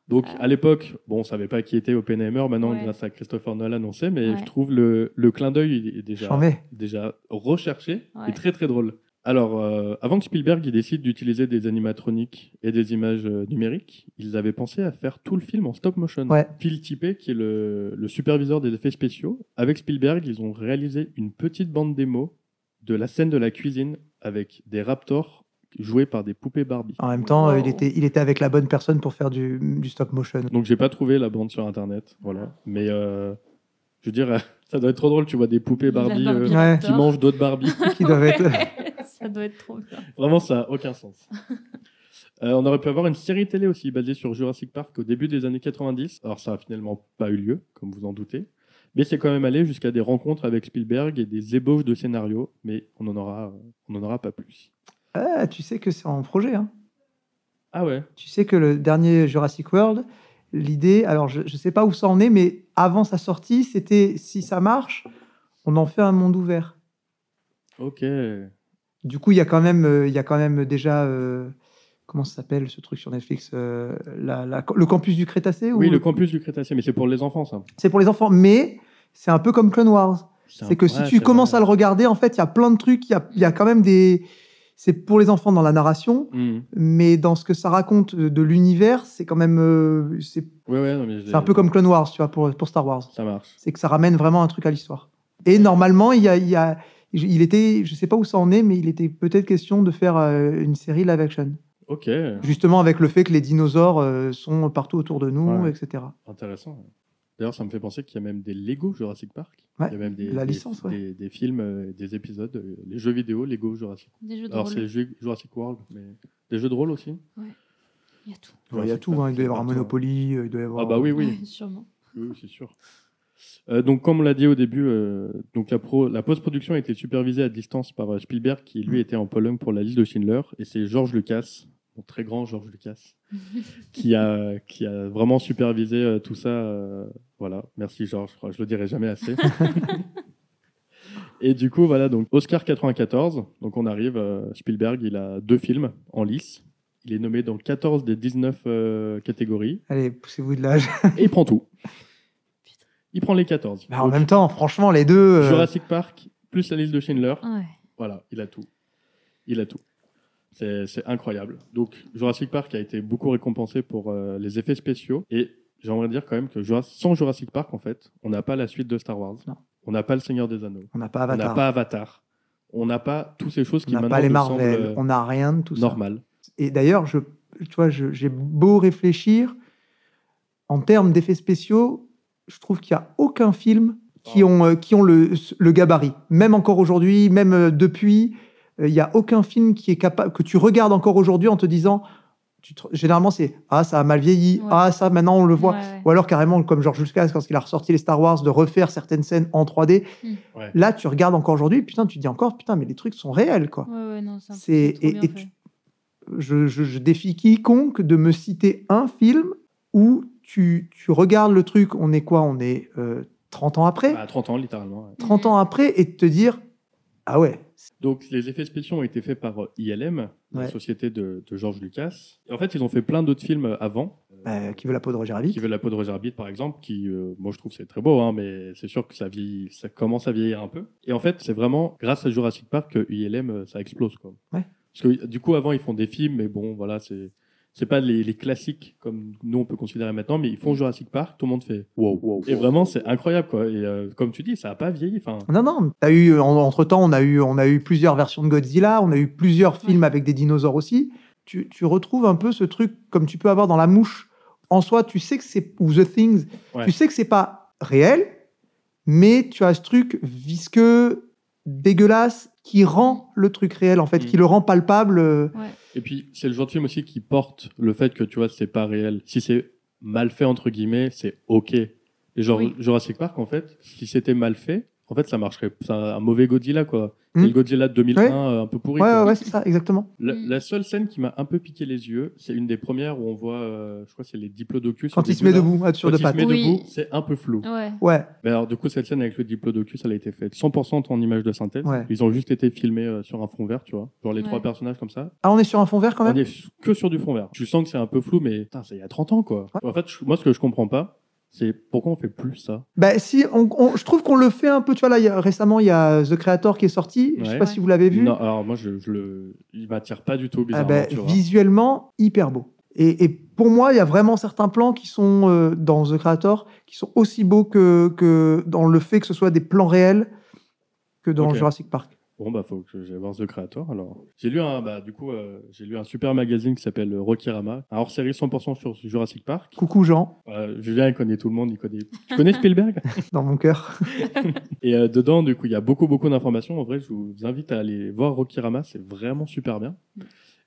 Donc à l'époque, bon, on savait pas qui était Oppenheimer. Maintenant,
Ah. Ouais.
grâce à Christopher Nolan, on sait. Mais
Ouais.
je trouve le, le clin d'œil il est [LAUGHS] déjà
J'en mets.
déjà recherché
Ouais.
et très très drôle. Alors, euh, avant que Spielberg il décide d'utiliser des animatroniques et des images euh, numériques, ils avaient pensé à faire tout le film en stop motion.
Ouais.
Phil Tippett, qui est le, le superviseur des effets spéciaux, avec Spielberg, ils ont réalisé une petite bande démo de la scène de la cuisine avec des raptors joués par des poupées Barbie.
En même temps, euh, il,
Wow.
était, il était avec la bonne personne pour faire du, du
[LAUGHS]
stop motion.
Donc j'ai pas trouvé la bande sur internet, voilà. Mais euh, je veux dire, [LAUGHS] ça doit être trop drôle, tu vois des poupées Barbie,
La Barbie
euh,
Ouais.
qui
Raptor.
mangent d'autres Barbie.
Qui doivent être. euh,
[LAUGHS] Ça doit être trop bien.
Vraiment, ça n'a aucun [LAUGHS] sens. Euh, on aurait pu avoir une série télé aussi basée sur Jurassic Park au début des années 90. Alors ça a finalement pas eu lieu, comme vous en doutez. Mais c'est quand même allé jusqu'à des rencontres avec Spielberg et des ébauches de scénarios, mais on n'en aura, euh, on en aura pas plus.
Ah, tu sais que c'est en projet. Hein.
Ah ouais
Tu sais que le dernier Jurassic World, l'idée, alors je ne sais pas où ça en est, mais avant sa sortie, c'était si ça marche, on en fait un monde ouvert.
Ok. Ouais,
Du coup, il y a quand même, euh, il y a quand même déjà. euh, comment ça s'appelle ce truc sur Netflix euh, la- la- Le campus du Crétacé
Oui,
ou-
le campus du Crétacé, mais c'est pour les enfants ça.
C'est pour les enfants, mais c'est un peu comme Clone Wars. C'est que si tu commences à le regarder, en fait, il y a plein de trucs, il y a, il y a quand même des. C'est pour les enfants dans la narration,
le...
mais dans ce que ça raconte euh, de l'univers, c'est quand même. euh, c'est
Ouais, ouais, non, mais je
C'est
l'ai-
un peu comme Clone Wars, tu vois, pour, pour Star Wars.
Ça marche.
C'est que ça ramène vraiment un truc à l'histoire. Et normalement, il y a, il y a- il était, je sais pas où ça en est, mais il était peut-être question de faire euh, une série live action.
Ok,
Justement avec le fait que les dinosaures euh, sont partout autour de nous,
Ouais.
etc.
intéressant. D'ailleurs, ça me fait penser qu'il y a même des Lego Jurassic Park.
Ouais,
Il y a même des,
la
des-
licence, ouais.
des, des films, euh, des épisodes, euh, les jeux vidéo, Lego Jurassic
Des jeux de
Alors,
rôle.
c'est Ju- Jurassic World, mais des jeux de rôle aussi
Il y a tout.
Ouais, il y a
Jurassic
tout,
Park,
hein, il doit y avoir un
partout, hein.
Monopoly, euh, il doit y avoir...
Ah, bah oui, oui,
Ouais, sûrement.
oui, oui, c'est sûr. Euh, donc, comme on l'a dit au début, euh, donc la, pro- la post-production a été supervisée à distance par euh, Spielberg, qui lui était en Pologne pour la liste de Schindler, et c'est George Lucas, mon très grand George Lucas, qui, a, qui a vraiment supervisé euh, tout ça. euh, voilà, merci Georges, je crois, je le dirai jamais assez. Et du coup, voilà, donc Oscar 94, donc on arrive, euh, Spielberg, il a deux films en lice. Il est nommé dans 14 des 19 euh, catégories.
Allez, poussez-vous de l'âge.
Et il prend tout. Il prend les 14.
[LAUGHS] Bah, en
Donc,
même temps, franchement, les deux... euh,
Jurassic Park, plus la liste de Schindler.
Ouais.
Voilà, il a tout. Il a tout. C'est c'est incroyable. Donc, Jurassic Park a été beaucoup récompensé pour euh, les effets spéciaux. Et j'aimerais dire quand même que Jura- sans Jurassic Park, en fait, on n'a pas la suite de Star Wars.
Non.
On n'a pas le Seigneur des Anneaux.
on n'a pas
On n'a
Avatar,
pas Avatar. On n'a pas toutes ces choses
on
qui
n'a
maintenant euh,
pas les
nous
Marvel,
semblent
on n'a rien de tout ça.
normales.
Et d'ailleurs, je, tu vois, je- j'ai beau réfléchir, en termes d'effets spéciaux, je trouve qu'il n'y a aucun film qui ont, euh, qui ont le, le gabarit. Même encore aujourd'hui, même euh, depuis, euh, il n'y a aucun film qui est capable que tu regardes encore aujourd'hui en te disant, tu te- généralement c'est ah ça a mal vieilli,
Ouais.
ah ça maintenant on le voit.
Ouais, ouais.
Ou alors carrément, comme George Lucas, quand il a ressorti les Star Wars, de refaire certaines scènes en 3D.
Mm.
Ouais.
Là, tu regardes encore aujourd'hui, putain, tu te dis encore, putain, mais les trucs sont réels, quoi.
Ouais, ouais, non, c'est un-
C'est-
trop
et-
bien
et
fait.
Je, je- je défie quiconque de me citer un film où tu, tu regardes le truc, on est quoi On est euh, 30 ans après
Bah, À 30 ans, littéralement. ouais.
30 ans après, et de te dire Ah ouais,
Donc, les effets spéciaux ont été faits par euh, ILM, la
Ouais.
société de, de George Lucas. Et en fait, ils ont fait plein d'autres films avant.
euh, qui veut la peau de Roger
qui
Rabbit
veut la peau de Roger Rabbit par exemple, qui, euh, moi je trouve que c'est très beau, hein, mais c'est sûr que ça, vieillit, ça commence à vieillir un peu. Et en fait, c'est vraiment grâce à Jurassic Park que ILM, euh, ça explose. Quoi.
Ouais.
Parce que du coup, avant, ils font des films, mais bon, voilà, c'est. C'est pas les, les classiques comme nous on peut considérer maintenant, mais ils font Jurassic Park, tout le monde fait wow. Et vraiment, c'est incroyable quoi. Et euh, comme tu dis, ça a pas vieilli. Enfin,
Non, non, t'as eu, en- entre-temps, on, a eu- on a eu plusieurs versions de Godzilla, on a eu plusieurs films avec des dinosaures aussi. Tu, tu retrouves un peu ce truc comme tu peux avoir dans La Mouche. En soi, tu sais que c'est. ou The Things.
Ouais.
Tu sais que c'est pas réel, mais tu as ce truc visqueux, dégueulasse, qui rend le truc réel, en fait,
Mm.
qui le rend palpable. euh,
Et puis, c'est le genre de film aussi qui porte le fait que, tu vois, c'est pas réel. Si c'est mal fait, entre guillemets, c'est OK. Et genre,
Oui.
Jurassic Park, en fait, si c'était mal fait, en fait, ça marcherait. C'est un un mauvais Godzilla, quoi.
Mm.
C'est le Godzilla de 2001,
Ouais.
euh, un peu pourri.
Ouais,
quoi.
ouais, ouais, c'est ça, exactement.
La,
Mm.
la seule scène qui m'a un peu piqué les yeux, c'est une des premières où on voit, euh, je crois, que c'est les diplodocus.
Quand
au
il se
début, là.
met debout, être sûr
Quand
de
il se
pattes.
met
Oui.
debout, c'est un peu flou.
Ouais.
Ouais,
Mais alors, du coup, cette scène avec le diplodocus, elle a été faite 100% en images de synthèse.
Ouais.
Ils ont juste été filmés euh, sur un fond vert, tu vois. Genre les
Ouais.
trois personnages comme ça.
Ah, on est sur un fond vert quand
On
même
est s- que sur du fond vert. Tu sens que c'est un peu flou, mais putain, c'est il y a 30 ans, quoi.
Ouais.
En fait, je- moi, ce que je comprends pas, c'est pourquoi on fait plus ça.
Bah, si, on, on- je trouve qu'on le fait un peu. Tu vois, là, il y a- récemment, il y a euh, The Creator qui est sorti. Je sais
Ouais.
pas si vous l'avez vu.
Non, alors moi, je, je le... il m'attire pas du tout,
Ah
bizarrement,
bah,
tu vois.
visuellement, hyper beau. Et, et pour moi, il y a vraiment certains plans qui sont euh, dans The Creator qui sont aussi beaux que, que dans le fait que ce soit des plans réels que dans
Ok.
Jurassic Park.
Bon, bah, faut que j'aille voir The Creator, alors. J'ai lu un, bah, du coup, euh, j'ai lu un super magazine qui s'appelle euh, Rockyrama, un hors-série 100% sur Jurassic Park.
Coucou Jean,
Euh, Julien, il connaît tout le monde, il connaît... Tu
[LAUGHS]
connais Spielberg
dans mon cœur. [LAUGHS]
Et euh, dedans, du coup, il y a beaucoup, beaucoup d'informations. En vrai, je vous invite à aller voir Rokirama, c'est vraiment super bien.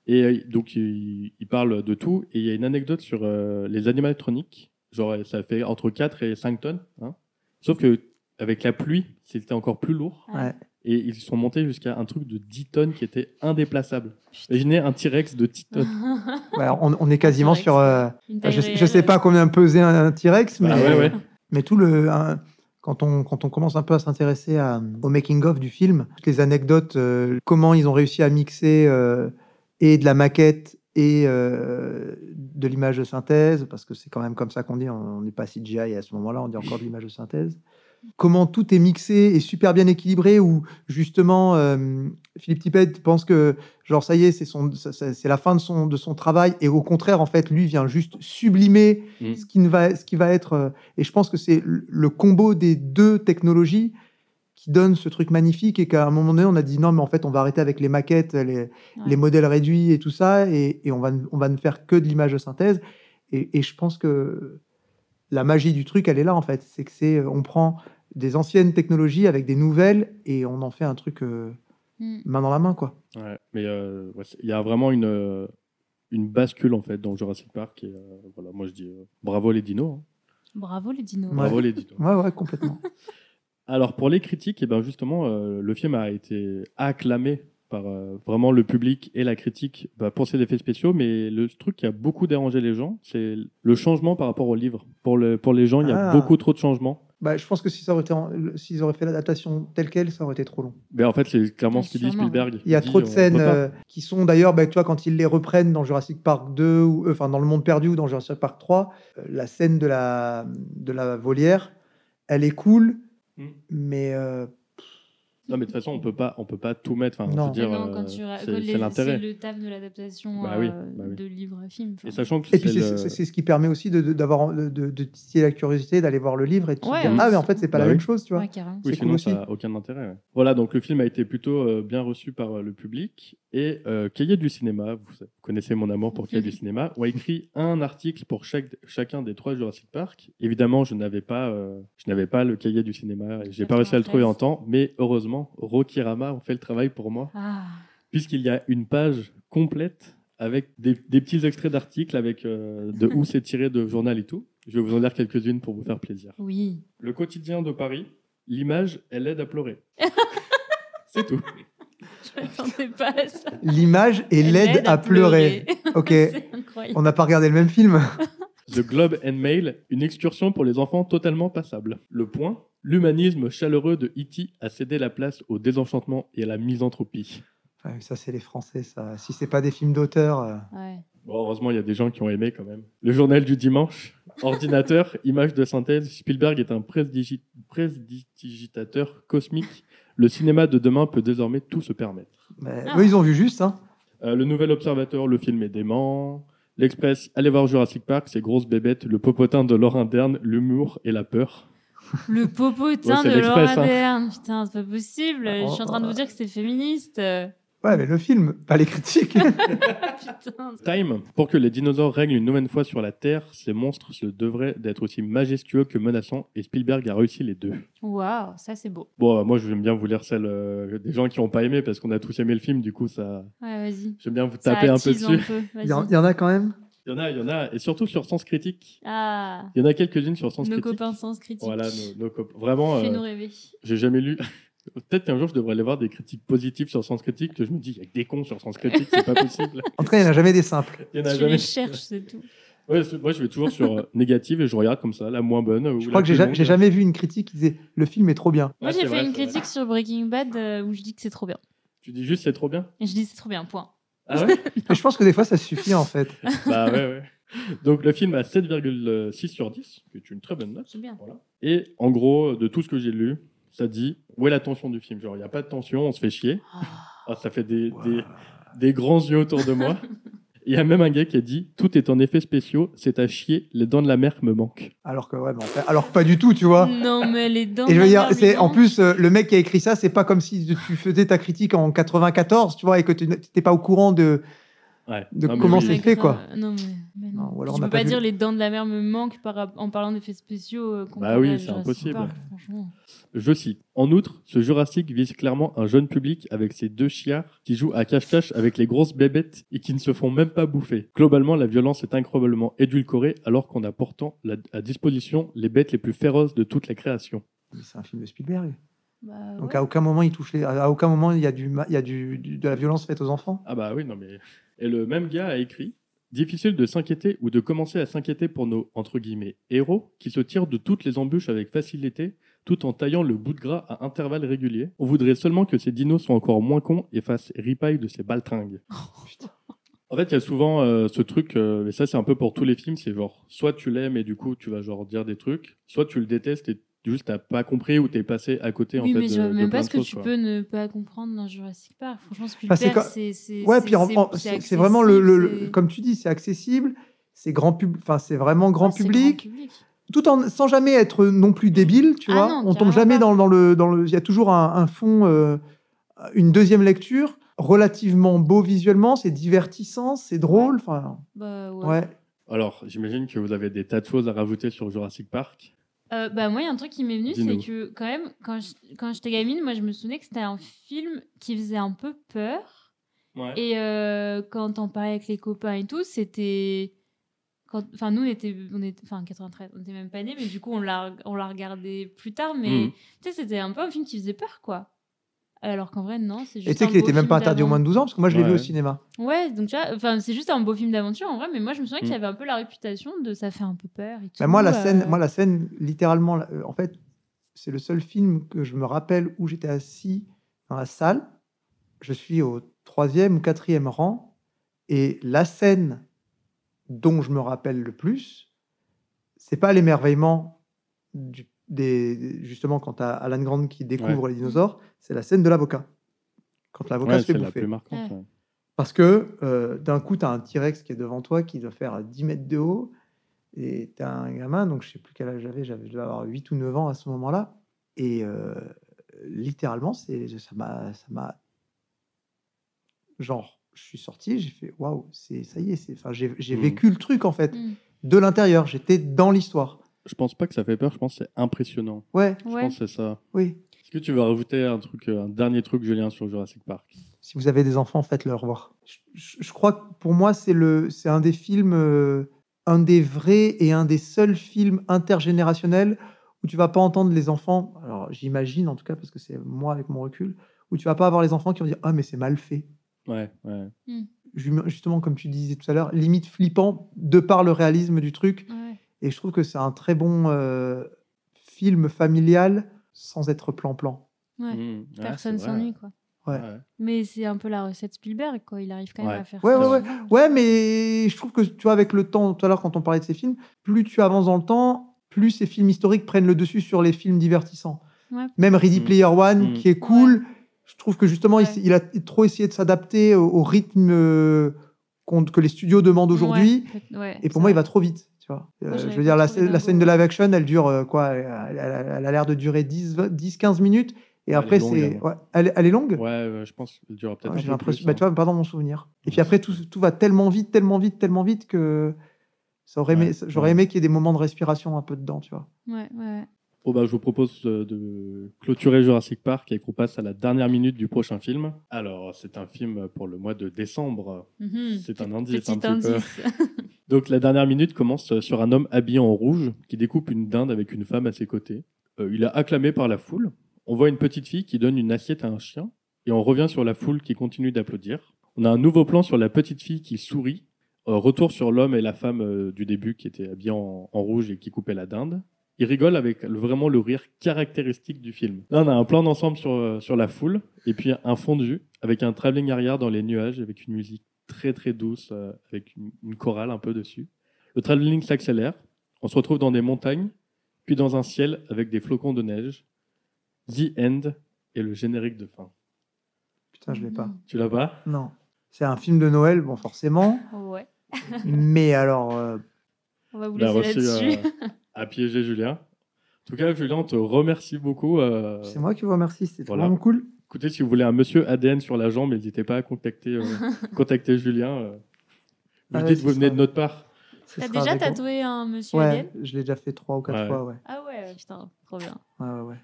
Et euh, donc, il, il parle de tout. Et il y a une anecdote sur euh, les animatroniques. Genre, euh, ça fait entre 4 et 5 tonnes. hein. Sauf que avec la pluie, c'était encore plus lourd.
[LAUGHS]
Ouais.
Et ils sont montés jusqu'à un truc de 10 tonnes qui était indéplaçable. Imaginez un T-Rex de 10
[LAUGHS]
tonnes.
Ouais, Bah, on, on est quasiment
T-Rex.
sur. euh,
Une taille
je, sais- je
réelle.
sais pas combien pesait un, un T-Rex, mais,
Ah ouais, ouais.
mais tout le. un- quand on, quand on commence un peu à s'intéresser à- au making-of du film, toutes les anecdotes, euh, comment ils ont réussi à mixer euh, et de la maquette et euh, de l'image de synthèse, parce que c'est quand même comme ça qu'on dit, on on n'est pas CGI à ce moment-là, on dit encore de l'image de synthèse. Comment tout est mixé et super bien équilibré, où justement euh, Philippe Tippett pense que genre ça y est, c'est son- ça- ça- c'est la fin de son, de son travail, et au contraire, en fait, lui vient juste sublimer
Mm.
ce, qui ne va, ce qui va être. euh, et je pense que c'est le le combo des deux technologies qui donne ce truc magnifique et qu'à un moment donné, on a dit non, mais en fait, on va arrêter avec les maquettes, les, les modèles réduits et tout ça, et, et on, va, ne- on va ne faire que de l'image de synthèse. Et, et je pense que la magie du truc, elle est là, en fait. C'est que c'est, euh, on prend des anciennes technologies avec des nouvelles et on en fait un truc euh,
Mm.
main dans la main, quoi.
Ouais, mais euh, ouais, c'est- il y a vraiment une, euh, une bascule en fait dans Jurassic Park. Et, euh, voilà, moi je dis euh, bravo les dinos. hein.
Bravo les dinos.
Ouais.
Bravo les dinos.
Ouais, ouais, complètement.
Alors pour les critiques, et ben justement, euh, le film a été acclamé par euh, vraiment le public et la critique bah, pour ses effets spéciaux, mais le truc qui a beaucoup dérangé les gens, c'est le changement par rapport au livre. Pour, le, pour les gens, il y a
Ah.
beaucoup trop de changements.
bah, je pense que si ça aurait été en- le- s'ils auraient fait l'adaptation telle quelle, ça aurait été trop long.
Mais en fait, c'est clairement
Ouais,
ce que dit
sûrement,
Spielberg.
Il y a
dit,
trop de
on peut
scènes
pas.
euh, qui sont d'ailleurs, bah, tu vois, quand ils les reprennent dans Jurassic Park 2, ou, euh, enfin dans Le Monde Perdu ou dans Jurassic Park 3, euh, la scène de la, de la volière, elle est cool,
Mm.
mais euh,
Non, mais de toute façon, on peut pas, on peut pas tout mettre. Enfin, je
Non.
veux dire,
Ah non, quand
euh,
tu ra-
c'est
quand les-
c'est l'intérêt.
C'est le taf de l'adaptation
Bah oui,
euh,
bah oui.
de livre à film. enfin.
Et sachant que
Et puis
c'est
c'est
le-
c'est- c'est ce qui permet aussi de, de- d'avoir, de, de- de titiller la curiosité, d'aller voir le livre et de se
Ouais,
dire,
ouais.
ah mais en fait c'est pas
Bah
la
oui.
même chose, tu vois.
Ouais, carrément.
Oui,
C'est
sinon
cool
ça
aussi.
n'a aucun intérêt. ouais. Voilà, donc le film a été plutôt euh, bien reçu par euh, le public. Et euh, Cahiers du cinéma, vous connaissez mon amour pour Cahiers du cinéma, ont écrit un article pour chaque, chacun des trois Jurassic Park. Évidemment, je n'avais pas, euh, je n'avais pas le Cahier du cinéma. et J'ai pas réussi à le trouver en temps, mais heureusement, Rokirama ont fait le travail pour moi
Ah,
puisqu'il y a une page complète avec des, des petits extraits d'articles avec euh, de où c'est tiré de journal et tout. Je vais vous en lire quelques-unes pour vous faire plaisir.
oui. [LAUGHS]
Le quotidien de Paris, l'image, elle aide à pleurer. [LAUGHS] c'est tout.
Je m'attendais pas à ça.
L'image et
Elle
l'aide à pleurer.
[LAUGHS]
Ok,
C'est incroyable.
on n'a pas regardé le même film.
The Globe and Mail, une excursion pour les enfants totalement passable. Le point, l'humanisme chaleureux de E.T. a cédé la place au désenchantement et à la misanthropie.
Ouais, ça c'est les Français, ça. Si c'est pas des films d'auteur, euh,
Ouais.
Bon, heureusement, il y a des gens qui ont aimé quand même. Le journal du dimanche, ordinateur, [LAUGHS] image de synthèse, Spielberg est un presdigi- presdigitateur cosmique. Le cinéma de demain peut désormais tout se permettre.
mais
Ah.
bah, eux ils ont vu juste. Hein.
Euh, le Nouvel Observateur, le film est dément. L'Express, allez voir Jurassic Park, ses grosses bébêtes, le popotin de l'or interne, l'humour et la peur.
Le popotin
Ouais, c'est
de Laura
l'Express, hein.
[LAUGHS]
Dern. Putain, c'est pas possible. Je suis en train de vous dire que c'est féministe. Ah,
Ouais, mais le film, pas les critiques.
Putain.
Time. Pour que les dinosaures règnent une nouvelle fois sur la Terre, ces monstres se devraient d'être aussi majestueux que menaçants et Spielberg a réussi les deux.
Waouh, ça c'est beau.
Bon, euh, moi je vais bien vous lire celle euh, des gens qui n'ont pas aimé parce qu'on a tous aimé le film, du coup ça.
Ouais, vas-y.
J'aime bien vous
Ça
taper un peu
attise
dessus.
peu, vas-y.
Il y, en, il y en a quand même.
Il y en a, il y en a, et surtout sur Sens Critique.
Ah,
Il y en a quelques-unes sur
nos
Sens Critique.
copains sens critique.
Voilà, nos, nos copains. Vraiment, euh,
Fais-nous rêver.
j'ai jamais lu. Peut-être qu'un jour je devrais aller voir des critiques positives sur Sens Critique, que je me dis, il y a que des cons sur Sens Critique, c'est
[LAUGHS]
pas possible.
En tout cas, il n'y en a jamais des simples.
Il y en a
Tu
jamais. Ah,
les cherches, c'est tout.
Ouais, c'est- moi je vais toujours sur euh, négative et je regarde comme ça, la moins bonne. ou
Je
la
crois que j'ai
plus
ja-
longue.
j'ai jamais vu une critique qui disait le film est trop bien.
Moi,
Ah, c'est
j'ai fait
vrai,
une
c'est vrai.
critique sur Breaking Bad euh, où je dis que c'est trop bien.
Tu dis juste c'est trop bien.
Et je dis c'est trop bien, point.
Ah ouais
Mais je pense que des fois, ça suffit en fait.
[LAUGHS] Bah ouais, ouais. Donc le film a 7,6 sur 10, qui est une très bonne note.
C'est bien.
Voilà. Et en gros, de tout ce que j'ai lu, ça dit où est la tension du film Genre, il n'y a pas de tension, on se fait chier. Ah, ça fait des, des, des grands yeux autour de
[LAUGHS]
moi. Il y a même un gars qui a dit Tout est en effet spéciaux, c'est à chier, les dents de la mer me manquent.
Alors que, ouais, mais en fait- alors que pas du tout, tu vois.
Non, mais les dents.
Et je veux
de
dire,
Barbie
c'est en
Blanche.
plus euh, le mec qui a écrit ça, c'est pas comme si tu faisais ta critique en 94, tu vois, et que tu n'étais pas au courant de.
Ouais.
De
Ah, mais
comment
oui.
c'est fait, quoi.
Euh, Non, mais. mais non.
Non, ou alors on
je
n'a
peux
pas
pas
vu.
dire les dents de la mer me manquent par, rap- en parlant d'effets spéciaux. euh, comparés
Bah oui,
à
c'est
Jurassic
impossible.
Park, franchement.
Je cite En outre, ce Jurassic vise clairement un jeune public avec ses deux chiards qui jouent à cache-cache avec les grosses bébêtes et qui ne se font même pas bouffer. Globalement, la violence est incroyablement édulcorée alors qu'on a pourtant la- à disposition les bêtes les plus féroces de toute la création.
Mais C'est un film de Spielberg.
Bah,
Donc
ouais.
à aucun moment il touche les... à aucun moment il y a du, ma- il y a du, du- de la violence faite aux enfants.
Ah bah oui, non mais. Et le même gars a écrit Difficile de s'inquiéter ou de commencer à s'inquiéter pour nos entre guillemets héros qui se tirent de toutes les embûches avec facilité tout en taillant le bout de gras à intervalles réguliers. On voudrait seulement que ces dinos soient encore moins cons et fassent ripaille de ces baltringues.
ah.
[LAUGHS]
En fait, il y a souvent euh, ce truc, euh, et ça c'est un peu pour tous les films, c'est genre, soit tu l'aimes et du coup tu vas genre dire des trucs, soit tu le détestes et juste t'as pas compris ou t'es passé à côté en
oui,
fait.
mais je
de-
vois
de
même
plein
pas
de
ce que
choses,
tu
quoi.
peux ne pas comprendre dans Jurassic Park. Franchement,
Bah, c'est
Spielberg,
quand-
c'est c'est
Ouais,
c'est-
puis en-
c'est-
en-
c'est
c'est c'est vraiment le, le- le-
accessible, c'est-
comme tu dis, c'est accessible, c'est grand pub, enfin c'est vraiment grand
Ouais, c'est
public,
grand public.
tout en sans jamais être non plus débile, tu
Ah
vois.
non,
On tombe
carrément
jamais
pas.
dans, dans le dans le, il y a toujours un, un fond, euh, une deuxième lecture relativement beau visuellement, c'est divertissant, c'est drôle, enfin
Bah, ouais.
ouais.
Alors, j'imagine que vous avez des tas de choses à rajouter sur Jurassic Park.
Euh, bah moi, il y a un truc qui m'est venu, c'est
Dis-nous.
que quand même, quand je- quand j'étais gamine, moi, je me souvenais que c'était un film qui faisait un peu peur. Et euh, quand on parlait avec les copains et tout, c'était... quand- Enfin, nous, on était, on était... Enfin, en 93, on était même pas nés, mais du coup, on l'a on l'a regardé plus tard. Mais
Mhm.
tu sais, c'était un peu un film qui faisait peur, quoi. Alors qu'en vrai, non, c'est juste
Et tu sais
un
qu'il
beau
était même
film
pas interdit au
d'avant.
moins de 12 ans parce que moi je l'ai
Ouais,
vu au
ouais.
cinéma.
Ouais, donc tu vois, enfin, c'est juste un beau film d'aventure, en vrai. Mais moi, je me souviens
Mhm.
qu'il avait un peu la réputation de ça fait un peu peur et tout.
Bah, moi, la
euh,
scène, moi, la scène, littéralement, la- euh, en fait, c'est le seul film que je me rappelle où j'étais assis dans la salle. Je suis au troisième ou quatrième rang. Et la scène dont je me rappelle le plus, c'est pas l'émerveillement du- des, justement quand t'as Alan Grant qui découvre les dinosaures, c'est la scène de l'avocat. Quand l'avocat
Ouais,
se fait
c'est la
bouffer.
plus marquante. ouais.
Parce que euh, d'un coup, tu as un T-Rex qui est devant toi, qui doit faire 10 mètres de haut, et tu as un gamin, donc je sais plus quel âge j'avais, j'avais dû avoir 8 ou 9 ans à ce moment-là, et euh, littéralement, c'est, ça m'a, ça m'a... Genre, je suis sorti, j'ai fait, waouh, c'est, ça y est, c'est, enfin, j'ai, j'ai
Mhm.
vécu le truc, en fait,
Mhm.
de l'intérieur, j'étais dans l'histoire.
Je pense pas que ça fait peur, je pense que c'est impressionnant.
Ouais,
Je
Ouais.
pense que c'est ça.
oui.
Est-ce que tu veux rajouter un truc, euh, un dernier truc, Julien, sur Jurassic Park
Si vous avez des enfants, faites-le revoir. Je, je- je crois que pour moi, c'est le, c'est un des films, euh, un des vrais et un des seuls films intergénérationnels où tu vas pas entendre les enfants. Alors, j'imagine en tout cas, parce que c'est moi avec mon recul, où tu vas pas avoir les enfants qui vont dire ah mais c'est mal fait.
Ouais, ouais.
Ju- Justement, comme tu disais tout à l'heure, limite flippant de par le réalisme du truc.
Ouais.
Et je trouve que c'est un très bon euh, film familial sans être plan-plan.
Ouais.
Mmh, ouais,
Personne
c'est vrai.
s'ennuie, quoi.
Ouais.
Mais c'est un peu la recette Spielberg, quoi. Il arrive quand même
Ouais.
à faire
Ouais,
ça.
ouais, ouais. Ouais, mais je trouve que tu vois, avec le temps, tout à l'heure, quand on parlait de ces films, plus tu avances dans le temps, plus ces films historiques prennent le dessus sur les films divertissants.
Ouais.
Même Ready
Mm.
Player One,
Mm.
qui est cool, je trouve que justement, il
Ouais.
s- il, a trop essayé de s'adapter au, au rythme euh, qu'on- que les studios demandent aujourd'hui.
Ouais, peut- ouais,
Et pour
c'est
moi, il
vrai.
va trop vite. Tu vois. Euh,
Moi, j'avais
je veux dire,
pas
la,
trouvé
scè- la
d'un
scène
goût.
de live action, elle dure euh, quoi Elle elle- elle a l'air de durer 10-15 minutes.
Elle
Et
est
après,
longue,
c'est.
hein.
ouais, Elle, est- elle est longue
Ouais, euh, je pense qu'elle durera peut-être
Ouais, J'ai
un peu plus.
l'impression. Bah,
hein.
tu vois, pardon mon souvenir. Et puis après, tout, tout va tellement vite, tellement vite, tellement vite que ça aurait aimé-
Ouais,
j'aurais
ouais.
aimé qu'il y ait des moments de respiration un peu dedans, tu vois.
Ouais, ouais.
Bon, bah, je vous propose euh, de clôturer Jurassic Park et qu'on passe à la dernière minute du prochain film. Alors, c'est un film pour le mois de décembre.
Mhm.
C'est un indice.
Petit
un petit peu.
indice. [LAUGHS]
Donc la dernière minute commence euh, sur un homme habillé en rouge qui découpe une dinde avec une femme à ses côtés. Euh, il est acclamé par la foule. On voit une petite fille qui donne une assiette à un chien et on revient sur la foule qui continue d'applaudir. On a un nouveau plan sur la petite fille qui sourit. Euh, retour sur l'homme et la femme euh, du début qui étaient habillés en, en rouge et qui coupaient la dinde. Ils rigolent avec le- vraiment le rire caractéristique du film. Là, on a un plan d'ensemble sur, euh, sur la foule et puis un fondu avec un travelling arrière dans les nuages avec une musique très très douce euh, avec une, une chorale un peu dessus. Le travelling s'accélère. On se retrouve dans des montagnes, puis dans un ciel avec des flocons de neige. The End et le générique de fin.
Putain, je l'ai
Mm.
pas.
Tu l'as pas
Non. C'est un film de Noël, bon, forcément.
[LAUGHS] Mhm. Ouais.
mais alors, euh,
On va vous
Il a
laisser
reçu
là-dessus.
euh, [LAUGHS] à piéger Julien. En tout cas, Julien, on te remercie beaucoup. euh,
c'est moi qui vous remercie. C'était
voilà.
vraiment cool.
Écoutez, si vous voulez un monsieur ADN sur la jambe, n'hésitez pas à contacter,
[LAUGHS]
euh, contacter Julien. euh. Vous
Ah ouais,
dites,
ce
vous venez
sera-
de notre part.
Ce
T'as
sera
déjà
avec-
tatoué un monsieur
Ouais,
alien
je l'ai déjà fait trois ou quatre
Ouais.
fois, ouais.
Ah ouais, putain, trop bien.
Ouais, ouais, ouais.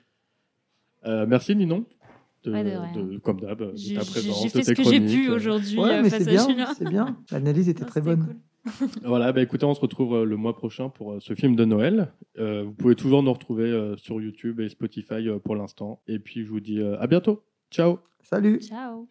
Euh, merci Ninon, de,
Ouais, de rien.
de- comme d'hab, de
J'ai
ta
j'ai-
présence,
j'ai
de
fait ce
tes
que j'ai
chroniques.
pu
euh.
aujourd'hui
Ouais,
euh,
mais c'est
face à
bien,
Julien. [LAUGHS]
c'est bien. L'analyse était
Non,
très
c'était
bonne.
cool.
Voilà, bah écoutez, on se retrouve euh, le mois prochain pour euh, ce film de Noël. Euh, vous pouvez toujours nous retrouver euh, sur YouTube et Spotify euh, pour l'instant. Et puis, je vous dis euh, à bientôt. Ciao
Salut.
Ciao.